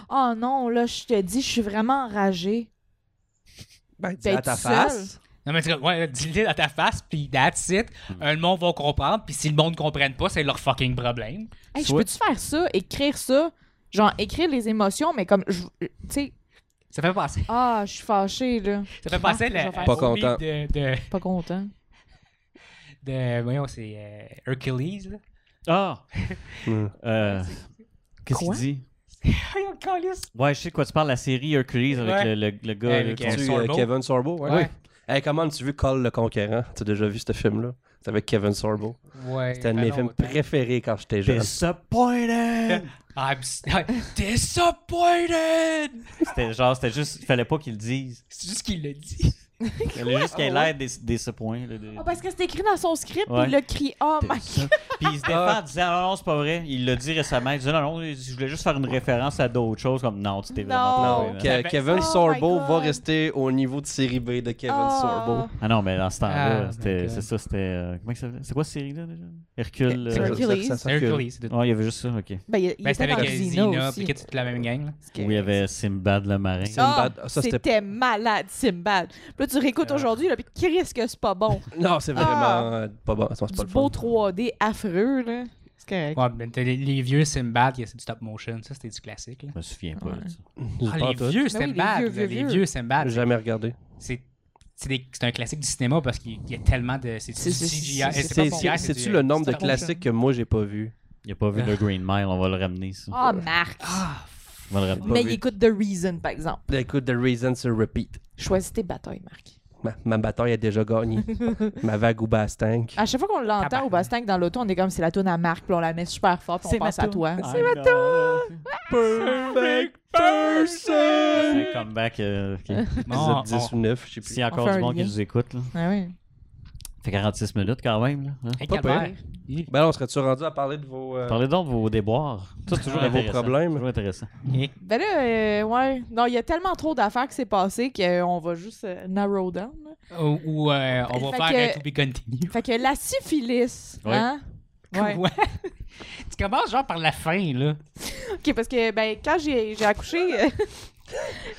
Speaker 2: Oh non, là, je te dis, je suis vraiment enragée.
Speaker 3: Ben, dis
Speaker 2: Ben,
Speaker 3: à ta
Speaker 2: tout seul.
Speaker 3: face.
Speaker 4: Non, mais tu ouais, dis-le à ta face, puis that's it.
Speaker 3: Mm.
Speaker 4: Euh, le monde va comprendre, puis si le monde ne comprenne pas, c'est leur fucking problème.
Speaker 2: Hey, je
Speaker 1: Soit-
Speaker 2: peux-tu faire ça, écrire ça? Genre, écrire les émotions, mais comme, je- tu sais,
Speaker 4: Ça fait passer.
Speaker 2: ah, je suis fâchée, là.
Speaker 4: Ça fait passer
Speaker 2: je vais
Speaker 4: la.
Speaker 2: faire
Speaker 4: au
Speaker 3: ça. Pas
Speaker 4: beat
Speaker 3: content.
Speaker 4: De, de,
Speaker 2: Pas content.
Speaker 4: de- voyons, c'est euh, Hercules, là.
Speaker 1: Ah!
Speaker 3: Hmm.
Speaker 1: Euh, Qu'est-ce qu'il
Speaker 2: Quoi?
Speaker 1: dit?
Speaker 4: Voyons, câlisse.
Speaker 1: Ouais, je sais de quoi tu parles, la série Hercules avec
Speaker 4: Ouais.
Speaker 1: le, le- le gars.
Speaker 4: Avec,
Speaker 1: là, qu'on-
Speaker 4: euh,
Speaker 3: Tu,
Speaker 4: Sorbo.
Speaker 3: euh, Kevin Sorbo, ouais.
Speaker 4: Ouais.
Speaker 3: Hey, comment tu veux Call le Conquérant? Tu as déjà vu ce film-là? C'est avec Kevin Sorbo.
Speaker 4: Ouais.
Speaker 3: C'était un de mes films préférés quand j'étais jeune.
Speaker 1: Disappointed!
Speaker 4: Ah, I'm s- disappointed!
Speaker 1: c'était genre, c'était juste, il fallait pas qu'il le dise.
Speaker 4: C'est juste qu'il le dit.
Speaker 1: Il fallait juste qu'il ait l'air des, des ce point. là, de-
Speaker 2: Ah, parce que c'est écrit dans son script,
Speaker 1: Ouais.
Speaker 2: il l'a crié, oh my
Speaker 1: Ça. Puis il se défend en disant non, non, c'est pas vrai. Il l'a dit récemment. Il disait non, non, je voulais juste faire une référence à d'autres choses. Comme non, tu t'es vraiment
Speaker 2: Non.
Speaker 1: trompé,
Speaker 3: Donc,
Speaker 1: là.
Speaker 3: euh,
Speaker 4: ben-
Speaker 3: Kevin
Speaker 2: Oh
Speaker 3: Sorbo
Speaker 2: my God.
Speaker 3: va rester au niveau de série B de Kevin
Speaker 2: Ah.
Speaker 3: Sorbo.
Speaker 1: Ah non, mais dans ce temps-là,
Speaker 4: Ah,
Speaker 1: c'était-
Speaker 4: ok.
Speaker 1: c'est ça, c'était. euh, comment que ça s'appelait? C'est quoi cette série-là déjà Hercule.
Speaker 2: C'est
Speaker 1: euh,
Speaker 2: Hercule. Hercules.
Speaker 3: Ça, ça, ça, ça,
Speaker 4: Hercules, c'est tout.
Speaker 1: Ouais, il y avait juste ça, ok.
Speaker 2: Ben, il, il
Speaker 4: Ben,
Speaker 2: était
Speaker 4: c'était
Speaker 2: dans
Speaker 4: avec
Speaker 2: Zina
Speaker 4: Zina,
Speaker 2: aussi.
Speaker 4: puis que toute la même gang, là.
Speaker 1: Où il y avait Simbad le marin.
Speaker 3: C'est-
Speaker 2: Ah,
Speaker 3: Sinbad. Ça, c'était- Euh.
Speaker 2: c'était malade, Simbad. Puis là, tu réécoutes aujourd'hui, là, puis Chris, que c'est pas bon.
Speaker 3: Non, c'est vraiment
Speaker 2: Ah.
Speaker 3: euh, pas bon. C'est pas
Speaker 2: du
Speaker 3: le fun.
Speaker 2: beau 3D affreux, là. C'est correct.
Speaker 4: Ouais, ben, t'as les, les vieux Simbad, c'est du stop motion. Ça, c'était du classique, là.
Speaker 1: Je me souviens pas de ça.
Speaker 3: J'ai
Speaker 4: Ah,
Speaker 3: pas
Speaker 4: les
Speaker 3: tout.
Speaker 4: vieux
Speaker 2: Ben oui, les
Speaker 4: Simbad!
Speaker 2: vieux, vieux,
Speaker 4: là, Ah, Les
Speaker 2: vieux.
Speaker 4: vieux Simbad!
Speaker 3: Jamais regardé.
Speaker 4: c'est c'est des- c'est un classique du cinéma parce qu'il il y a tellement de c'est du
Speaker 2: C'est- c'est-
Speaker 4: CGI
Speaker 2: c'est-
Speaker 4: Eh,
Speaker 2: c'est-
Speaker 4: c'est pas
Speaker 3: C'est-
Speaker 4: bon.
Speaker 3: c'est-
Speaker 4: du-
Speaker 3: C'est-tu le nombre
Speaker 4: c'est
Speaker 3: de
Speaker 4: pas bon.
Speaker 3: classiques que moi j'ai pas vu?
Speaker 1: Il a pas vu le Green Mile, on va le ramener, ça.
Speaker 2: Ah, Marc!
Speaker 4: ah
Speaker 1: On va le ramener.
Speaker 2: Mais
Speaker 3: vu.
Speaker 2: il écoute The Reason, par exemple.
Speaker 3: Ben, Écoute, The Reason sur repeat.
Speaker 2: Choisis tes batailles, Marc.
Speaker 3: Ma, ma bataille a déjà gagné. ma vague au bastank.
Speaker 2: À chaque fois qu'on l'entend
Speaker 4: Tabarnak.
Speaker 2: au Bastingue dans l'auto, on est comme c'est la toune à Marc, puis on la met super fort, puis on pense à toi.
Speaker 1: C'est ma tour!
Speaker 3: Perfect
Speaker 1: C'est
Speaker 3: person!
Speaker 1: un comeback. euh, ok.
Speaker 4: Bon,
Speaker 3: Épisode 10 ou 9, je sais plus.
Speaker 1: S'il y a
Speaker 2: On
Speaker 1: encore
Speaker 2: fait
Speaker 1: du
Speaker 2: un
Speaker 1: monde qui
Speaker 2: lien.
Speaker 1: nous écoute, là.
Speaker 2: Ah oui.
Speaker 1: Fait 46 minutes quand même, là. hein.
Speaker 4: hey,
Speaker 3: Pas
Speaker 4: calvaire.
Speaker 3: Ben là, on serait-tu rendu à parler de vos... euh,
Speaker 1: Parlez donc de vos déboires. Ça, c'est toujours
Speaker 3: De vos
Speaker 1: intéressant.
Speaker 3: problèmes.
Speaker 1: Toujours intéressant.
Speaker 4: Eh,
Speaker 2: Ben là, euh, ouais. Non, il y a tellement trop d'affaires qui s'est passé qu'on va juste euh, narrow down. là.
Speaker 4: ou, ou, euh, on
Speaker 2: Fait
Speaker 4: va faire
Speaker 2: que-
Speaker 4: un to be continue
Speaker 2: Fait que la syphilis,
Speaker 1: Ouais.
Speaker 2: hein? Ouais.
Speaker 4: Ouais. tu commences genre par la fin là
Speaker 2: OK, parce que, ben, quand j'ai j'ai accouché, euh,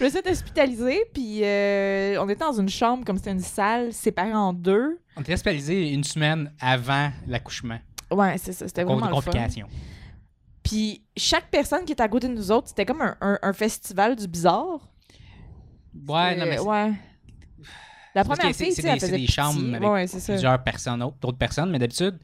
Speaker 2: Je me suis fait hospitaliser, puis euh, on était dans une chambre, comme c'était une salle séparée en deux.
Speaker 4: On était hospitalisé une semaine avant l'accouchement.
Speaker 2: Ouais, c'est ça, c'était
Speaker 4: Pour des
Speaker 2: vraiment le fun.
Speaker 4: complications.
Speaker 2: Puis chaque personne qui était à côté de nous autres, c'était comme un, un- un festival du bizarre.
Speaker 4: Ouais, non,
Speaker 2: Euh,
Speaker 4: mais c'est
Speaker 2: ouais. La
Speaker 4: parce
Speaker 2: première
Speaker 4: que c'est-
Speaker 2: fille,
Speaker 4: c'est
Speaker 2: tu sais,
Speaker 4: des-
Speaker 2: elle
Speaker 4: c'est
Speaker 2: faisait
Speaker 4: des chambres
Speaker 2: petit.
Speaker 4: avec
Speaker 2: Ouais, c'est ça.
Speaker 4: plusieurs personnes, autres- d'autres personnes, mais d'habitude,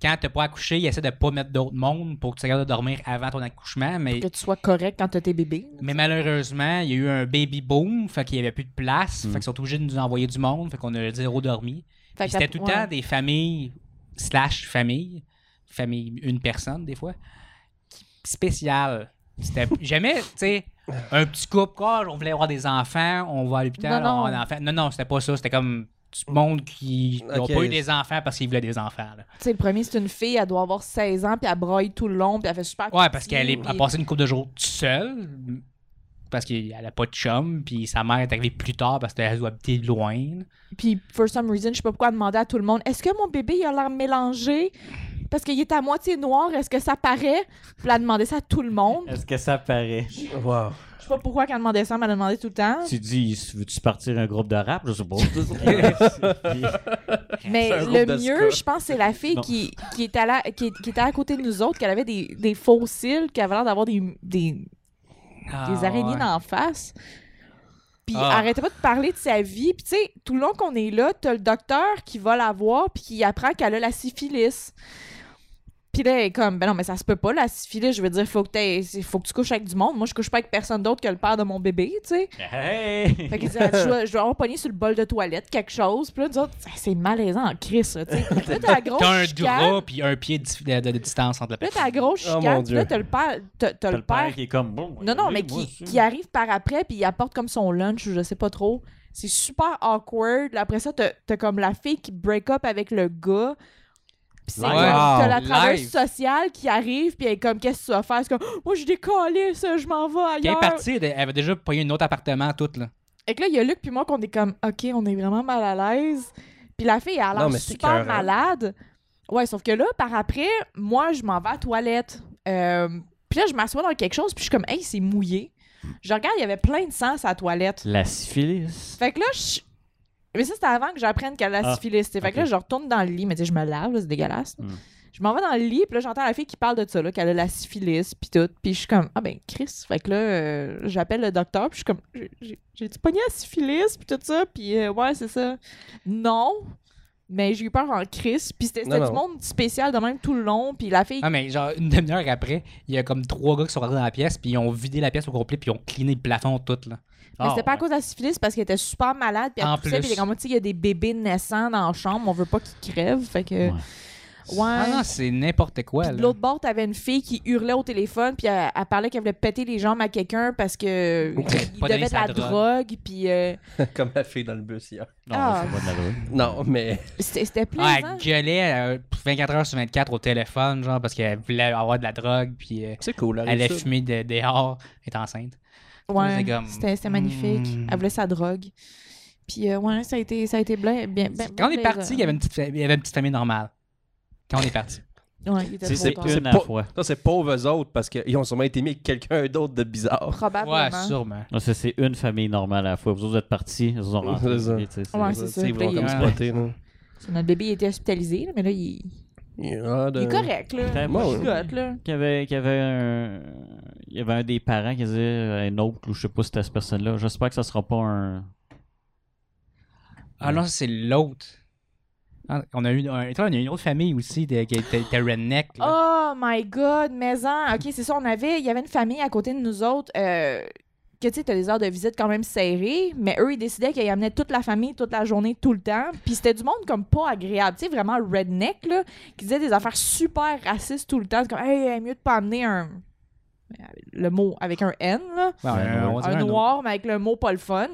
Speaker 4: quand t'as pas accouché, ils essaient de pas mettre d'autres monde pour que tu aies de dormir avant ton accouchement, mais,
Speaker 2: Que tu sois correct quand t'as tes bébés.
Speaker 4: mais malheureusement, il y a eu un baby boom, fait qu'il y avait plus de place,
Speaker 1: Mm.
Speaker 4: fait qu'ils sont obligés de nous envoyer du monde, fait qu'on a zéro dormi.
Speaker 2: Fait
Speaker 4: Puis
Speaker 2: que la-
Speaker 4: c'était tout le temps
Speaker 2: ouais.
Speaker 4: des familles slash famille, famille une personne des fois, spéciale. C'était jamais, tu sais, un petit couple, quoi, on voulait avoir des enfants, on va à l'hôpital,
Speaker 2: Non,
Speaker 4: on a
Speaker 2: non.
Speaker 4: un enfant. Non, non, c'était pas ça, c'était comme du monde qui n'ont
Speaker 3: Ok.
Speaker 4: pas eu des enfants parce qu'ils voulaient des enfants. là.
Speaker 2: Tu sais, le premier, c'est une fille, elle doit avoir 16 ans, puis elle braille tout le long, puis elle fait super
Speaker 4: Ouais, parce qu'elle est-
Speaker 2: petite,
Speaker 4: a
Speaker 2: puis-
Speaker 4: passé une couple de jours toute seule, parce qu'elle a pas de chum, puis sa mère est arrivée plus tard parce qu'elle doit habiter loin. là.
Speaker 2: Puis, for some reason, je sais pas pourquoi, demander à tout le monde est-ce que mon bébé, il a l'air mélangé Parce qu'il est à moitié noir, est-ce que ça paraît Puis, elle a demandé ça à tout le monde.
Speaker 1: Est-ce que ça paraît?
Speaker 3: Wow.
Speaker 2: Je sais pas pourquoi, quand elle demandait ça, elle m'a demandé tout le temps.
Speaker 1: Tu dis, veux-tu partir un groupe de rap? Je sais pas. Puis-
Speaker 2: Mais
Speaker 3: C'est un
Speaker 2: le
Speaker 3: groupe de
Speaker 2: mieux,
Speaker 3: ska.
Speaker 2: je pense, c'est la fille
Speaker 1: Non.
Speaker 2: qui, qui, était à la- qui, qui était à côté de nous autres, qu'elle avait des, des faux cils, qui avait l'air d'avoir des, des,
Speaker 4: Ah,
Speaker 2: des araignées
Speaker 4: ouais.
Speaker 2: dans la face. Puis
Speaker 4: Ah.
Speaker 2: elle arrêtait pas de parler de sa vie. Puis tu sais, tout le long qu'on est là, t'as le docteur qui va la voir puis qui apprend qu'elle a la syphilis. Puis là, elle est comme, ben non, mais ça se peut pas, la syphilis. Je veux dire, faut que, t'aies- c'est- faut que tu couches avec du monde. Moi, je couche pas avec personne d'autre que le père de mon bébé, tu sais.
Speaker 1: Hey!
Speaker 2: Fait qu'il dit, Ah, je dois, je dois avoir pogné sur le bol de toilette, quelque chose. Puis là, nous autres, Ah, c'est malaisant en crise, ça, tu sais. Puis Là, t'as la grosse
Speaker 4: T'as un
Speaker 2: chicane.
Speaker 4: drap puis un pied de, de- de- de distance entre la
Speaker 2: Puis Là,
Speaker 4: personne.
Speaker 2: t'as la grosse
Speaker 3: Oh, mon
Speaker 2: chicane. Puis là,
Speaker 3: Dieu.
Speaker 2: t'as le père, t'as- t'as
Speaker 1: T'as
Speaker 2: le père
Speaker 1: qui est comme bon.
Speaker 2: non, non, mais
Speaker 1: regardez, moi,
Speaker 2: qui,
Speaker 1: ça.
Speaker 2: qui arrive par après, puis il apporte comme son lunch ou je sais pas trop. C'est super awkward. Là, Après ça, t'as t'as comme la fille qui break up avec le gars. Puis c'est
Speaker 1: Live.
Speaker 2: comme, t'as la
Speaker 4: Wow.
Speaker 2: traverse
Speaker 4: Live.
Speaker 2: sociale qui arrive, puis elle est comme, qu'est-ce que tu vas faire? C'est comme, moi, je décolle, ça, je m'en vais
Speaker 4: Puis elle est
Speaker 2: ailleurs.
Speaker 4: partie, elle elle avait déjà payé un autre appartement, toute, là.
Speaker 2: Et que là, il y a Luc puis moi qu'on est comme, OK, on est vraiment mal à l'aise. Puis la fille, elle a
Speaker 3: Non,
Speaker 2: l'air
Speaker 3: mais c'est
Speaker 2: super
Speaker 3: écœurant.
Speaker 2: malade. Ouais, sauf que là, par après, moi, je m'en vais à la toilette. Euh, puis là, je m'assois dans quelque chose, puis je suis comme, hey, c'est mouillé. Je regarde, il y avait plein de sang sur la toilette.
Speaker 1: La syphilis.
Speaker 2: Fait que là, je. Mais ça, c'était avant que j'apprenne qu'elle a la
Speaker 1: Ah,
Speaker 2: syphilis. tu sais. Fait que
Speaker 1: ok.
Speaker 2: là, je retourne dans le lit, mais tu sais, je me lave, là, c'est dégueulasse.
Speaker 1: Hmm.
Speaker 2: Je m'en vais dans le lit, puis là, j'entends la fille qui parle de ça, là, qu'elle a la syphilis, puis tout. Puis je suis comme, ah ben, Chris. Fait que là, euh, j'appelle le docteur, puis je suis comme, J'ai- j'ai- j'ai-tu pogné la syphilis, puis tout ça, puis euh, ouais, c'est ça. Non, mais j'ai eu peur en Chris, puis c'était c'était
Speaker 3: Non,
Speaker 2: du
Speaker 3: non.
Speaker 2: monde spécial de même tout le long, puis la fille.
Speaker 4: Ah, mais genre, une demi-heure après, il y a comme trois gars qui sont rentrés dans la pièce, puis ils ont vidé la pièce au complet, puis ils ont cleané le plafond, tout, là.
Speaker 2: mais c'était
Speaker 1: Ah,
Speaker 2: pas à cause de la syphilis, parce qu'elle était super malade, puis elle
Speaker 4: En
Speaker 2: poussait,
Speaker 4: plus.
Speaker 2: puis elle était comme, tu sais, il y a des bébés naissants dans la chambre, on veut pas qu'ils crèvent, fait que.
Speaker 1: Ouais.
Speaker 2: Ouais.
Speaker 4: Ah non, hein. c'est n'importe quoi,
Speaker 2: Puis
Speaker 4: là.
Speaker 2: de l'autre bord, t'avais une fille qui hurlait au téléphone, puis elle, elle parlait qu'elle voulait péter les jambes à quelqu'un parce que il
Speaker 4: Pas donner
Speaker 2: devait de
Speaker 4: sa
Speaker 2: la
Speaker 4: drogue.
Speaker 2: drogue. puis euh,
Speaker 3: Comme la fille dans le bus hier.
Speaker 1: Non,
Speaker 2: Ah.
Speaker 1: c'est pas de la drogue.
Speaker 3: Non, mais.
Speaker 2: c'était c'était hein?
Speaker 4: Ah,
Speaker 2: plaisant.
Speaker 4: elle gueulait euh, 24 heures sur 24 au téléphone, genre, parce qu'elle voulait avoir de la drogue, puis euh,
Speaker 3: C'est cool,
Speaker 4: elle a
Speaker 3: ça.
Speaker 4: fumé de, dehors, elle est enceinte.
Speaker 2: Ouais,
Speaker 4: c'est comme-
Speaker 2: c'était c'était magnifique.
Speaker 4: Mm.
Speaker 2: Elle voulait sa drogue. Puis euh, ouais, ça a été ça a été bla- bien, bien-
Speaker 4: Quand on
Speaker 2: bien
Speaker 4: est parti, il
Speaker 2: plaisant.
Speaker 4: y avait une petite, fa- il y avait une petite famille normale. Quand on est parti.
Speaker 2: Ouais, il était trop
Speaker 3: C'est- c'est-
Speaker 2: tard.
Speaker 3: c'est
Speaker 1: Une à
Speaker 3: pas-
Speaker 1: la fois.
Speaker 3: Ça, c'est pauvres autres parce qu'ils ont sûrement été mis avec quelqu'un d'autre de bizarre.
Speaker 2: Ah,
Speaker 4: ouais,
Speaker 2: probablement.
Speaker 4: sûrement.
Speaker 1: Non, ça, c'est une famille normale à la fois. Vous autres êtes partis, ils ont rentré.
Speaker 3: C'est ça.
Speaker 1: tu sais, c'est-
Speaker 2: Ouais, c'est ça.
Speaker 3: Ils vont
Speaker 2: Puis,
Speaker 3: comme
Speaker 4: euh,
Speaker 3: spotter, là.
Speaker 2: Notre bébé il était hospitalisé, là, mais là il,
Speaker 3: Yeah,
Speaker 2: il
Speaker 3: de-
Speaker 2: est correct là.
Speaker 1: Putain,
Speaker 3: moi,
Speaker 2: Moi,
Speaker 3: ouais.
Speaker 2: là.
Speaker 1: qu'il y avait, qu'il y avait un... Il y avait un des parents qui disait un autre, ou je sais pas si c'était cette personne-là. J'espère que ça sera pas un...
Speaker 4: Ah non, ça, c'est l'autre. Ah, on a eu un- toi, on a eu une autre famille aussi de- qui était était redneck. là.
Speaker 2: Oh my god, maison. OK, c'est ça, on avait, il y avait une famille à côté de nous autres euh, que tu sais, t'as des heures de visite quand même serrées, mais eux ils décidaient qu'ils amenaient toute la famille toute la journée tout le temps, puis c'était du monde comme pas agréable, tu sais vraiment redneck là, qui disait des affaires super racistes tout le temps, C'est comme hey, mieux de pas amener un le mot avec un N là,
Speaker 4: Ouais, on- on dirait
Speaker 2: un
Speaker 4: autre.
Speaker 2: noir mais avec le mot pas le fun.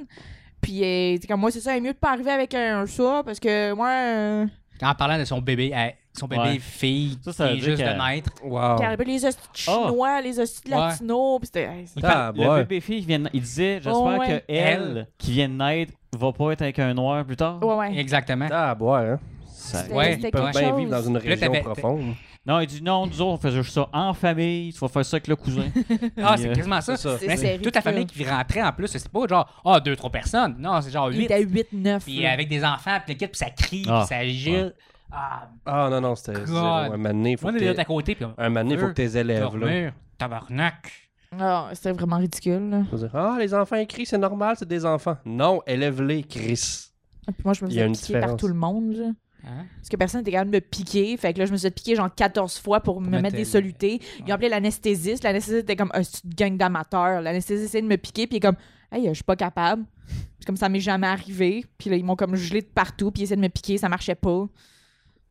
Speaker 2: Puis euh, c'est comme moi c'est ça, mieux de pas arriver avec un ça parce que moi euh,
Speaker 4: En parlant de son bébé, elle- son bébé
Speaker 1: Ouais.
Speaker 4: fille
Speaker 1: Ça, ça veut
Speaker 4: qui est
Speaker 1: dire
Speaker 4: juste de
Speaker 1: qu'elle-
Speaker 4: naître.
Speaker 3: Wow.
Speaker 2: qui arrivait les hosties de
Speaker 1: Ah.
Speaker 2: chinois, les hosties de
Speaker 4: Ouais.
Speaker 2: latinos, puis c'était hey, c'est-
Speaker 1: Il
Speaker 3: Ah,
Speaker 1: parle-
Speaker 3: ouais.
Speaker 1: Le bébé-fille, qui vient de- il disait, j'espère
Speaker 2: Oh, ouais.
Speaker 1: que elle, qui vient de naître, va pas être avec un noir plus tard.
Speaker 2: Ouais, ouais.
Speaker 4: Exactement.
Speaker 3: Ah, à boire, hein.
Speaker 1: Ça-
Speaker 2: C'était-
Speaker 4: Ouais,
Speaker 2: c'était
Speaker 3: Ils peuvent
Speaker 2: quelque
Speaker 3: bien
Speaker 2: chose.
Speaker 3: vivre dans une
Speaker 4: Là, t'avais-
Speaker 3: région profonde.
Speaker 1: Non, il dit non, nous autres, on faisait juste ça en famille. Tu vas faire ça avec le cousin.
Speaker 4: Ah,
Speaker 1: Puis,
Speaker 4: c'est
Speaker 1: euh,
Speaker 4: quasiment ça.
Speaker 3: c'est ça.
Speaker 2: C'est
Speaker 4: Mais c'est toute la
Speaker 2: ridicule.
Speaker 4: famille qui rentrait en plus. C'est pas genre, ah, deux, trois personnes. Non, c'est genre
Speaker 2: Il
Speaker 4: huit.
Speaker 2: était 8-9.
Speaker 4: Puis
Speaker 2: là.
Speaker 4: avec des enfants, puis le kid, puis ça crie,
Speaker 1: Ah,
Speaker 4: puis ça gile. Ah,
Speaker 3: Ah non, non, c'était
Speaker 4: God.
Speaker 3: zéro. Un mané, faut
Speaker 4: moi, on
Speaker 3: que
Speaker 4: est de l'autre à
Speaker 3: t'aies-
Speaker 4: côté, puis on
Speaker 3: un mané, faut que tes élèves, là.
Speaker 4: dormir. Tabarnak.
Speaker 2: Ah, c'était vraiment ridicule. là.
Speaker 3: faut dire, Ah, les enfants écrits, c'est normal, c'est des enfants. Non, élève-les, Chris.
Speaker 2: Puis moi, je me
Speaker 3: Il y a
Speaker 2: faisais
Speaker 3: une
Speaker 2: piquer par
Speaker 3: différence.
Speaker 2: tout le monde. là.
Speaker 4: Hein?
Speaker 2: Parce que personne n'était capable de me piquer. Fait que là, je me suis fait piquer genre 14 fois pour me
Speaker 4: mettre
Speaker 2: mettre des
Speaker 4: le-
Speaker 2: solutés. Ils ont appelé l'anesthésiste. L'anesthésiste était comme un petit gang d'amateurs. L'anesthésiste essayait de me piquer. Puis il est comme, hey, euh, je suis pas capable. Puis comme ça m'est jamais arrivé. Puis là, ils m'ont comme gelé de partout. Puis ils essayaient de me piquer. Ça marchait pas.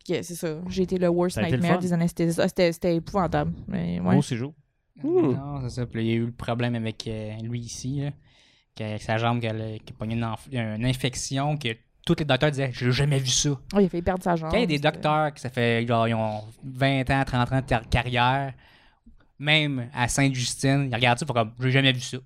Speaker 2: Fait que C'est ça. J'ai été le worst
Speaker 1: Ça a été le
Speaker 2: nightmare
Speaker 1: fun.
Speaker 2: des anesthésistes. Ah, C'était c'était épouvantable. Mais ouais.
Speaker 1: Beau séjour.
Speaker 3: Hmm.
Speaker 4: Non, c'est ça. Puis là, il y a eu le problème avec euh, lui ici, là, qu'avec sa jambe, qu'elle a- qu'il a pogné une, enf- une infection, que tous les docteurs disaient J'ai jamais vu ça.
Speaker 2: Ah, il a failli perdre sa jambe.
Speaker 4: Quand il y a des docteurs qui ça fait genre, ils ont 20 ans, 30 ans de car- carrière, même à Sainte-Justine, ils regardent ça, ils font comme J'ai jamais vu ça.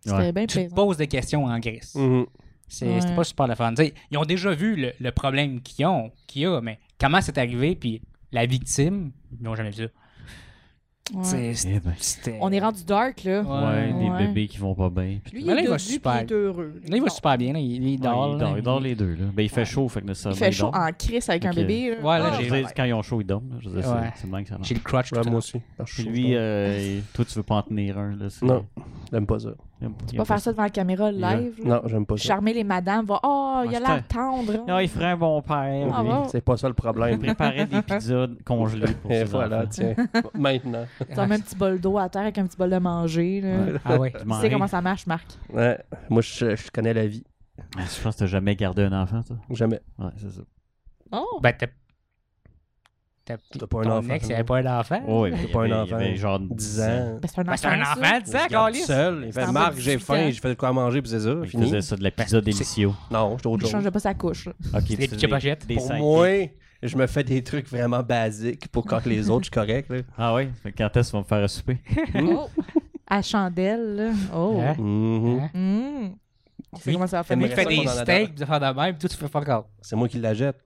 Speaker 2: C'était
Speaker 1: Ouais.
Speaker 2: bien
Speaker 4: Tu te
Speaker 2: plaisant.
Speaker 4: poses des questions en Grèce.
Speaker 3: Mhm.
Speaker 4: C'est
Speaker 2: Ouais.
Speaker 4: c'était pas super le fun. Tu sais, ils ont déjà vu le, le problème qu'ils ont, qu'il y a, mais comment c'est arrivé, puis la victime, ils n'ont jamais vu ça.
Speaker 2: Ouais.
Speaker 4: C'est-
Speaker 1: Eh ben.
Speaker 4: C'était.
Speaker 2: On est rendu dark, là.
Speaker 1: Ouais, des
Speaker 2: Ouais.
Speaker 1: bébés qui vont pas bien. puis-
Speaker 2: Lui,
Speaker 4: Mais là, il va
Speaker 2: dodu, puis
Speaker 4: super.
Speaker 2: il est heureux.
Speaker 4: Là, il va super bien, là. il, il
Speaker 1: Ouais,
Speaker 4: dort.
Speaker 1: il
Speaker 4: là.
Speaker 1: dort, il dort les deux. Là. Ben, il fait chaud, fait que
Speaker 2: Il
Speaker 1: nécessairement.
Speaker 2: fait chaud
Speaker 1: dort.
Speaker 2: en crise avec un
Speaker 1: Ok.
Speaker 2: bébé. là.
Speaker 4: Ouais, là,
Speaker 2: Ah,
Speaker 1: Je
Speaker 4: j'ai-
Speaker 1: veux dire, quand ils ont chaud, ils dorment. là. Je veux dire,
Speaker 4: Ouais.
Speaker 1: c'est- c'est le même que ça marche.
Speaker 4: J'ai le crutch. tout
Speaker 3: Ouais,
Speaker 4: le
Speaker 3: moi
Speaker 4: temps.
Speaker 3: aussi. Ah, je
Speaker 1: Puis
Speaker 3: suis
Speaker 1: lui,
Speaker 3: content.
Speaker 1: euh, il- toi, tu veux pas en tenir un. Là, c'est-
Speaker 3: Non, j'aime pas ça.
Speaker 1: Il aime- il
Speaker 2: Pas
Speaker 1: aime
Speaker 2: faire ça devant la caméra
Speaker 1: Il a-
Speaker 2: live. là.
Speaker 3: Non, j'aime pas ça.
Speaker 2: Charmer les madames, va Oh, il
Speaker 1: Ouais,
Speaker 2: a l'air
Speaker 1: c'était-
Speaker 2: tendre.
Speaker 1: Non, il ferait un bon
Speaker 2: Ah,
Speaker 1: père.
Speaker 2: bon.
Speaker 1: lui.
Speaker 3: C'est pas ça le
Speaker 1: Il
Speaker 3: problème.
Speaker 1: préparait des pizzas congelées pour
Speaker 3: Et
Speaker 1: ses
Speaker 3: voilà,
Speaker 1: enfants.
Speaker 3: tiens. Maintenant.
Speaker 2: Tu as un petit bol d'eau à terre avec un petit bol de manger. Là.
Speaker 4: Ah ouais.
Speaker 1: Je
Speaker 2: Tu
Speaker 1: m'en
Speaker 2: sais
Speaker 1: ris.
Speaker 2: comment ça marche, Marc.
Speaker 3: Ouais. Moi, je, je connais la vie.
Speaker 1: Ah, Je pense que t'as jamais gardé un enfant, toi.
Speaker 3: Jamais.
Speaker 1: Ouais, c'est ça.
Speaker 2: Oh!
Speaker 4: Ben, t'as. T'as
Speaker 3: T'as pas un
Speaker 4: ton
Speaker 3: enfant,
Speaker 4: ex, il
Speaker 3: ça.
Speaker 4: avait pas un enfant.
Speaker 1: Oh, ouais, ben,
Speaker 3: T'as
Speaker 1: il
Speaker 3: pas
Speaker 1: avait-
Speaker 3: un
Speaker 1: il avait
Speaker 3: enfant.
Speaker 1: genre
Speaker 3: 10 ans.
Speaker 2: Ben, c'est un
Speaker 4: Ben,
Speaker 2: enfant.
Speaker 4: c'est un
Speaker 2: ça.
Speaker 4: enfant, tu
Speaker 3: Il se
Speaker 4: sais,
Speaker 3: garde
Speaker 4: câlisse.
Speaker 3: seul. Il
Speaker 2: C'est
Speaker 3: fait
Speaker 2: en
Speaker 3: Marc,
Speaker 2: bas de
Speaker 3: j'ai
Speaker 2: 18 ans.
Speaker 3: faim, j'ai fait de quoi à manger, puis c'est ça.
Speaker 1: Il
Speaker 3: Fini. Ben,
Speaker 1: faisait ça de la pizza délicieux.
Speaker 3: Non, j'étais
Speaker 2: Je
Speaker 3: autre
Speaker 2: change
Speaker 3: chose.
Speaker 2: pas sa couche. là.
Speaker 1: Ok,
Speaker 4: des
Speaker 1: tu-
Speaker 4: pigeottes.
Speaker 1: des
Speaker 3: Pour
Speaker 1: sidekicks.
Speaker 3: moi, je me fais des trucs vraiment basiques pour quand les autres, je suis correct. là.
Speaker 1: Ah ouais, Fait que quand est-ce qu'ils vont me faire un souper?
Speaker 2: Oh! À chandelle, là. Oh!
Speaker 4: Hein?
Speaker 3: Mhm.
Speaker 4: Hein?
Speaker 2: Mm. Tu sais
Speaker 3: Oui.
Speaker 2: comment ça va faire?
Speaker 3: Mais
Speaker 4: Lui,
Speaker 2: mal.
Speaker 3: J'aimerais
Speaker 4: il fait
Speaker 3: ça
Speaker 4: des
Speaker 3: qu'on en adore.
Speaker 4: steaks, des affaires de même, tout, tu fais fuck out.
Speaker 3: C'est moi qui la jette.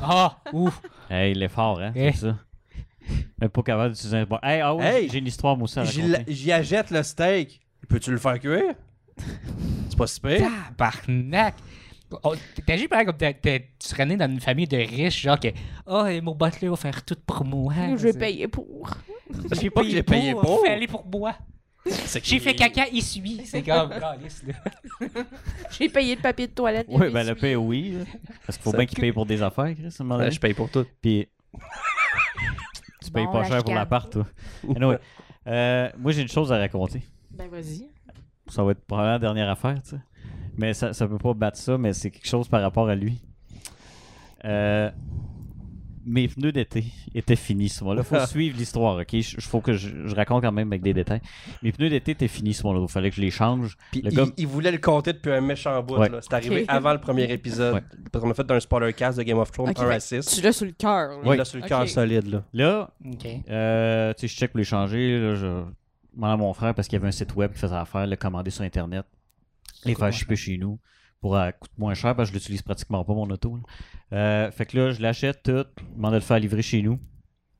Speaker 4: Ah, ouf.
Speaker 1: Hey, il est fort, hein?
Speaker 4: Eh.
Speaker 1: C'est ça. Mais pas capable d'utiliser un bon. Hey, ah oui,
Speaker 3: Hey!
Speaker 1: j'ai une histoire, moi aussi, à
Speaker 3: J'y
Speaker 1: raconter.
Speaker 3: la- J'y achète le steak. Peux-tu le faire cuire? C'est pas si pire.
Speaker 4: Tabarnak! Oh, T'as juste pareil comme t'es- t'es- tu serais né dans une famille de riches, genre que Ah, oh, mon butler va faire tout pour moi.
Speaker 2: Je vais payer pour.
Speaker 3: J'ai pas que j'ai payé pour.
Speaker 4: Fais aller pour moi. J'ai fait caca, essuie. C'est comme. calisse, là.
Speaker 2: J'ai payé le papier de toilette.
Speaker 1: Oui,
Speaker 2: il a
Speaker 1: ben le
Speaker 2: essuyé.
Speaker 1: paye, oui. là. Parce qu'il faut
Speaker 3: Ça-
Speaker 1: bien qu'il paye pour des affaires, Chris, à un moment
Speaker 3: Ouais,
Speaker 1: donné.
Speaker 3: Je paye pour tout.
Speaker 1: Puis. tu payes
Speaker 2: Bon,
Speaker 1: pas
Speaker 2: la
Speaker 1: cher pour
Speaker 2: chicane.
Speaker 1: l'appart, toi. Anyway, euh, moi, j'ai une chose à raconter.
Speaker 2: Ben, vas-y.
Speaker 1: Ça va être probablement la dernière affaire, tu sais. Mais ça, ça peut pas battre ça, mais c'est quelque chose par rapport à lui. Euh, mes pneus d'été étaient finis ce mois-là. Faut suivre l'histoire, ok? Il faut que je, je raconte quand même avec des détails. Mes pneus d'été étaient finis ce mois-là. Il fallait que je les change.
Speaker 3: Puis
Speaker 1: Le
Speaker 3: il,
Speaker 1: gars-
Speaker 3: il voulait le compter depuis un méchant bout.
Speaker 1: Ouais.
Speaker 3: là. C'est arrivé
Speaker 2: Ok.
Speaker 3: avant le premier épisode.
Speaker 1: Ouais.
Speaker 3: Parce qu'on a fait un spoiler cast de Game of Thrones
Speaker 2: Ok,
Speaker 3: 1
Speaker 2: fait
Speaker 3: à
Speaker 2: Tu
Speaker 3: 6.
Speaker 2: l'as sur le cœur. là.
Speaker 3: Il l'a sur le
Speaker 2: Ok.
Speaker 3: cœur solide. Là.
Speaker 1: Là,
Speaker 4: Ok.
Speaker 1: Euh, tu sais, je check pour les changer. Là, je demande à mon frère parce qu'il y avait un site web qui faisait affaire, le commander sur Internet, les
Speaker 4: Coûte moins
Speaker 1: faire shipper chez nous pour euh, coûte moins cher parce que je l'utilise pratiquement pas, mon auto. là. Euh, fait que là, je l'achète tout, je demande de le faire livrer chez nous.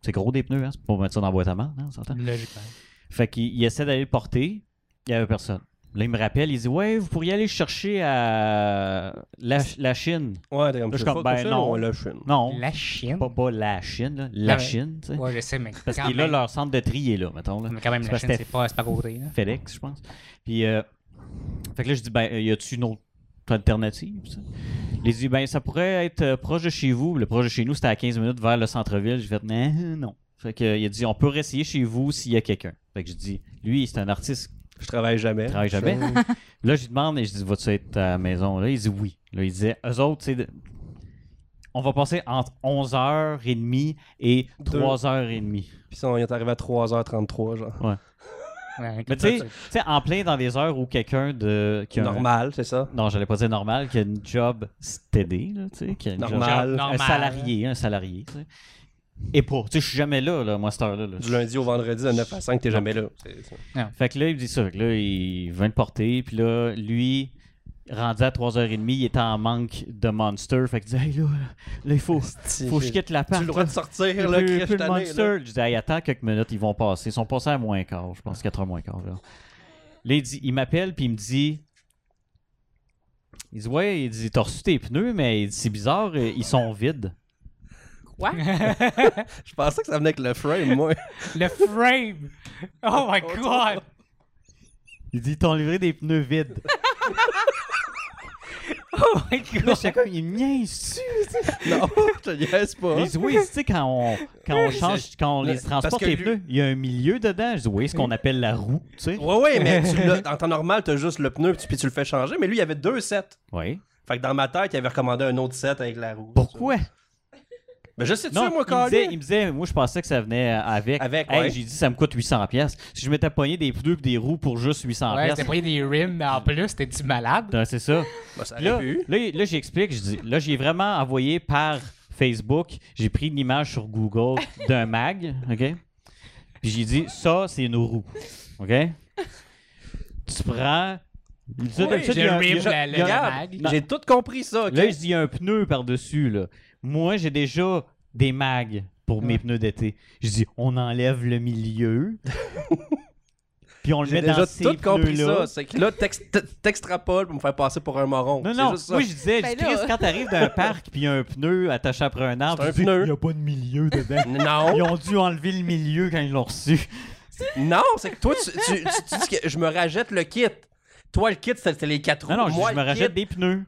Speaker 1: C'est gros des pneus, hein? c'est pour mettre ça dans la boîte à main, on s'entend.
Speaker 4: Logiquement.
Speaker 1: Fait qu'il il essaie d'aller le porter, il n'y avait personne. Là, il me rappelle, il dit Ouais, vous pourriez aller le chercher à la, la Chine.
Speaker 3: Ouais, t'es comme
Speaker 1: Là, je
Speaker 3: ça.
Speaker 1: comme,
Speaker 3: Fuck
Speaker 1: ben
Speaker 3: ça,
Speaker 1: non.
Speaker 3: on l'a chine.
Speaker 1: Non,
Speaker 4: La chienne.
Speaker 1: pas, pas la Chine, là, la
Speaker 4: Ah ouais.
Speaker 1: Chine. tu sais.
Speaker 4: Ouais, je sais, mais.
Speaker 1: Parce
Speaker 4: quand
Speaker 1: qu'il a
Speaker 4: même-
Speaker 1: leur centre de tri est là, mettons. Là.
Speaker 4: Mais quand même,
Speaker 1: C'est
Speaker 4: la
Speaker 1: parce
Speaker 4: chienne,
Speaker 1: que
Speaker 4: c'est pas, c'est pas côté. Là.
Speaker 1: FedEx, je pense. Puis, euh, fait que là, je dis, ben, euh, y a-tu une autre alternative? ça? Il dit, ben, ça pourrait être euh, proche de chez vous. Le proche de chez nous, c'était à 15 minutes vers le centre-ville. J'ai fait, non, non. Fait que, euh, il a dit, on peut réessayer chez vous s'il y a quelqu'un. Fait que je dis, lui, c'est un artiste
Speaker 3: Je travaille jamais.
Speaker 1: qui travaille jamais. là, je lui demande et je dis, vas-tu être à la maison? Là, il dit oui. Là, il disait, eux autres, tu sais, de- on va passer entre 11h30 et
Speaker 3: Deux.
Speaker 1: 3h30.
Speaker 3: Puis ça, on est arrivé à 3h33, genre.
Speaker 4: Ouais,
Speaker 1: Mais
Speaker 4: comme
Speaker 1: tu sais,
Speaker 4: ça,
Speaker 1: tu sais, en plein dans des heures où quelqu'un de. qui a un-
Speaker 3: Normal, c'est ça.
Speaker 1: Non, j'allais pas dire normal, qu'il y a une job stédé, là, tu sais, qu'il y a une job-
Speaker 3: Normal.
Speaker 4: Genre,
Speaker 1: un salarié, un salarié, tu sais. Et pas, tu sais, je suis jamais là, là, moi, à cette heure-là. là.
Speaker 3: Du lundi au vendredi de 9 à 5, t'es jamais là. C'est- c'est-
Speaker 1: Fait que là, il me dit ça, fait que là, il vient le porter, puis là, lui, rendu à 3h30, il était en manque de Monster. Fait que je disais, hey, là, là, il faut, faut que je quitte la
Speaker 3: Tu as le droit de sortir, là,
Speaker 1: plus,
Speaker 3: Chris,
Speaker 1: plus
Speaker 3: cette
Speaker 1: le
Speaker 3: année,
Speaker 1: Monster.
Speaker 3: là.
Speaker 1: Je dis, Hey, attends quelques minutes, ils vont passer. Ils sont passés à moins quart, je pense, 4 h moins quart. Là, Là, il, dit- il m'appelle, puis il me dit. Il dit, ouais, il dit, t'as reçu tes pneus, mais il dit, c'est bizarre, euh, ils sont vides.
Speaker 2: Quoi?
Speaker 3: Je pensais que ça venait avec le frame, moi.
Speaker 4: Le frame! Oh my god!
Speaker 1: Il dit, ils t'ont livré des pneus vides.
Speaker 4: Oh my
Speaker 1: Là,
Speaker 4: god!
Speaker 1: j'étais comme, il me niaise-tu?
Speaker 3: Hein? non, je te niaise pas.
Speaker 1: Il dit, oui, tu sais, quand on, quand on change, quand on les
Speaker 3: Parce
Speaker 1: transporte,
Speaker 3: que
Speaker 1: les
Speaker 3: lui-
Speaker 1: pneus, il y a un milieu dedans. Je dis, oui, ce qu'on appelle la roue, tu sais.
Speaker 3: Ouais, ouais, mais tu l'as- en temps normal, t'as juste le pneu, puis tu, puis tu le fais changer. Mais lui, il y avait deux sets.
Speaker 1: Oui.
Speaker 3: Fait que dans ma tête, il avait recommandé un autre set avec la roue.
Speaker 1: Pourquoi?
Speaker 3: Ben, je sais tu
Speaker 1: Non,
Speaker 3: moi,
Speaker 1: il, me disait,
Speaker 3: Carly.
Speaker 1: il me disait, moi je pensais que ça venait euh, avec.
Speaker 3: Avec,
Speaker 1: Hey,
Speaker 3: ouais.
Speaker 1: J'ai dit, ça me coûte 800$. piastres. Si je m'étais pogné des pneus et des roues pour juste 800$.
Speaker 4: Ouais, t'as
Speaker 1: piastres,
Speaker 4: pris des rims, mais en plus, t'es-tu malade?
Speaker 1: ben, c'est ça.
Speaker 3: Ben, ça
Speaker 1: Là,
Speaker 3: aurait pu.
Speaker 1: là, là, j'explique, je dis, là, j'ai vraiment envoyé par Facebook, j'ai pris une image sur Google d'un mag, OK? Puis j'ai dit, ça, c'est nos roues, OK? Tu prends... Ça,
Speaker 4: Oui,
Speaker 1: d'habitude,
Speaker 4: j'ai
Speaker 1: il y a-
Speaker 4: le
Speaker 1: il y a- il
Speaker 4: rim, la-
Speaker 1: y a-
Speaker 4: le-
Speaker 3: Regarde,
Speaker 4: mag.
Speaker 3: Ah, J'ai tout compris ça, ok?
Speaker 1: Là, je dis, il y a un pneu par-dessus, là. Moi, j'ai déjà des mags pour mes
Speaker 4: Ouais.
Speaker 1: pneus d'été. Je dis, on enlève le milieu. puis on le met
Speaker 3: J'ai
Speaker 1: dans
Speaker 3: déjà
Speaker 1: ces
Speaker 3: tout compris
Speaker 1: pneus-là.
Speaker 3: ça. C'est que là, t'ex- t- t'extrapoles pour me faire passer pour un moron.
Speaker 1: Non,
Speaker 3: C'est
Speaker 1: non,
Speaker 3: juste ça.
Speaker 1: moi je disais, je dis,
Speaker 2: Ben là.
Speaker 1: Chris, quand t'arrives d'un parc puis il y a un pneu attaché après un arbre,
Speaker 3: C'est un
Speaker 1: tu dis,
Speaker 3: pneu. Oh.
Speaker 1: il n'y a pas de milieu dedans.
Speaker 3: Non,
Speaker 1: Ils ont dû enlever le milieu quand ils l'ont reçu.
Speaker 3: non, c'est que toi, tu, tu- tu- tu dis que je me rajette le kit. Toi, le kit, c'était c'était les quatre roues.
Speaker 1: Non, non, je, dis,
Speaker 3: Moi,
Speaker 1: je
Speaker 3: le
Speaker 1: me rachète
Speaker 3: kit-
Speaker 1: des pneus.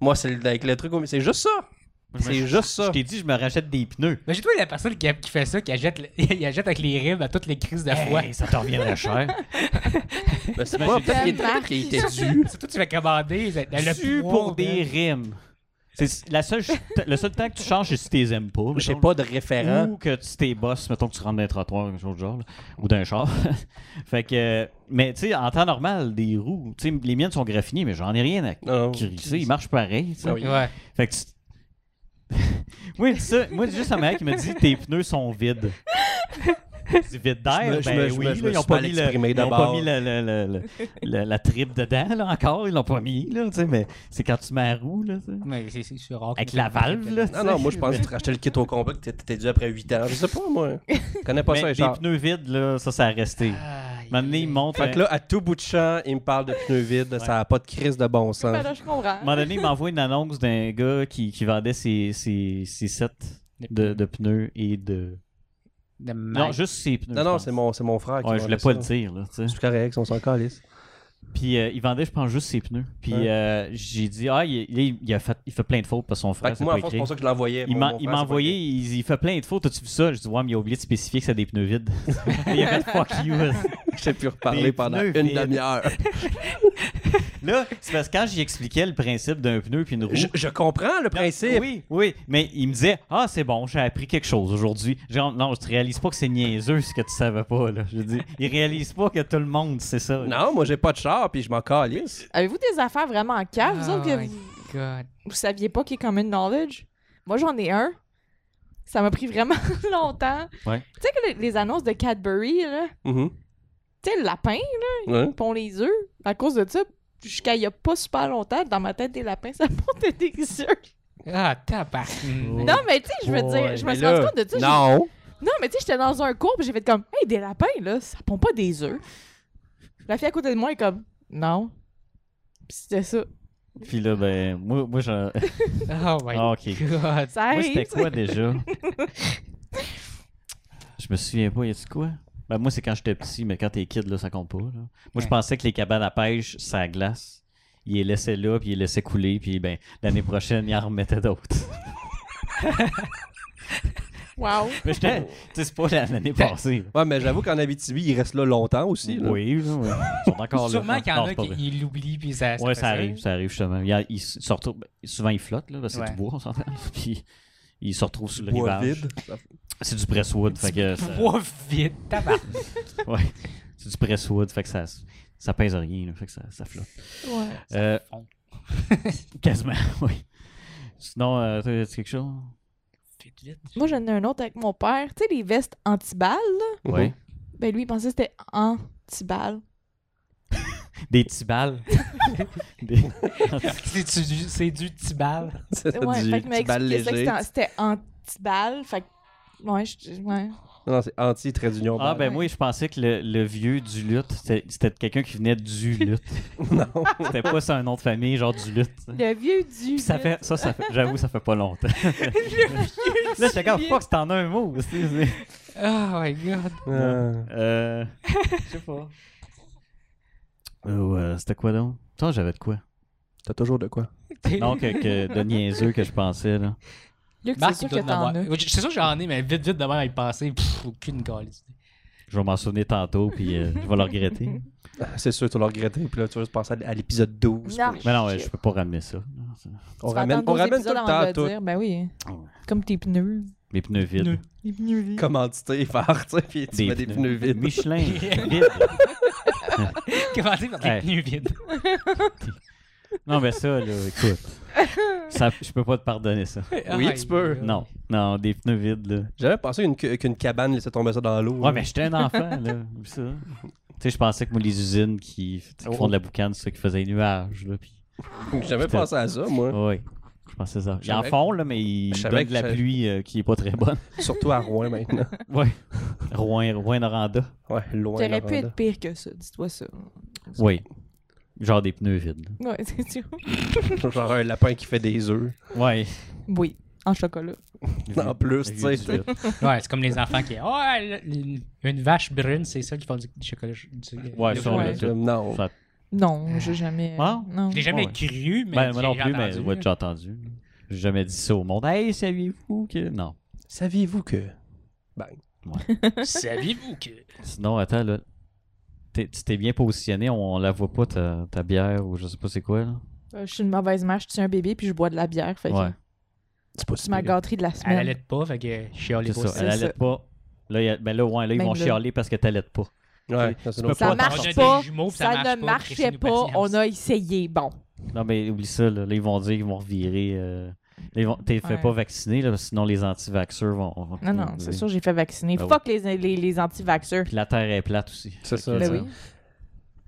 Speaker 3: Moi, c'est le- avec le truc au C'est juste ça.
Speaker 1: Je me-
Speaker 3: C'est juste ça.
Speaker 1: Je t'ai dit, je me rachète des pneus.
Speaker 4: Mais j'ai trouvé la personne qui, qui fait ça, qui achète, le- il achète avec les rims à toutes les crises de foi.
Speaker 1: Hey, ça te reviendrait cher.
Speaker 3: Ben, c'est
Speaker 1: Moi,
Speaker 3: pas
Speaker 1: j'ai
Speaker 3: peut-être qu'il
Speaker 2: tellement
Speaker 3: peut-être qu'il était
Speaker 2: marqué.
Speaker 3: dû.
Speaker 4: Surtout, tu vas commander le,
Speaker 1: Tu
Speaker 4: le poids,
Speaker 1: pour
Speaker 4: man.
Speaker 1: des rimes. C'est la seule, le seul temps que tu changes, c'est si t'es aimes pas.
Speaker 3: J'ai
Speaker 1: mettons,
Speaker 3: pas de référent.
Speaker 1: Ou que tu t'es boss, mettons que tu rentres d'un trottoir, quelque chose du genre, là, ou d'un char. fait que, euh, mais tu sais, en temps normal, des roues, tu sais, les miennes sont graffinées, mais j'en ai rien à
Speaker 3: Non.
Speaker 1: crisser, ils marchent pareil. tu sais.
Speaker 3: Ah oui.
Speaker 4: Ouais.
Speaker 1: Fait que tu... moi, il dit ça, moi, c'est juste un mec qui me dit tes pneus sont vides. Je dis, Vide
Speaker 3: Je
Speaker 1: d'air,
Speaker 3: me- je
Speaker 1: ben
Speaker 3: me- je
Speaker 1: oui,
Speaker 3: me-
Speaker 1: là,
Speaker 3: je me
Speaker 1: ils n'ont
Speaker 3: suis
Speaker 1: pas
Speaker 3: mal
Speaker 1: mis, le,
Speaker 3: exprimé
Speaker 1: ils ont pas
Speaker 3: d'abord.
Speaker 1: mis le- le- le- le- le- la tripe dedans, là, encore, ils l'ont pas mis, là, tu sais, mais c'est quand tu mets la roue, là, tu sais.
Speaker 4: Mais c'est- c'est c'est rare.
Speaker 1: Avec
Speaker 4: que-
Speaker 1: la valve, là.
Speaker 3: Non, non, moi, je pense que tu rachetais le kit au combat que t'étais- t'étais dû après 8 ans. Je sais pas, moi. Je connais pas
Speaker 1: Mais
Speaker 3: ça,
Speaker 1: des
Speaker 3: Richard.
Speaker 1: pneus vides, là, ça, ça a resté.
Speaker 4: Aïe.
Speaker 1: Maintenant, il montre.
Speaker 3: Fait que là, à tout bout de champ, il me parle de pneus vides. Ça a pas de crise de bon sens.
Speaker 2: Ben là, je comprends.
Speaker 1: À un moment donné, il m'envoie une annonce d'un gars qui, qui vendait ses, ses, ses sets de, de pneus et de.
Speaker 4: De
Speaker 1: Non,
Speaker 4: mal.
Speaker 1: juste ses pneus.
Speaker 3: Non,
Speaker 1: je
Speaker 3: non,
Speaker 1: pense.
Speaker 3: c'est mon, c'est mon frère qui
Speaker 1: Ouais,
Speaker 3: m'a
Speaker 1: je voulais
Speaker 3: dit
Speaker 1: pas
Speaker 3: ça.
Speaker 1: le dire, là, tu sais.
Speaker 3: C'est correct, on s'en calisse.
Speaker 1: Puis euh, il vendait, je pense, juste ses pneus. Puis
Speaker 3: Ouais.
Speaker 1: euh, j'ai dit, ah, il, il- il a fait, il fait plein de fautes parce que son
Speaker 3: Fait
Speaker 1: frère.
Speaker 3: que
Speaker 1: c'est
Speaker 3: moi,
Speaker 1: pas
Speaker 3: en fond, c'est
Speaker 1: écrit.
Speaker 3: pour ça que je l'envoyais.
Speaker 1: Il
Speaker 3: Mon-
Speaker 1: m'a
Speaker 3: mon
Speaker 1: il
Speaker 3: frère,
Speaker 1: m'a
Speaker 3: c'est pas
Speaker 1: envoyé,
Speaker 3: écrit.
Speaker 1: il, il fait plein de fautes. T'as-tu vu ça? Je dis, ouais, mais il a oublié de spécifier que c'est des pneus vides. il a fait fuck you.
Speaker 3: J'ai pu
Speaker 1: Des
Speaker 3: reparler pendant
Speaker 1: pneus
Speaker 3: une
Speaker 1: vides.
Speaker 3: demi-heure.
Speaker 1: Là, c'est parce que quand j'y expliquais le principe d'un pneu puis une roue.
Speaker 3: Je, je comprends le principe.
Speaker 1: Oui, oui, mais il me disait Ah, c'est bon, j'ai appris quelque chose aujourd'hui. Genre, non, je te réalise pas que c'est niaiseux ce que tu savais pas. Là. Je dis, il réalise pas que tout le monde, c'est ça.
Speaker 3: Non, moi, j'ai pas de char, puis je m'en calisse.
Speaker 2: Avez-vous des affaires vraiment caves, Ah, vous
Speaker 4: Oh
Speaker 2: autres, que
Speaker 4: my
Speaker 2: vous,
Speaker 4: God.
Speaker 2: vous saviez pas qui est common knowledge? Moi, j'en ai un. Ça m'a pris vraiment longtemps.
Speaker 1: Ouais.
Speaker 2: Tu sais que les, les annonces de Cadbury, là,
Speaker 3: Mhm.
Speaker 2: tu sais, le lapin,
Speaker 3: Ouais.
Speaker 2: pond les œufs. À cause de ça, jusqu'à il y a pas super longtemps, dans ma tête, des lapins, ça montait des œufs.
Speaker 4: Ah, tabarnak.
Speaker 1: Oh.
Speaker 2: Non, mais tu sais, je veux dire, je me
Speaker 3: Mais
Speaker 2: suis
Speaker 3: là,
Speaker 2: rendu compte de ça. j'ai-
Speaker 3: Non.
Speaker 2: Non, mais tu sais, j'étais dans un cours, puis j'ai fait comme, hey, des lapins, là, ça pond pas des œufs. La fille à côté de moi est comme, non. Puis c'était ça.
Speaker 1: Puis là, ben, moi, moi je.
Speaker 4: Oh my
Speaker 1: Ah, ok.
Speaker 4: God.
Speaker 2: Ça
Speaker 1: Moi,
Speaker 2: arrive.
Speaker 1: c'était quoi déjà? je me souviens pas, y a-tu quoi? Ben, moi, c'est quand j'étais petit, mais quand t'es kid, là, ça compte pas. là. Moi, je
Speaker 4: Ouais.
Speaker 1: pensais que les cabanes à pêche, ça glace. Il les laissait là, puis il les laissait couler, puis ben, l'année prochaine, il en remettait d'autres.
Speaker 2: Wow.
Speaker 1: Mais j'étais, tu sais, c'est pas la- l'année
Speaker 4: Ben,
Speaker 1: passée. là.
Speaker 3: Ouais, mais j'avoue qu'en Abitibi, il reste là longtemps aussi. là.
Speaker 1: Oui, là, oui. Ils sont encore là.
Speaker 4: Sûrement qu'il y en
Speaker 1: Non,
Speaker 4: a
Speaker 1: c'est pas
Speaker 4: qui
Speaker 1: vrai.
Speaker 4: ils l'oublient puis ça.
Speaker 1: Ouais,
Speaker 4: fait
Speaker 1: ça arrive, ça arrive justement. Il, y a- il s- se retrouve- ben, souvent ils flottent, là, parce que c'est
Speaker 4: Ouais.
Speaker 1: du bois, on s'entend. Puis ils se retrouvent sur le
Speaker 3: Bois
Speaker 1: rivage.
Speaker 3: vide.
Speaker 1: C'est du presswood, fait que ça-
Speaker 4: Bois vite, tabarnak.
Speaker 1: ouais. C'est du presswood, fait que ça, ça pèse rien, là, fait que ça, ça flotte.
Speaker 2: Ouais.
Speaker 1: Euh,
Speaker 4: fond.
Speaker 1: quasiment, oui. Sinon, euh, t'as t'as quelque chose?
Speaker 4: Vite, vite.
Speaker 2: Moi, j'en ai un autre avec mon père. Tu sais, les vestes anti-balles, là?
Speaker 1: Oui.
Speaker 2: Ben, lui, il pensait que c'était anti-balles.
Speaker 1: Des petits balles. Des-
Speaker 4: C'est du, c'est du Tibal.
Speaker 3: C'est ça,
Speaker 2: Ouais,
Speaker 3: du
Speaker 2: fait que
Speaker 3: petit bal
Speaker 2: m'expliquer ça, que
Speaker 3: léger.
Speaker 2: c'était- c'était anti-balle. Fait que, ouais, je- ouais.
Speaker 3: Non, non, c'est anti trait d'union.
Speaker 1: Ah,
Speaker 3: bal.
Speaker 1: ben moi, je pensais que le, le vieux du lutte, c'était c'était quelqu'un qui venait du lutte.
Speaker 3: Non.
Speaker 1: C'était pas ça un nom de famille, genre du lutte.
Speaker 2: Le vieux du.
Speaker 1: Puis ça fait, ça, ça fait- j'avoue, ça fait pas longtemps. Là, je regarde pas que c'est en un mot. tu sais, c'est-
Speaker 4: Oh my god.
Speaker 1: ben,
Speaker 3: Euh,
Speaker 1: Euh, je sais pas. Ou, euh, c'était quoi donc? Toi, j'avais de quoi?
Speaker 3: T'as toujours de quoi?
Speaker 1: Non, que, que de niaiseux que je pensais, là.
Speaker 2: Luc, c'est
Speaker 4: Marc,
Speaker 2: sûr
Speaker 4: il
Speaker 2: que
Speaker 4: doit en
Speaker 2: t'en
Speaker 4: avoir.
Speaker 2: as.
Speaker 4: Je- C'est sûr que j'en ai, mais vite, vite, demain, à y penser, pff, aucune calice.
Speaker 1: Je vais m'en souvenir tantôt, puis euh, je vais le regretter.
Speaker 3: Ah, C'est sûr, tu l'as regretté. Puis là, tu vas juste passer à l'épisode 12.
Speaker 2: Non.
Speaker 3: pour-
Speaker 1: Mais non, ouais, je peux pas ramener ça. Non, ça-
Speaker 3: On
Speaker 2: Tu vas
Speaker 3: ramène,
Speaker 2: attendre
Speaker 3: on
Speaker 2: deux
Speaker 3: ramène tout
Speaker 2: épisodes
Speaker 3: le
Speaker 2: avant de
Speaker 3: temps tout.
Speaker 2: dire. Ben oui.
Speaker 1: Oh.
Speaker 2: Comme tes pneus.
Speaker 1: Mes pneus vides.
Speaker 4: Pneus.
Speaker 2: Les pneus vides.
Speaker 3: Commandité, faire, tu sais, puis tu mets des pneus vides.
Speaker 1: Michelin, vide.
Speaker 4: Comment dire par
Speaker 1: Ouais.
Speaker 4: des pneus vides?
Speaker 1: Non, mais ça, là, écoute. Ça, je peux pas te pardonner ça.
Speaker 4: Oh
Speaker 3: Oui, tu peux.
Speaker 1: Non, non, des pneus vides, là.
Speaker 3: J'avais pensé une- qu'une cabane laissait tomber ça dans l'eau.
Speaker 1: Ouais, mais j'étais un enfant, là. oublie ça. Tu sais, je pensais que moi, les usines qui, tu
Speaker 3: Oh,
Speaker 1: sais, qui font de la boucane, c'est ça qui faisaient les nuages, là. Puis...
Speaker 3: J'ai jamais
Speaker 1: Putain.
Speaker 3: hein. pensé à ça, moi.
Speaker 1: Oui, je pensais ça. Ils en
Speaker 3: savais-
Speaker 1: font, là, mais ils
Speaker 3: je
Speaker 1: donnent
Speaker 3: savais que
Speaker 1: de la
Speaker 3: je-
Speaker 1: pluie euh, qui est pas très bonne.
Speaker 3: Surtout à Rouen maintenant.
Speaker 1: Ouais. Rouen, Rouen-Noranda.
Speaker 3: Ouais, loin.
Speaker 2: T'aurais pu
Speaker 3: Noranda.
Speaker 2: être pire que ça, dis-toi ça.
Speaker 1: Oui. Genre des pneus vides.
Speaker 2: Ouais, c'est sûr.
Speaker 3: Genre un lapin qui fait des œufs.
Speaker 1: Oui.
Speaker 2: Oui, en chocolat.
Speaker 3: En plus, tu sais. t'es-
Speaker 4: Ouais, c'est comme les enfants qui. Oh, une une vache brune, c'est ça qui font du, du chocolat. du-
Speaker 1: Ouais,
Speaker 4: du-
Speaker 1: ça, on l'a
Speaker 2: Ouais.
Speaker 1: tout.
Speaker 3: Euh, Non.
Speaker 1: Ça-
Speaker 2: Non, j'ai jamais.
Speaker 1: Ah?
Speaker 2: Non.
Speaker 4: Je l'ai jamais
Speaker 1: Ouais.
Speaker 4: cru, mais.
Speaker 1: Ben,
Speaker 4: je
Speaker 1: moi non
Speaker 4: l'ai
Speaker 1: plus, mais
Speaker 4: entendu,
Speaker 1: ouais,
Speaker 4: là.
Speaker 1: j'ai entendu. J'ai jamais dit ça au monde. Hey, saviez-vous que. Non.
Speaker 3: Saviez-vous que. Bang.
Speaker 4: Saviez-vous que.
Speaker 1: Sinon, attends, là. T'es- tu t'es bien positionné, on, la voit pas ta, ta bière ou je sais pas c'est quoi, là.
Speaker 2: Euh, Je suis une mauvaise mère, je suis un bébé puis je bois de la bière. Fait que
Speaker 1: Ouais.
Speaker 3: C'est pas
Speaker 2: c'est
Speaker 3: si
Speaker 2: ma
Speaker 3: pire.
Speaker 2: gâterie de la
Speaker 4: Elle
Speaker 2: semaine.
Speaker 4: allait pas, fait que je suis allé
Speaker 1: C'est ça.
Speaker 4: pas.
Speaker 2: c'est
Speaker 1: Elle
Speaker 2: ça.
Speaker 1: allait pas. Là, il y a- ben là, ouais, là, ils
Speaker 2: Même
Speaker 1: vont
Speaker 2: là.
Speaker 1: chialer parce que t'allaites pas.
Speaker 3: Ouais, ça, c'est
Speaker 1: peux
Speaker 3: notre
Speaker 1: pas
Speaker 2: Ça
Speaker 3: faute.
Speaker 4: On a
Speaker 2: marche
Speaker 4: des
Speaker 2: pas.
Speaker 4: jumeaux, puis
Speaker 2: ça
Speaker 4: ça marche
Speaker 2: ne
Speaker 4: pas,
Speaker 2: marchait
Speaker 4: crissez-nous
Speaker 2: pas.
Speaker 4: patience.
Speaker 2: On a essayé. Bon.
Speaker 1: Non, mais oublie ça, là. Là, ils vont dire qu'ils vont revirer. euh, Là, ils vont... T'es fait
Speaker 2: Ouais.
Speaker 1: pas vacciner, là, parce que sinon les anti-vaxxers vont. vont-
Speaker 2: Non, non,
Speaker 1: vont-
Speaker 2: c'est sûr, j'ai fait vacciner.
Speaker 1: Ben
Speaker 2: Fuck les, les, les anti-vaxxeurs.
Speaker 1: Puis la terre est plate aussi.
Speaker 3: C'est
Speaker 1: Fait
Speaker 3: ça,
Speaker 1: que,
Speaker 2: Ben
Speaker 1: euh,
Speaker 2: oui.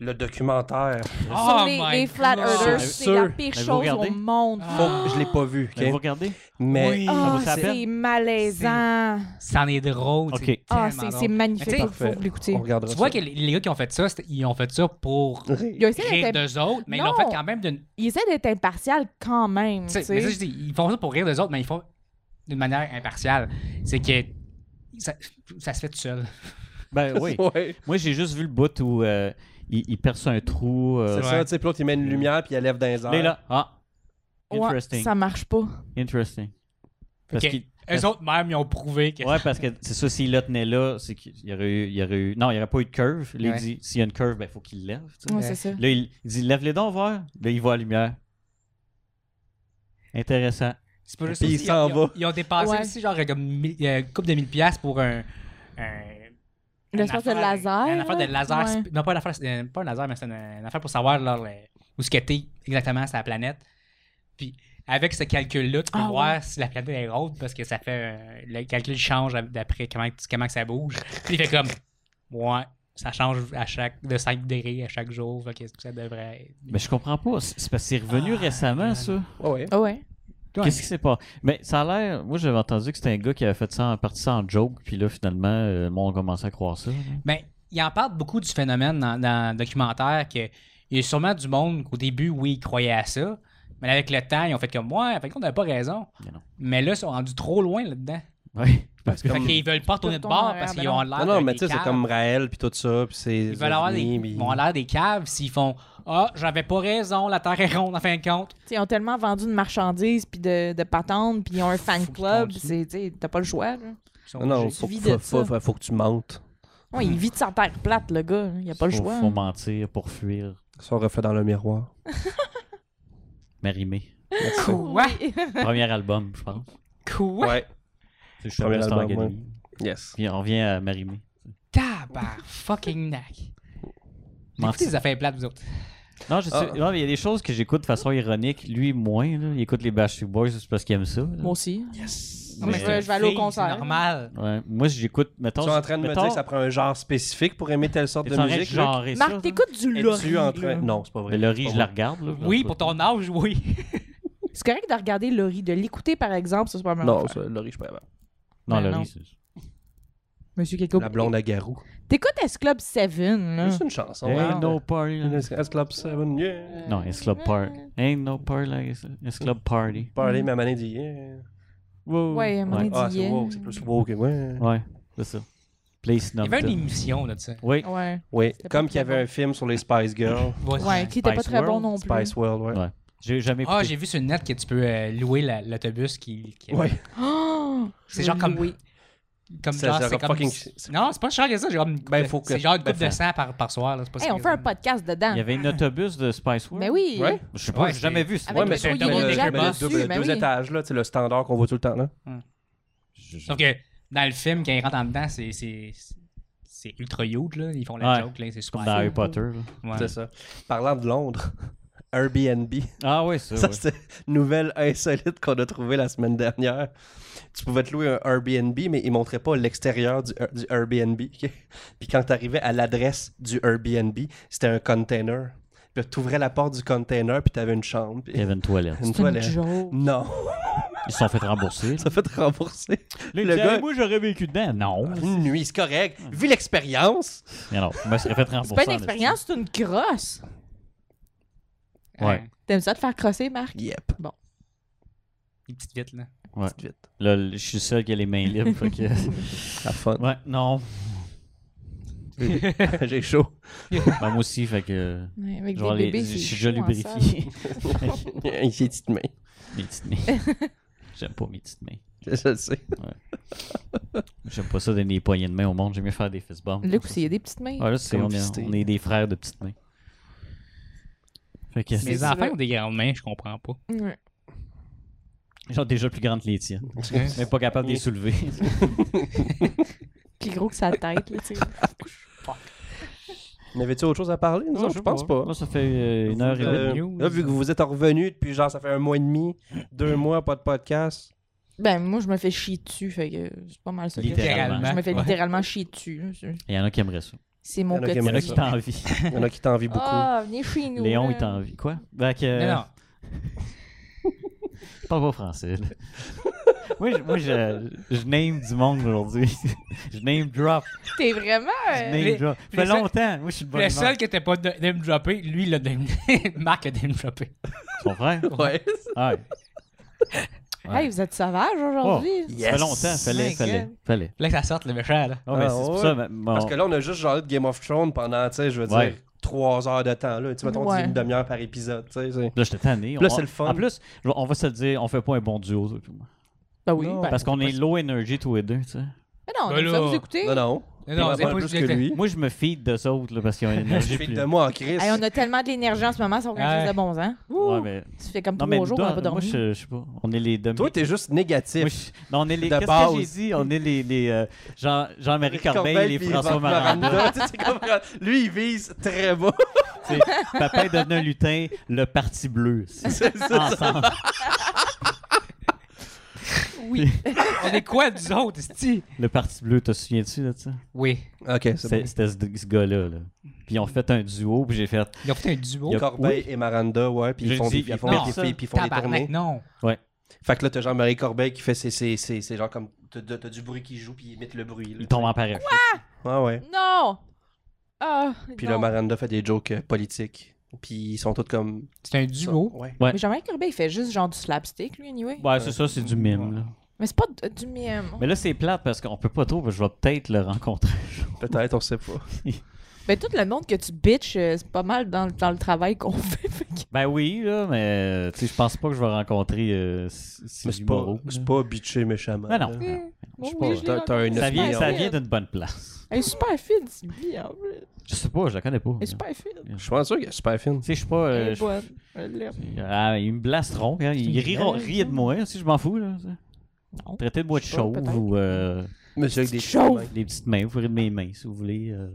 Speaker 3: Le documentaire.
Speaker 2: Sur
Speaker 4: Oh
Speaker 2: les,
Speaker 4: my
Speaker 2: les flat
Speaker 4: God.
Speaker 2: earthers,
Speaker 3: C'est
Speaker 2: c'est la
Speaker 3: sûr.
Speaker 1: Mais
Speaker 2: pire
Speaker 1: vous
Speaker 2: chose
Speaker 1: regardez?
Speaker 2: au monde.
Speaker 4: Ah.
Speaker 3: Faut que- Je l'ai pas vu, ok?
Speaker 1: Mais ben, Vous regardez?
Speaker 3: Mais.
Speaker 4: Oui.
Speaker 2: Ah,
Speaker 1: vous rappelle?
Speaker 2: c'est malaisant.
Speaker 4: C'en est drôle.
Speaker 1: Ok.
Speaker 4: c'est
Speaker 2: Ah,
Speaker 4: tellement
Speaker 2: c'est c'est
Speaker 4: drôle.
Speaker 2: magnifique.
Speaker 4: Mais tu sais,
Speaker 2: Il faut que l'écouter.
Speaker 3: On regardera
Speaker 4: Tu
Speaker 3: ça.
Speaker 4: vois que les- les gars qui ont fait ça, c'était- ils ont fait ça pour
Speaker 2: Ils ont essayé
Speaker 4: rire
Speaker 2: d'être-
Speaker 4: d'eux autres, mais ils l'ont
Speaker 2: Non.
Speaker 4: fait quand même d'une.
Speaker 2: ils essaient d'être impartial quand même.
Speaker 4: Tu sais,
Speaker 2: tu sais.
Speaker 4: mais ça, je dis, ils font ça pour rire d'eux autres, mais ils font d'une manière impartiale. C'est que ça, ça se fait tout seul.
Speaker 1: Ben oui.
Speaker 3: Ouais.
Speaker 1: Moi, j'ai juste vu le bout où euh, il, il perce un trou. euh,
Speaker 3: C'est
Speaker 4: Ouais.
Speaker 3: ça, tu sais, puis l'autre, il met une lumière, puis il lève dans les airs.
Speaker 1: Là, là. Ah.
Speaker 2: Ouais,
Speaker 1: Interesting.
Speaker 2: ça marche pas.
Speaker 1: Interesting. Parce
Speaker 4: Ok.
Speaker 1: qu'il-
Speaker 4: Eux autres même, ils ont prouvé que.
Speaker 1: Ouais, parce que c'est ça, s'il le tenait là, c'est qu'il y aurait eu, il y aurait eu. Non, il n'y aurait pas eu de curve. Là,
Speaker 4: Ouais.
Speaker 1: il dit s'il y a une curve, ben, il faut qu'il lève. tu sais.
Speaker 2: Ouais, c'est ça.
Speaker 1: Là, il, il dit lève les dents voir. Là, il voit la lumière. Intéressant.
Speaker 4: C'est pas
Speaker 3: Puis
Speaker 4: ça,
Speaker 3: il
Speaker 4: c'est-
Speaker 3: s'en
Speaker 4: ils ont-
Speaker 3: va.
Speaker 4: Ils ont dépassé
Speaker 2: Ouais.
Speaker 4: aussi, genre, comme mille- euh, une couple de 1000 piastres pour un. un
Speaker 2: Une espèce de
Speaker 4: affaire-
Speaker 2: laser,
Speaker 4: Une affaire
Speaker 2: là.
Speaker 4: de laser.
Speaker 2: Ouais.
Speaker 4: sp- Non, pas, une affaire, euh, pas un laser, mais c'est une, une affaire pour savoir là, le- où ce que t'es exactement sur la planète. Puis avec ce calcul-là, tu peux
Speaker 2: Ah,
Speaker 4: voir si la planète est ronde parce que ça fait. euh, le calcul change à- d'après comment, que tu- comment que ça bouge. Puis il fait comme. Ouais, ça change à chaque, de 5 degrés à chaque jour. Fait que ça devrait être.
Speaker 1: Mais je comprends pas. C'est c'est parce que c'est revenu
Speaker 4: Ah,
Speaker 1: récemment,
Speaker 4: man.
Speaker 1: ça.
Speaker 3: Ouais.
Speaker 2: Ah ouais.
Speaker 4: Ouais.
Speaker 1: Qu'est-ce qui s'est passé? Mais ça a l'air. Moi, j'avais entendu que c'était un gars qui avait fait ça en partie ça en joke. Puis là, finalement, euh, le monde a commencé à croire ça. là.
Speaker 4: Ben, il en parle beaucoup du phénomène dans, dans le documentaire que il y a sûrement du monde qu'au début, oui, ils croyaient à ça, mais avec le temps, ils ont fait comme ouais, fait qu'on n'avait pas raison.
Speaker 1: Mais non.
Speaker 4: Mais là, ils sont rendus trop loin là-dedans.
Speaker 1: Ouais. Parce que.
Speaker 4: Fait
Speaker 3: Comme-
Speaker 4: qu'ils veulent pas tourner de bord parce
Speaker 2: Ben
Speaker 4: qu'ils
Speaker 2: non.
Speaker 4: ont l'air.
Speaker 3: Non, Hmm. Ah non,
Speaker 4: de-
Speaker 3: mais
Speaker 4: des
Speaker 3: tu sais, c'est
Speaker 4: caves.
Speaker 3: comme Raël, puis tout ça, puis c'est.
Speaker 4: Ils veulent avoir des. Ils ont l'air des caves s'ils font Ah, j'avais pas raison, la terre est ronde en fin de compte.
Speaker 2: T'sais, ils ont tellement vendu de marchandises puis de, de patentes puis ils ont un fan
Speaker 4: qu'ils
Speaker 2: club.
Speaker 4: continuent.
Speaker 2: c'est- t'sais, T'as pas le choix. là.
Speaker 4: Ils sont
Speaker 3: Non, non,
Speaker 4: obligés.
Speaker 3: faut,
Speaker 2: vis
Speaker 3: faut,
Speaker 2: de ça.
Speaker 3: faut, faut, faut que tu montes.
Speaker 2: Ouais, il vit de sa terre plate, le gars. hein. Il a pas le
Speaker 1: faut,
Speaker 2: choix.
Speaker 1: faut mentir pour fuir.
Speaker 3: Son reflet dans le miroir.
Speaker 1: Marimé.
Speaker 3: Merci.
Speaker 4: Quoi?
Speaker 1: Premier album, je pense.
Speaker 4: Quoi?
Speaker 3: Ouais.
Speaker 1: C'est je suis
Speaker 3: Premier
Speaker 1: resté en
Speaker 3: album, ouais.
Speaker 1: Galie.
Speaker 3: Yes.
Speaker 1: Puis on revient à Marimé.
Speaker 4: Tabar fucking nac. Écoutez
Speaker 1: Mentir.
Speaker 4: des affaires plates, vous autres.
Speaker 1: Non, je suis-
Speaker 3: Ah.
Speaker 1: non, mais il y a des choses que j'écoute de façon ironique. Lui, moins. là. Il écoute les Backstreet Boys juste parce qu'il aime ça. là.
Speaker 2: Moi aussi.
Speaker 3: Yes.
Speaker 2: Non, mais
Speaker 1: Mais-
Speaker 2: je vais- je vais aller au concert.
Speaker 4: C'est normal.
Speaker 1: Ouais. Moi, j'écoute. Mettons,
Speaker 3: Tu es en train de me
Speaker 1: mettons,
Speaker 3: dire que ça prend un genre spécifique pour aimer telle sorte
Speaker 1: t'es
Speaker 3: de
Speaker 1: en train de
Speaker 3: musique? Luc?
Speaker 1: genrer ça,
Speaker 2: Marc,
Speaker 1: là?
Speaker 2: t'écoutes du
Speaker 3: Es-tu
Speaker 2: Laurie.
Speaker 3: en train...
Speaker 2: là.
Speaker 3: Non, c'est pas vrai.
Speaker 1: Mais Laurie,
Speaker 3: C'est
Speaker 1: je
Speaker 3: pas
Speaker 1: la
Speaker 3: vrai.
Speaker 1: regarde. Là,
Speaker 4: Oui, pour ton âge, oui.
Speaker 2: C'est correct de regarder Laurie, de l'écouter par exemple, ça c'est pas mal.
Speaker 3: Non, ça, Laurie, je peux pas.
Speaker 1: Non,
Speaker 2: Mais non.
Speaker 1: Laurie, c'est.
Speaker 2: Monsieur Kiko.
Speaker 3: La blonde à Garou.
Speaker 2: T'écoutes S-Club 7, là.
Speaker 3: C'est une chanson.
Speaker 1: Ain't
Speaker 3: hein.
Speaker 1: no party.
Speaker 3: In
Speaker 1: là.
Speaker 3: this S-Club 7, yeah.
Speaker 1: Non, it's club party. Ain't no party like it's, it's club party.
Speaker 3: Parler, ma manée dit yeah.
Speaker 1: Wow.
Speaker 2: Ouais, à un moment
Speaker 1: ouais.
Speaker 2: donné,
Speaker 3: Ah,
Speaker 2: Yeah.
Speaker 3: c'est wow, c'est plus wow que moi.
Speaker 1: Ouais, c'est ça. Place
Speaker 4: Il y
Speaker 1: number.
Speaker 4: avait une émission là, de ça.
Speaker 1: Oui.
Speaker 2: Ouais.
Speaker 3: Oui,
Speaker 2: C'était
Speaker 3: comme
Speaker 2: pas Mmh.
Speaker 3: qu'il y avait
Speaker 2: très
Speaker 3: un film sur les Spice Girls.
Speaker 4: Vas-y.
Speaker 2: Ouais, qui était pas
Speaker 1: Spice
Speaker 2: très bon
Speaker 1: World,
Speaker 2: non plus.
Speaker 3: Spice World, ouais.
Speaker 1: Ouais. J'ai jamais écouté.
Speaker 4: Ah, j'ai vu sur le net que tu peux euh, louer la- l'autobus qui. qui-
Speaker 3: Ouais.
Speaker 2: Oh,
Speaker 4: C'est
Speaker 2: je
Speaker 4: genre comme.
Speaker 2: l'ai.
Speaker 4: Comme
Speaker 3: Ça,
Speaker 4: genre,
Speaker 3: c'est
Speaker 4: c'est
Speaker 3: genre
Speaker 4: comme.
Speaker 3: fucking- c'est-
Speaker 4: Non, c'est pas cher que ça. J'ai comme une coupe
Speaker 3: Ben,
Speaker 4: de-
Speaker 3: faut que-
Speaker 4: C'est genre une
Speaker 3: ben,
Speaker 4: coupe de
Speaker 3: faut-
Speaker 4: sang par, par soir. Là. c'est Pas si
Speaker 2: Hey, on
Speaker 4: que
Speaker 2: fait
Speaker 4: ça.
Speaker 2: un podcast dedans.
Speaker 1: Il y avait un autobus de Spice World.
Speaker 2: Ben oui.
Speaker 3: Ouais.
Speaker 1: Je sais pas,
Speaker 4: Ouais,
Speaker 1: j'ai jamais vu ça.
Speaker 2: Avec
Speaker 3: Ouais, mais
Speaker 2: le
Speaker 3: c'est
Speaker 2: trou,
Speaker 3: le,
Speaker 2: il y a des jets
Speaker 3: le- le
Speaker 2: dessus,
Speaker 3: double-
Speaker 2: ben
Speaker 3: deux
Speaker 2: oui.
Speaker 3: étages, là, tu sais, le standard qu'on voit tout le temps. Là.
Speaker 4: Sauf que dans le film, quand ils rentrent en dedans, c'est. c'est- C'est ultra huge, là. Ils font la
Speaker 1: Ouais.
Speaker 4: joke, là. C'est super.
Speaker 1: Comme dans Harry Potter. là.
Speaker 4: Ouais.
Speaker 3: C'est Ben, ça. Parlant de Londres, Airbnb,
Speaker 1: Ah oui, ça.
Speaker 3: ça
Speaker 1: ouais.
Speaker 3: c'est une nouvelle insolite qu'on a trouvée la semaine dernière. Tu pouvais te louer un Airbnb, mais ils montraient pas l'extérieur du, euh, du Airbnb. ok? Puis quand tu arrivais à l'adresse du Airbnb, c'était un container. Puis tu ouvrais la porte du container, puis tu avais une chambre. puis
Speaker 1: Il y avait une toilette.
Speaker 3: une
Speaker 2: C'est une
Speaker 3: toilette.
Speaker 2: joke.
Speaker 3: Non,
Speaker 1: Ils se sont fait rembourser.
Speaker 3: ça fait te rembourser.
Speaker 1: Là, il
Speaker 3: Le
Speaker 1: dit,
Speaker 3: gars-
Speaker 1: Hey, moi, j'aurais vécu dedans. Non.
Speaker 3: Une nuit, Ah, c'est correct. Vu l'expérience,
Speaker 1: Mais non, je me serais fait rembourser.
Speaker 2: C'est pas une
Speaker 1: en
Speaker 2: expérience, c'est une crosse.
Speaker 1: Ouais.
Speaker 2: T'aimes ça te faire crosser, Marc?
Speaker 3: yep,
Speaker 4: Une petite vite, là.
Speaker 3: tout de suite.
Speaker 1: esti. Là, je suis le seul qui a les mains libres. fait que-
Speaker 3: La fun.
Speaker 1: Ouais, non.
Speaker 3: J'ai chaud.
Speaker 1: Ben, moi aussi, fait que.
Speaker 2: Ouais, avec
Speaker 1: Genre,
Speaker 2: des
Speaker 1: les-
Speaker 2: bébés,
Speaker 1: je
Speaker 2: c'est
Speaker 1: suis
Speaker 2: chaud
Speaker 1: déjà
Speaker 2: en
Speaker 1: lubrifié.
Speaker 3: Il s'est dit de main.
Speaker 1: mes petites mains. J'aime pas mes petites mains.
Speaker 3: Je, je le sais.
Speaker 1: J'aime pas ça donner des poignées de main au monde. J'aime mieux faire des fist bumps.
Speaker 2: salle. Luc aussi, il y a des petites mains.
Speaker 1: Ah, là, c'est, on, est,
Speaker 3: Complicité.
Speaker 1: on est des frères de petites mains. Fait que
Speaker 4: Mes
Speaker 1: c'est
Speaker 4: enfants ont des grandes mains, je comprends pas.
Speaker 2: Ouais.
Speaker 1: genre déjà plus grandes que les tiennes. Mais pas capable de les soulever.
Speaker 2: Plus gros que sa tête, là, tu sais.
Speaker 3: N'avais-tu autre chose à parler? Non, je pense pas.
Speaker 1: Moi, ça fait euh, une heure et
Speaker 3: Euh,
Speaker 1: demie.
Speaker 3: là, vu que vous êtes revenu depuis genre, ça fait un mois et demi, deux mois, pas de podcast.
Speaker 2: Ben, moi, je me fais chier dessus, fait que c'est pas mal ça. que je fais.
Speaker 1: Littéralement.
Speaker 2: Je me fais
Speaker 4: Ouais.
Speaker 2: littéralement chier dessus. hein. C'est-
Speaker 1: Il y en a qui aimeraient ça.
Speaker 2: C'est
Speaker 3: Il
Speaker 2: mon
Speaker 3: y en a qui
Speaker 1: Il y en a
Speaker 2: quotidien.
Speaker 1: qui t'envient.
Speaker 3: Il y en a qui t'envient beaucoup.
Speaker 2: Ah, venez chez nous. hein.
Speaker 1: Léon
Speaker 2: là.
Speaker 1: est en vie. Quoi? Fait que,
Speaker 3: Euh,
Speaker 4: Non, non.
Speaker 1: Je parle pas français. là. moi, je, moi je, je name du monde aujourd'hui. je name drop.
Speaker 2: T'es vraiment.
Speaker 1: Je
Speaker 2: euh,
Speaker 1: name
Speaker 4: les-
Speaker 1: drop. Ça fait
Speaker 4: les seuls-
Speaker 1: longtemps. Moi, je suis de bonne
Speaker 4: Le
Speaker 1: humeur.
Speaker 4: seul qui était pas de- name droppé, lui, il l'a name... Marc l'a name droppé.
Speaker 1: Son frère?
Speaker 3: Ouais.
Speaker 1: Ah, ouais. Oh.
Speaker 2: Hey, vous êtes sauvage aujourd'hui.
Speaker 1: Ça fait
Speaker 3: Yes.
Speaker 1: longtemps. Fallait,
Speaker 4: My
Speaker 1: fallait.
Speaker 4: God.
Speaker 1: Fallait.
Speaker 4: Là, que ça sorte, le méchant, là.
Speaker 1: Ah, mais
Speaker 3: Ah,
Speaker 1: c'est pour
Speaker 3: ouais.
Speaker 1: ça. ma- mon-
Speaker 3: Parce que là, on a juste genre de Game of Thrones pendant, tu sais, je veux
Speaker 1: Ouais.
Speaker 3: dire, trois heures de temps. Là. Tu sais, mettons,
Speaker 2: Ouais.
Speaker 3: une demi-heure par épisode. Tu sais, c'est-
Speaker 1: Là, j'étais tanné.
Speaker 3: Là,
Speaker 1: On-
Speaker 3: c'est le fun.
Speaker 1: En plus, je- on va se le dire, on fait pas un bon duo. toi puis moi.
Speaker 2: Ben oui.
Speaker 3: Non.
Speaker 2: ben-
Speaker 1: Parce qu'on est low energy tous les deux, tu sais.
Speaker 2: Mais non, on
Speaker 4: Ben
Speaker 2: aime ça
Speaker 4: là.
Speaker 2: vous écouter.
Speaker 3: Non, non.
Speaker 4: Non, non,
Speaker 3: Pas
Speaker 4: c'est pas
Speaker 3: plus que lui.
Speaker 1: Moi, je me feed d'eux autres, là, parce qu'ils ont une énergie
Speaker 3: Je
Speaker 1: plus...
Speaker 3: file de moi en crise.
Speaker 2: Hey, on a tellement de l'énergie en ce moment, ça aucun
Speaker 4: Ouais.
Speaker 2: chose de bon sens. Ouh,
Speaker 1: Ouais, mais...
Speaker 2: Tu fais comme
Speaker 1: Non,
Speaker 2: trois
Speaker 1: mais
Speaker 2: jours qu'on
Speaker 1: nous,
Speaker 2: n'a pas
Speaker 1: moi,
Speaker 2: dormi.
Speaker 1: je, je sais pas. On est les demi...
Speaker 3: Toi, t'es juste négatif.
Speaker 1: Moi, je- Non, on est les...
Speaker 3: De
Speaker 1: Qu'est-ce
Speaker 3: base.
Speaker 1: que j'ai dit? On est les... les euh, Jean... Jean-Marie Corbeil et les
Speaker 3: puis
Speaker 1: François
Speaker 3: Marc Maranda,
Speaker 1: Maranda.
Speaker 3: tu sais, tu comprends? Lui, il vise très bas.
Speaker 1: tu sais. Papa est devenu un lutin, le Parti bleu. c'est-
Speaker 3: C'est ça.
Speaker 1: Ensemble.
Speaker 4: Oui. on est quoi, nous autres, esti?
Speaker 1: Le Parti bleu, te souviens-tu de ça?
Speaker 4: Oui.
Speaker 3: Ok,
Speaker 1: Ah.
Speaker 3: c'est
Speaker 1: C'est- C'était ce, ce gars-là, là. Puis ils ont fait un duo, puis j'ai fait...
Speaker 4: Ils ont fait un
Speaker 1: Il y
Speaker 4: duo.
Speaker 3: bon.
Speaker 1: a-
Speaker 3: Corbeilles et Maranda, ouais, puis
Speaker 1: Je
Speaker 3: ils font
Speaker 1: dis,
Speaker 3: des
Speaker 1: il y a
Speaker 3: ils font
Speaker 4: pas
Speaker 3: des
Speaker 1: ça.
Speaker 3: filles, puis ils font des
Speaker 4: Tabarnak,
Speaker 3: tournées.
Speaker 4: non.
Speaker 3: Fait que là, t'as Jean-Marie Corbeil qui fait ses, ses, ses, ses genre comme. T'as, t'as- t'as du bruit qui joue, puis il imite le bruit.
Speaker 1: Il
Speaker 3: Là.
Speaker 1: tombe en parachute.
Speaker 3: Ah ouais.
Speaker 2: Non! Ah!
Speaker 3: Puis
Speaker 2: non.
Speaker 3: là, Maranda fait des jokes euh, politiques. Puis ils sont tous comme.
Speaker 4: C'est un
Speaker 3: ça.
Speaker 4: duo.
Speaker 3: Ouais.
Speaker 2: Mais Jean-Marie Corbeil, il fait juste genre du slapstick, lui, anyway.
Speaker 1: Ouais, c'est ça, c'est du mime, là.
Speaker 2: Mais c'est pas d- du mime.
Speaker 1: Mais là, c'est plate parce qu'on peut pas trop, parce que je vais peut-être le rencontrer.
Speaker 3: Peut-être, on sait pas.
Speaker 2: Ben, tout le monde que tu bitches, euh, c'est pas mal dans, le- dans le travail qu'on fait. fait que-
Speaker 1: Ben oui, là, mais tu sais, je pense pas que je vais rencontrer euh, S-
Speaker 3: Mais
Speaker 1: Sylvie
Speaker 3: c'est pas,
Speaker 1: Moreau,
Speaker 3: c'est
Speaker 1: là.
Speaker 3: pas bitché méchamment.
Speaker 1: Ben non.
Speaker 3: là.
Speaker 1: non.
Speaker 2: Bon,
Speaker 1: sais
Speaker 2: oui,
Speaker 1: pas,
Speaker 2: je l'ai
Speaker 3: t'as- t'as
Speaker 2: rencontrée,
Speaker 3: une-
Speaker 2: c'est
Speaker 1: Ça vient,
Speaker 2: super
Speaker 1: ça
Speaker 2: fine.
Speaker 1: vient d'une bonne place.
Speaker 2: Elle est super fine, Sylvie, en vrai.
Speaker 1: Je sais pas, je la connais pas.
Speaker 2: Elle est
Speaker 1: Tu
Speaker 2: super fine.
Speaker 3: Je suis pas sûr qu'elle est super fine.
Speaker 1: sais, je suis pas.
Speaker 2: Elle
Speaker 1: euh,
Speaker 2: est
Speaker 1: je-
Speaker 2: bonne. Elle l'aime.
Speaker 1: Ah, ils me blasteront. hein. Ils
Speaker 4: une
Speaker 1: riront,
Speaker 4: blague,
Speaker 1: rient de moi, hein, si je m'en fous. Là.
Speaker 2: Non.
Speaker 1: Traitez de moi de
Speaker 2: Je sais pas,
Speaker 1: chauve
Speaker 2: peut-être.
Speaker 1: ou euh,
Speaker 3: Monsieur avec des
Speaker 2: Chauve.
Speaker 1: des petites mains. Vous rirez de mes mains, si vous voulez. euh.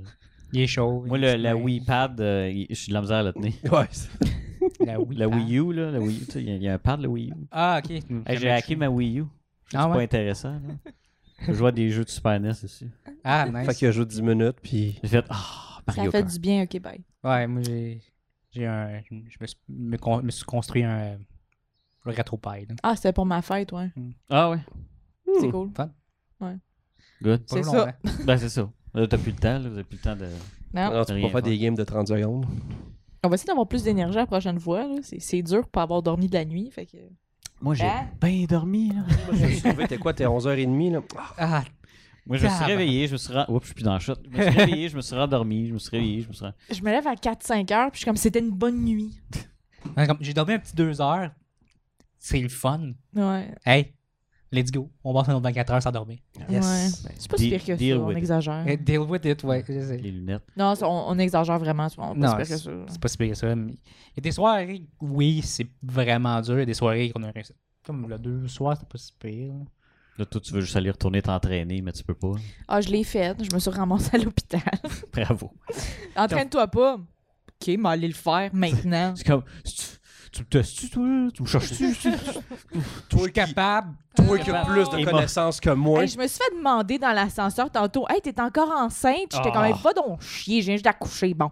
Speaker 4: Il est chaud.
Speaker 1: Moi,
Speaker 4: il
Speaker 1: le-
Speaker 4: se
Speaker 1: la
Speaker 4: met-
Speaker 1: Wii Pad, euh, il- je suis de la misère à la tenir.
Speaker 3: Ouais. c'est-
Speaker 4: La Wii.
Speaker 1: La
Speaker 4: pad.
Speaker 1: Wii U, là, la Wii U, tu sais, il y a- il y, a un pad, la Wii U.
Speaker 4: Ah, ok.
Speaker 1: Hey, J'ai hacké ma Wii U. C'est
Speaker 4: Ah,
Speaker 1: pas
Speaker 4: ouais.
Speaker 1: intéressant. Là. Je joue à des jeux de Super NES aussi.
Speaker 4: Ah,
Speaker 3: Fait
Speaker 4: nice.
Speaker 3: qu'il a joué 10 minutes, puis.
Speaker 1: J'ai fait Ah,
Speaker 2: Ça
Speaker 1: Mario
Speaker 2: fait
Speaker 1: Kart.
Speaker 2: du bien, ok, bye.
Speaker 4: Ouais, moi, j'ai. J'ai un. Je me suis, me con- me suis construit un. Le rétropie. là.
Speaker 2: Ah, c'était pour ma fête, ouais.
Speaker 1: Ah ouais,
Speaker 2: C'est cool.
Speaker 1: good.
Speaker 4: Pas
Speaker 2: C'est
Speaker 4: long,
Speaker 2: ça.
Speaker 4: hein.
Speaker 1: Ben, c'est ça. Là, t'as plus le temps, là. Vous avez plus le temps de.
Speaker 4: Ah.
Speaker 2: Non.
Speaker 3: Alors, tu peux
Speaker 1: Rien
Speaker 3: pas faire
Speaker 1: faire.
Speaker 3: des games de 30 secondes.
Speaker 2: On va essayer d'avoir plus d'énergie la prochaine fois. là. C'est- C'est dur pour avoir dormi de la nuit. Fait que...
Speaker 1: Moi, j'ai
Speaker 2: Hein?
Speaker 1: bien dormi, là.
Speaker 3: Je me suis trouvé, t'es quoi, t'es 11h30, là?
Speaker 4: Ah,
Speaker 1: Moi, je me suis
Speaker 4: Tabarnak.
Speaker 1: réveillé, je me suis. ren- Oups, je suis plus dans le shot. Je me suis réveillé, je me suis rendormi, je me suis réveillé, je me suis. ren-
Speaker 2: Je me lève à 4-5 heures, puis je suis comme, c'était une bonne nuit.
Speaker 4: Ah, comme- J'ai dormi un petit deux heures. C'est le fun.
Speaker 2: Ouais.
Speaker 4: Hey, let's go. On passe dans 24 heures sans dormir.
Speaker 2: Ouais. C'est pas si
Speaker 1: Ben, Deal-
Speaker 2: pire que
Speaker 1: deal
Speaker 2: ça, on
Speaker 1: with it.
Speaker 2: exagère.
Speaker 4: Eh, Deal with it, ouais. je sais.
Speaker 1: Les lunettes.
Speaker 2: Non, ça, on, on exagère vraiment, c'est pas si
Speaker 4: Non,
Speaker 2: pire que ça.
Speaker 4: C'est pas si pire que ça. mais Il y a des soirées, oui, c'est vraiment dur. Il y a des soirées qu'on a réussi. Comme le deux soirs, c'est pas si pire. là.
Speaker 1: Là, toi, tu veux juste aller retourner t'entraîner, mais tu peux pas.
Speaker 2: Ah, je l'ai faite, je me suis ramassée à l'hôpital.
Speaker 1: Bravo.
Speaker 2: Entraîne-toi pas. Ok, mais allez le faire maintenant.
Speaker 1: C'est comme. Tu, tu me testes-tu, toi, là? Tu me cherches-tu? tu- tu-
Speaker 4: Je suis capable.
Speaker 3: Toi qui as
Speaker 2: Oh.
Speaker 3: plus de
Speaker 1: Et
Speaker 3: connaissances que moi.
Speaker 2: Hey, je me suis fait demander dans l'ascenseur tantôt, hey, t'es encore enceinte? J'étais quand même
Speaker 1: Ah.
Speaker 2: pas donc chier, j'ai juste d'accoucher. Bon,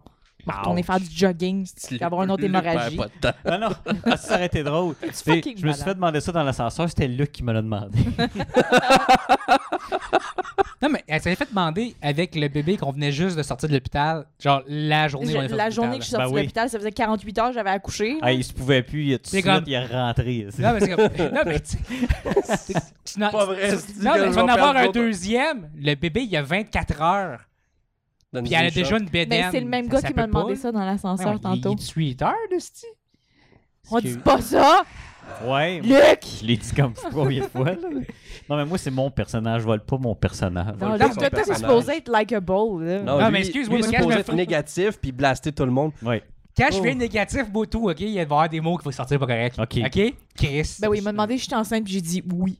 Speaker 2: on va retourner
Speaker 1: Ouch.
Speaker 2: faire du jogging,
Speaker 3: Tu
Speaker 2: d'avoir une autre
Speaker 3: le perds
Speaker 2: hémorragie.
Speaker 3: pas de temps.
Speaker 1: Ah non, ah, ça aurait été drôle. Tu sais,
Speaker 2: fucking
Speaker 1: je me suis
Speaker 2: malade.
Speaker 1: fait demander ça dans l'ascenseur, c'était Luc qui me l'a demandé.
Speaker 4: Non, mais elle s'est fait demander avec le bébé qu'on venait juste de sortir de l'hôpital. Genre la journée.
Speaker 2: Je-
Speaker 4: où on est sorti
Speaker 2: la
Speaker 4: de
Speaker 2: journée que je suis
Speaker 4: l'hôpital,
Speaker 2: sortie
Speaker 1: Ben
Speaker 2: de
Speaker 1: oui.
Speaker 2: l'hôpital, ça faisait 48 heures que j'avais accouché. Ben,
Speaker 1: ah, il se pouvait plus, il a tout de
Speaker 4: C'est
Speaker 1: suite,
Speaker 4: comme-
Speaker 1: il est rentré. c'est-
Speaker 4: là. Non, mais c'est comme. Non, mais tu sais. tu n'as-
Speaker 3: Pas vrai,
Speaker 4: tu-
Speaker 3: c'est
Speaker 4: Non,
Speaker 3: que
Speaker 4: mais
Speaker 3: je
Speaker 4: tu
Speaker 3: vais
Speaker 4: vas en avoir
Speaker 3: perdre
Speaker 4: un
Speaker 3: d'autres.
Speaker 4: deuxième. Le bébé, il y a 24 heures.
Speaker 3: Donne-nous
Speaker 4: Puis elle a
Speaker 3: une
Speaker 4: déjà
Speaker 3: shot.
Speaker 4: une bédaine.
Speaker 2: Mais Ben, c'est le même
Speaker 4: Ça-
Speaker 2: gars
Speaker 4: ça
Speaker 2: qui
Speaker 4: peut
Speaker 2: m'a demandé
Speaker 4: pas.
Speaker 2: ça dans l'ascenseur
Speaker 4: Ouais, il-
Speaker 2: tantôt.
Speaker 4: Il tue 8 heures, de ce
Speaker 2: On dit pas ça,
Speaker 1: Ouais,
Speaker 2: Luc!
Speaker 1: je l'ai dit comme combien de fois. là. Non, mais moi, c'est mon personnage, je vole pas mon personnage.
Speaker 2: Non,
Speaker 3: le
Speaker 2: Luc,
Speaker 3: son
Speaker 2: toi, t'es
Speaker 3: personnage.
Speaker 2: supposé être likable. là.
Speaker 3: Non,
Speaker 4: Non, Ah, mais
Speaker 3: mais excuse-moi,
Speaker 4: excuse-moi, mais
Speaker 3: c'est
Speaker 4: quand je
Speaker 3: supposé
Speaker 4: me
Speaker 3: être
Speaker 4: fais-
Speaker 3: négatif puis blaster tout le monde.
Speaker 1: Ouais.
Speaker 4: Quand je
Speaker 3: Oh.
Speaker 4: fais négatif, Boto, OK, il va y avoir des mots qui vont sortir pas correct.
Speaker 1: OK.
Speaker 4: OK? Chris.
Speaker 2: Ben oui, il m'a demandé si j'étais enceinte, puis j'ai dit oui.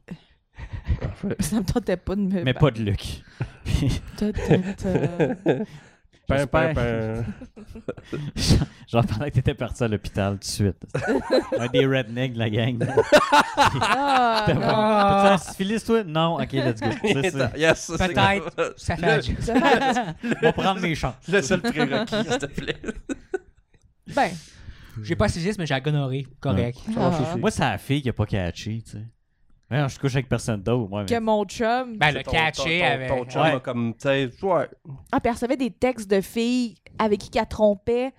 Speaker 2: Ça me tentait pas de me.
Speaker 1: Mais pas de Luc.
Speaker 2: Ta, ta, ta.
Speaker 3: Pin, pin,
Speaker 1: J'espère-
Speaker 3: pin.
Speaker 1: J'en- J'en parlais que t'étais parti à l'hôpital tout de suite. Un des rednecks de la gang.
Speaker 2: Ah,
Speaker 1: T'as
Speaker 2: non.
Speaker 1: pas- T'as-tu un syphilis, toi? Non, ok, let's go. C'est ça.
Speaker 3: Yes, ça, c'est-
Speaker 4: Peut-être. Ça fait
Speaker 3: Le-
Speaker 4: la job.
Speaker 1: On va prendre mes chances.
Speaker 3: Le seul prérequis, s'il te plaît.
Speaker 2: Ben,
Speaker 4: J'ai pas saisi, mais j'ai la gonorrhée. Correct.
Speaker 2: ah.
Speaker 1: Moi, c'est la fille qui a pas catché, tu sais. Ouais, je couche avec personne d'autre, moi.
Speaker 2: que
Speaker 1: mais-
Speaker 2: mon chum
Speaker 4: Ben,
Speaker 3: C'est
Speaker 4: le
Speaker 3: ton-
Speaker 4: catcher
Speaker 3: ton- ton-
Speaker 4: avec.
Speaker 3: Ton chum
Speaker 1: Ouais.
Speaker 3: a comme, tu sais, ouais.
Speaker 2: apercevait des textes de filles avec qui qu'elle trompait,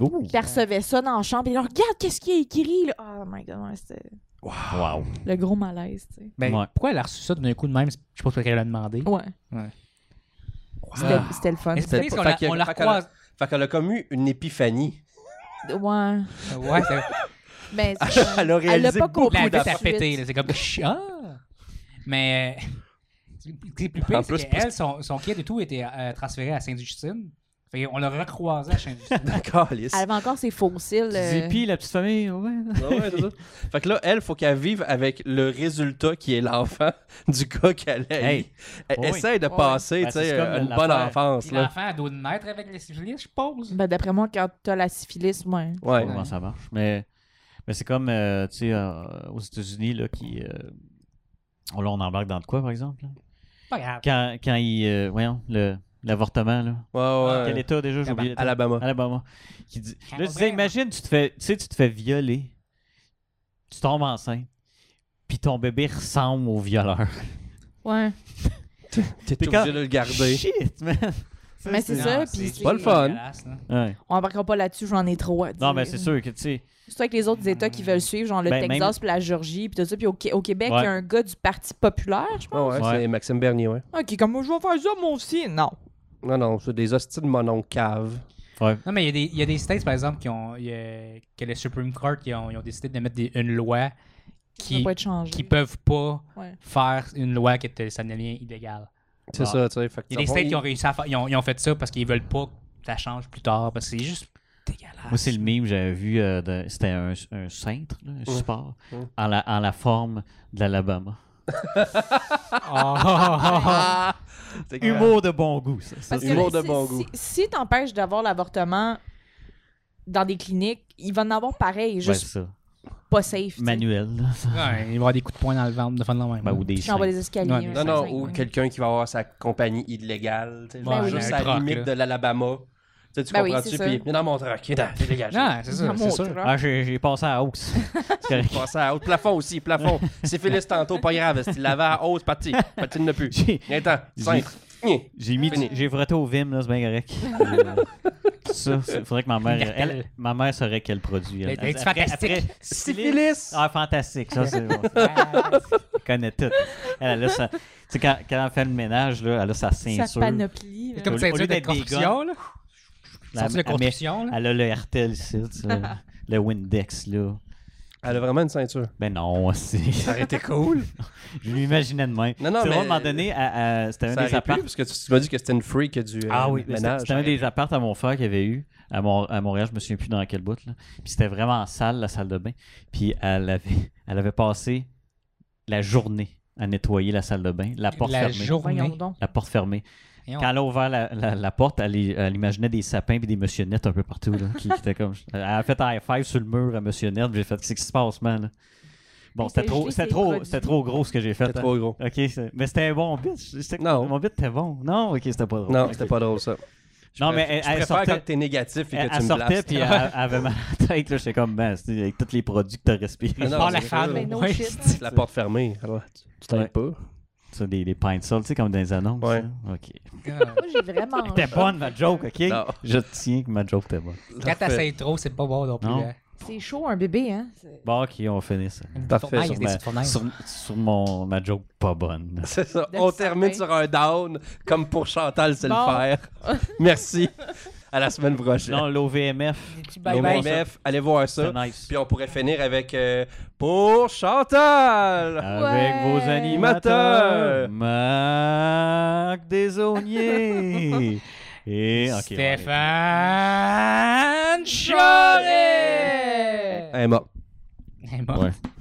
Speaker 1: Ouh.
Speaker 2: il percevait ça dans la chambre, et là, regarde qu'est-ce qu'il a écrit, là. Oh my god, ouais, c'était
Speaker 1: Wow.
Speaker 2: le gros malaise, tu sais.
Speaker 4: Ben,
Speaker 1: Ouais.
Speaker 4: pourquoi elle a reçu ça d'un coup de même? Je sais pas ce qu'elle a demandé.
Speaker 2: Ouais.
Speaker 4: Ouais.
Speaker 2: C'était
Speaker 3: Ah.
Speaker 2: c'était le fun.
Speaker 4: Mais c'est parce
Speaker 3: Fait
Speaker 4: qu'on la-
Speaker 3: qu'il y a-
Speaker 4: on la
Speaker 3: fait qu'elle a-
Speaker 4: recroise.
Speaker 3: Fait qu'elle a comme eu une épiphanie.
Speaker 2: Ouais.
Speaker 4: Ouais, c'est.
Speaker 2: Mais c'est-
Speaker 3: Elle a
Speaker 2: l'a
Speaker 3: réalisé
Speaker 2: pas
Speaker 3: beaucoup
Speaker 2: compris.
Speaker 4: La vie, Ben, ça a
Speaker 2: d'affaires.
Speaker 4: pété. là. C'est comme. Ah! Mais. euh, c'est plus pire,
Speaker 3: En
Speaker 4: c'est
Speaker 3: plus,
Speaker 4: que
Speaker 3: parce
Speaker 4: elle, son, son kid et tout était euh, transféré à Sainte-Justine. Fait qu'on l'a recroisé à Sainte-Justine.
Speaker 3: D'accord, Alice.
Speaker 2: Elle avait encore ses faux cils. euh,
Speaker 1: Zippy, la petite famille, ouais.
Speaker 3: Ah Ouais, ouais, c'est ça. Fait que là, elle, faut qu'elle vive avec le résultat qui est l'enfant du gars qu'elle a.
Speaker 1: Hey.
Speaker 3: Elle
Speaker 1: Oui.
Speaker 3: essaye de
Speaker 2: Oui.
Speaker 3: passer,
Speaker 1: Ben,
Speaker 3: tu sais,
Speaker 1: c'est comme
Speaker 3: une
Speaker 1: l'affaire.
Speaker 3: bonne enfance,
Speaker 4: Puis
Speaker 3: là.
Speaker 4: l'enfant a dos de maître avec les syphilis, je suppose.
Speaker 2: Ben, d'après moi, quand t'as la syphilis, ouais.
Speaker 1: Je sais
Speaker 3: Ouais.
Speaker 1: pas comment ça marche. Mais, mais c'est comme, euh, tu sais, euh, aux États-Unis, là, qui. euh, oh, là, on embarque dans de quoi, par exemple? là?
Speaker 4: Pas grave.
Speaker 1: Quand, quand il. euh, voyons, le- l'avortement, là.
Speaker 3: Ouais,
Speaker 1: Quel
Speaker 3: ouais.
Speaker 1: état déjà, j'ai oublié. l'état.
Speaker 3: Alabama.
Speaker 1: Euh,
Speaker 4: Ah,
Speaker 1: Alabama. Qui dit... Là, je disais,
Speaker 4: Alabama.
Speaker 1: imagine, tu te fais, tu sais, tu te fais violer, tu tombes enceinte, puis ton bébé ressemble au violeur.
Speaker 2: Ouais.
Speaker 3: T'es
Speaker 1: T'es
Speaker 3: obligé
Speaker 1: quand-
Speaker 3: de le garder.
Speaker 1: Shit, man!
Speaker 2: Mais c'est
Speaker 4: Non,
Speaker 2: ça, puis
Speaker 3: pas le fun.
Speaker 4: dégueulasse, là.
Speaker 1: Ouais.
Speaker 2: On embarquera pas là-dessus, j'en ai trop à dire.
Speaker 1: Non, mais c'est sûr que, tu sais,
Speaker 2: C'est toi avec les autres États qui veulent suivre, genre le
Speaker 1: Ben,
Speaker 2: Texas,
Speaker 1: même-
Speaker 2: puis la Géorgie, puis tout ça. Puis au, Qué- au Québec, il
Speaker 1: Ouais.
Speaker 2: y a un gars du Parti populaire, je pense.
Speaker 3: Ah Ouais, ouais,
Speaker 1: Ouais.
Speaker 3: c'est Maxime Bernier, ouais.
Speaker 2: Ah, qui est comme, je vais faire ça, moi aussi. Non.
Speaker 3: Non, non, c'est des hostiles monon cave.
Speaker 1: ouais.
Speaker 4: Non, mais il y, a des- il y a des States, par exemple, qui ont, il y a- que le Supreme Court, qui ont, ils ont décidé de mettre des- une loi
Speaker 2: Ça
Speaker 4: qui,
Speaker 2: va pas être changé.
Speaker 4: qui peuvent pas
Speaker 2: Ouais.
Speaker 4: faire une loi qui est- ça devient illégal.
Speaker 3: C'est
Speaker 1: Ah.
Speaker 3: ça, tu sais. fait que
Speaker 4: Il y a des
Speaker 3: dans le
Speaker 4: States qui ont
Speaker 3: fond,
Speaker 4: réussi à faire, ils ont, ils ont fait ça parce qu'ils veulent pas que ça change plus tard, parce que c'est juste dégueulasse.
Speaker 1: Moi, Ah, c'est le mime, j'avais vu, euh, de- c'était un, un cintre, là, un support,
Speaker 3: Ouais.
Speaker 1: En, la, en la forme de l'Alabama.
Speaker 4: Ah, ah, ah, ah.
Speaker 3: Ah! C'est que-
Speaker 1: Humour de bon goût, ça. ça,
Speaker 2: Parce que
Speaker 1: c'est-
Speaker 3: Humour de
Speaker 2: si-
Speaker 3: bon
Speaker 2: si,
Speaker 3: goût.
Speaker 2: Si, t'empêches d'avoir l'avortement dans des cliniques, il va en avoir pareil,
Speaker 1: Ouais,
Speaker 2: juste
Speaker 1: ça.
Speaker 2: pas safe. tu sais.
Speaker 1: Manuel. là.
Speaker 4: Ouais, il va y avoir des coups de poing dans le ventre de fin de la même.
Speaker 1: Ben, ou des
Speaker 2: Puis on va
Speaker 1: seins.
Speaker 2: des escaliers.
Speaker 4: Ouais,
Speaker 2: hein,
Speaker 4: mais-
Speaker 3: Non,
Speaker 2: c'est
Speaker 3: non,
Speaker 2: ça,
Speaker 3: ou
Speaker 2: ouais.
Speaker 3: quelqu'un qui va avoir sa compagnie illégale. tu sais,
Speaker 4: Ben
Speaker 3: genre
Speaker 4: oui.
Speaker 3: juste
Speaker 4: Un
Speaker 3: à la
Speaker 4: troc,
Speaker 3: limite
Speaker 4: là.
Speaker 3: de l'Alabama. Tu sais, tu
Speaker 2: Ben oui,
Speaker 3: comprends-tu?
Speaker 2: c'est
Speaker 3: puis
Speaker 2: ça.
Speaker 3: viens dans mon truck, viens dans, dégage.
Speaker 4: Non, c'est ça,
Speaker 2: Dans
Speaker 4: c'est
Speaker 2: mon
Speaker 4: ça.
Speaker 2: truck.
Speaker 1: Ah, j'ai j'ai passé à la hausse. C'est correct.
Speaker 3: Passer à haute. Plafond aussi, plafond. Syphilis tantôt, pas grave. Il l'avait à haute, parti. Patine ne plus.
Speaker 1: J'ai-
Speaker 3: Viens-t'en, cintre. Viens.
Speaker 1: J'ai mis,
Speaker 3: Fini.
Speaker 1: du- j'ai frotté au Vim, là, c'est bien correct. Euh, ça, c'est- faudrait que ma mère,
Speaker 4: Gartel.
Speaker 1: elle- ma mère saurait quel produit. Elle,
Speaker 4: Elle- elle dit fantastique.
Speaker 1: syphilis. Ah, fantastique, ça, c'est bon. Elle connaît tout. Elle, elle a sa- tu sais, quand, quand elle fait le ménage, là, elle a sa ceinture.
Speaker 2: Sa panoplie. là.
Speaker 1: Au-
Speaker 4: Comme
Speaker 1: au
Speaker 4: ça,
Speaker 1: lieu
Speaker 4: tu des
Speaker 1: d'être des
Speaker 4: constructions, là.
Speaker 1: La-
Speaker 4: Sorti
Speaker 1: elle,
Speaker 4: de
Speaker 1: met-
Speaker 4: construction, là.
Speaker 1: elle a le RTL ici, tu sais, le Windex, là.
Speaker 3: Elle a vraiment une ceinture.
Speaker 1: Ben non, c'est...
Speaker 3: Ça aurait été cool.
Speaker 1: Je l'imaginais de même.
Speaker 3: Non, non,
Speaker 1: C'est
Speaker 3: mais-
Speaker 1: À un moment donné, à- à- c'était un
Speaker 3: Ça
Speaker 1: des
Speaker 3: aurait pu,
Speaker 1: apparts
Speaker 3: parce que tu, tu m'as dit que c'était une freak du euh,
Speaker 1: Ah oui, mais c'était
Speaker 3: ménage.
Speaker 1: c'était un des apparts à mon frère qu'il avait eu à, Mon- à Montréal, je me souviens plus dans quel bout. Là. Puis c'était vraiment sale, la salle de bain. Puis elle avait, elle avait passé la journée à nettoyer la salle de bain, la porte
Speaker 4: La
Speaker 1: fermée.
Speaker 2: Voyons
Speaker 4: journée.
Speaker 2: donc.
Speaker 1: La porte fermée.
Speaker 4: Voyons.
Speaker 1: Quand elle a ouvert la, la- la porte, elle, i- elle imaginait des sapins et des motionnettes un peu partout. Là, qui, qui étaient comme... Elle a fait un high five sur le mur à motionnette. J'ai fait Qu'est-ce qui se passe, man? là? Bon,
Speaker 2: Mais
Speaker 1: c'était
Speaker 2: t'as
Speaker 1: trop,
Speaker 2: gelé
Speaker 1: c'était
Speaker 2: tes
Speaker 1: trop,
Speaker 2: produits.
Speaker 1: c'était trop gros ce que j'ai fait.
Speaker 3: C'était
Speaker 1: hein.
Speaker 3: trop gros.
Speaker 1: Ok, c'est- mais c'était un bon bit. C'était-
Speaker 3: Non.
Speaker 1: Mon bit était bon. Non, ok, c'était pas drôle.
Speaker 3: Non,
Speaker 1: Ok.
Speaker 3: c'était pas drôle, ça.
Speaker 1: Non, mais elle,
Speaker 3: Je
Speaker 1: elle
Speaker 3: préfère
Speaker 1: sortait-
Speaker 3: quand t'es négatif et
Speaker 1: elle,
Speaker 3: que
Speaker 1: elle
Speaker 3: tu me
Speaker 1: sortait
Speaker 3: blastes.
Speaker 1: puis elle, elle avait mal à la tête. là. J'étais comme, ben, c'est- avec tous les produits que t'as respirés.
Speaker 3: Ah non,
Speaker 4: Par
Speaker 3: c'est
Speaker 4: la
Speaker 3: vrai,
Speaker 4: femme.
Speaker 3: là.
Speaker 2: Ben, no
Speaker 4: ouais.
Speaker 2: shit,
Speaker 4: c'est-
Speaker 3: La porte fermée. Alors, tu- tu t'en
Speaker 1: Ouais.
Speaker 3: pas.
Speaker 1: Ça, des, des pints de sol, tu sais, comme dans les annonces.
Speaker 3: Ouais.
Speaker 1: hein. OK.
Speaker 4: Ah,
Speaker 2: Moi, j'ai vraiment.
Speaker 1: C'était bonne, ma joke, OK?
Speaker 3: Non.
Speaker 1: Je tiens que ma joke était bonne.
Speaker 4: Quand t'essayes trop, c'est pas bon non plus.
Speaker 1: Non.
Speaker 4: hein.
Speaker 2: C'est chaud, un bébé, hein. C'est-
Speaker 1: Bon, OK, on finit ça.
Speaker 3: Parfait,
Speaker 4: Fournaise,
Speaker 3: sur
Speaker 4: des
Speaker 1: ma-
Speaker 4: petites fournaises.
Speaker 1: Sur, sur mon, ma joke pas bonne.
Speaker 3: C'est ça.
Speaker 2: D'être
Speaker 3: On termine
Speaker 2: certain.
Speaker 3: sur un down, comme pour Chantal, c'est
Speaker 2: Bon.
Speaker 3: le faire. Merci. À la semaine prochaine.
Speaker 1: Non, l'OVMF,
Speaker 3: Au
Speaker 1: bye.
Speaker 3: MF, allez voir ça.
Speaker 1: c'est nice.
Speaker 3: Puis on pourrait finir avec euh, Pour Chantal.
Speaker 1: Avec
Speaker 2: Ouais.
Speaker 1: vos animateurs,
Speaker 3: Animateurs.
Speaker 1: Marc Desaunier et... ok, on est-
Speaker 4: Stéphane
Speaker 2: Charest!
Speaker 4: Charest!
Speaker 3: Elle est morte.
Speaker 4: Elle est morte.
Speaker 1: Ouais.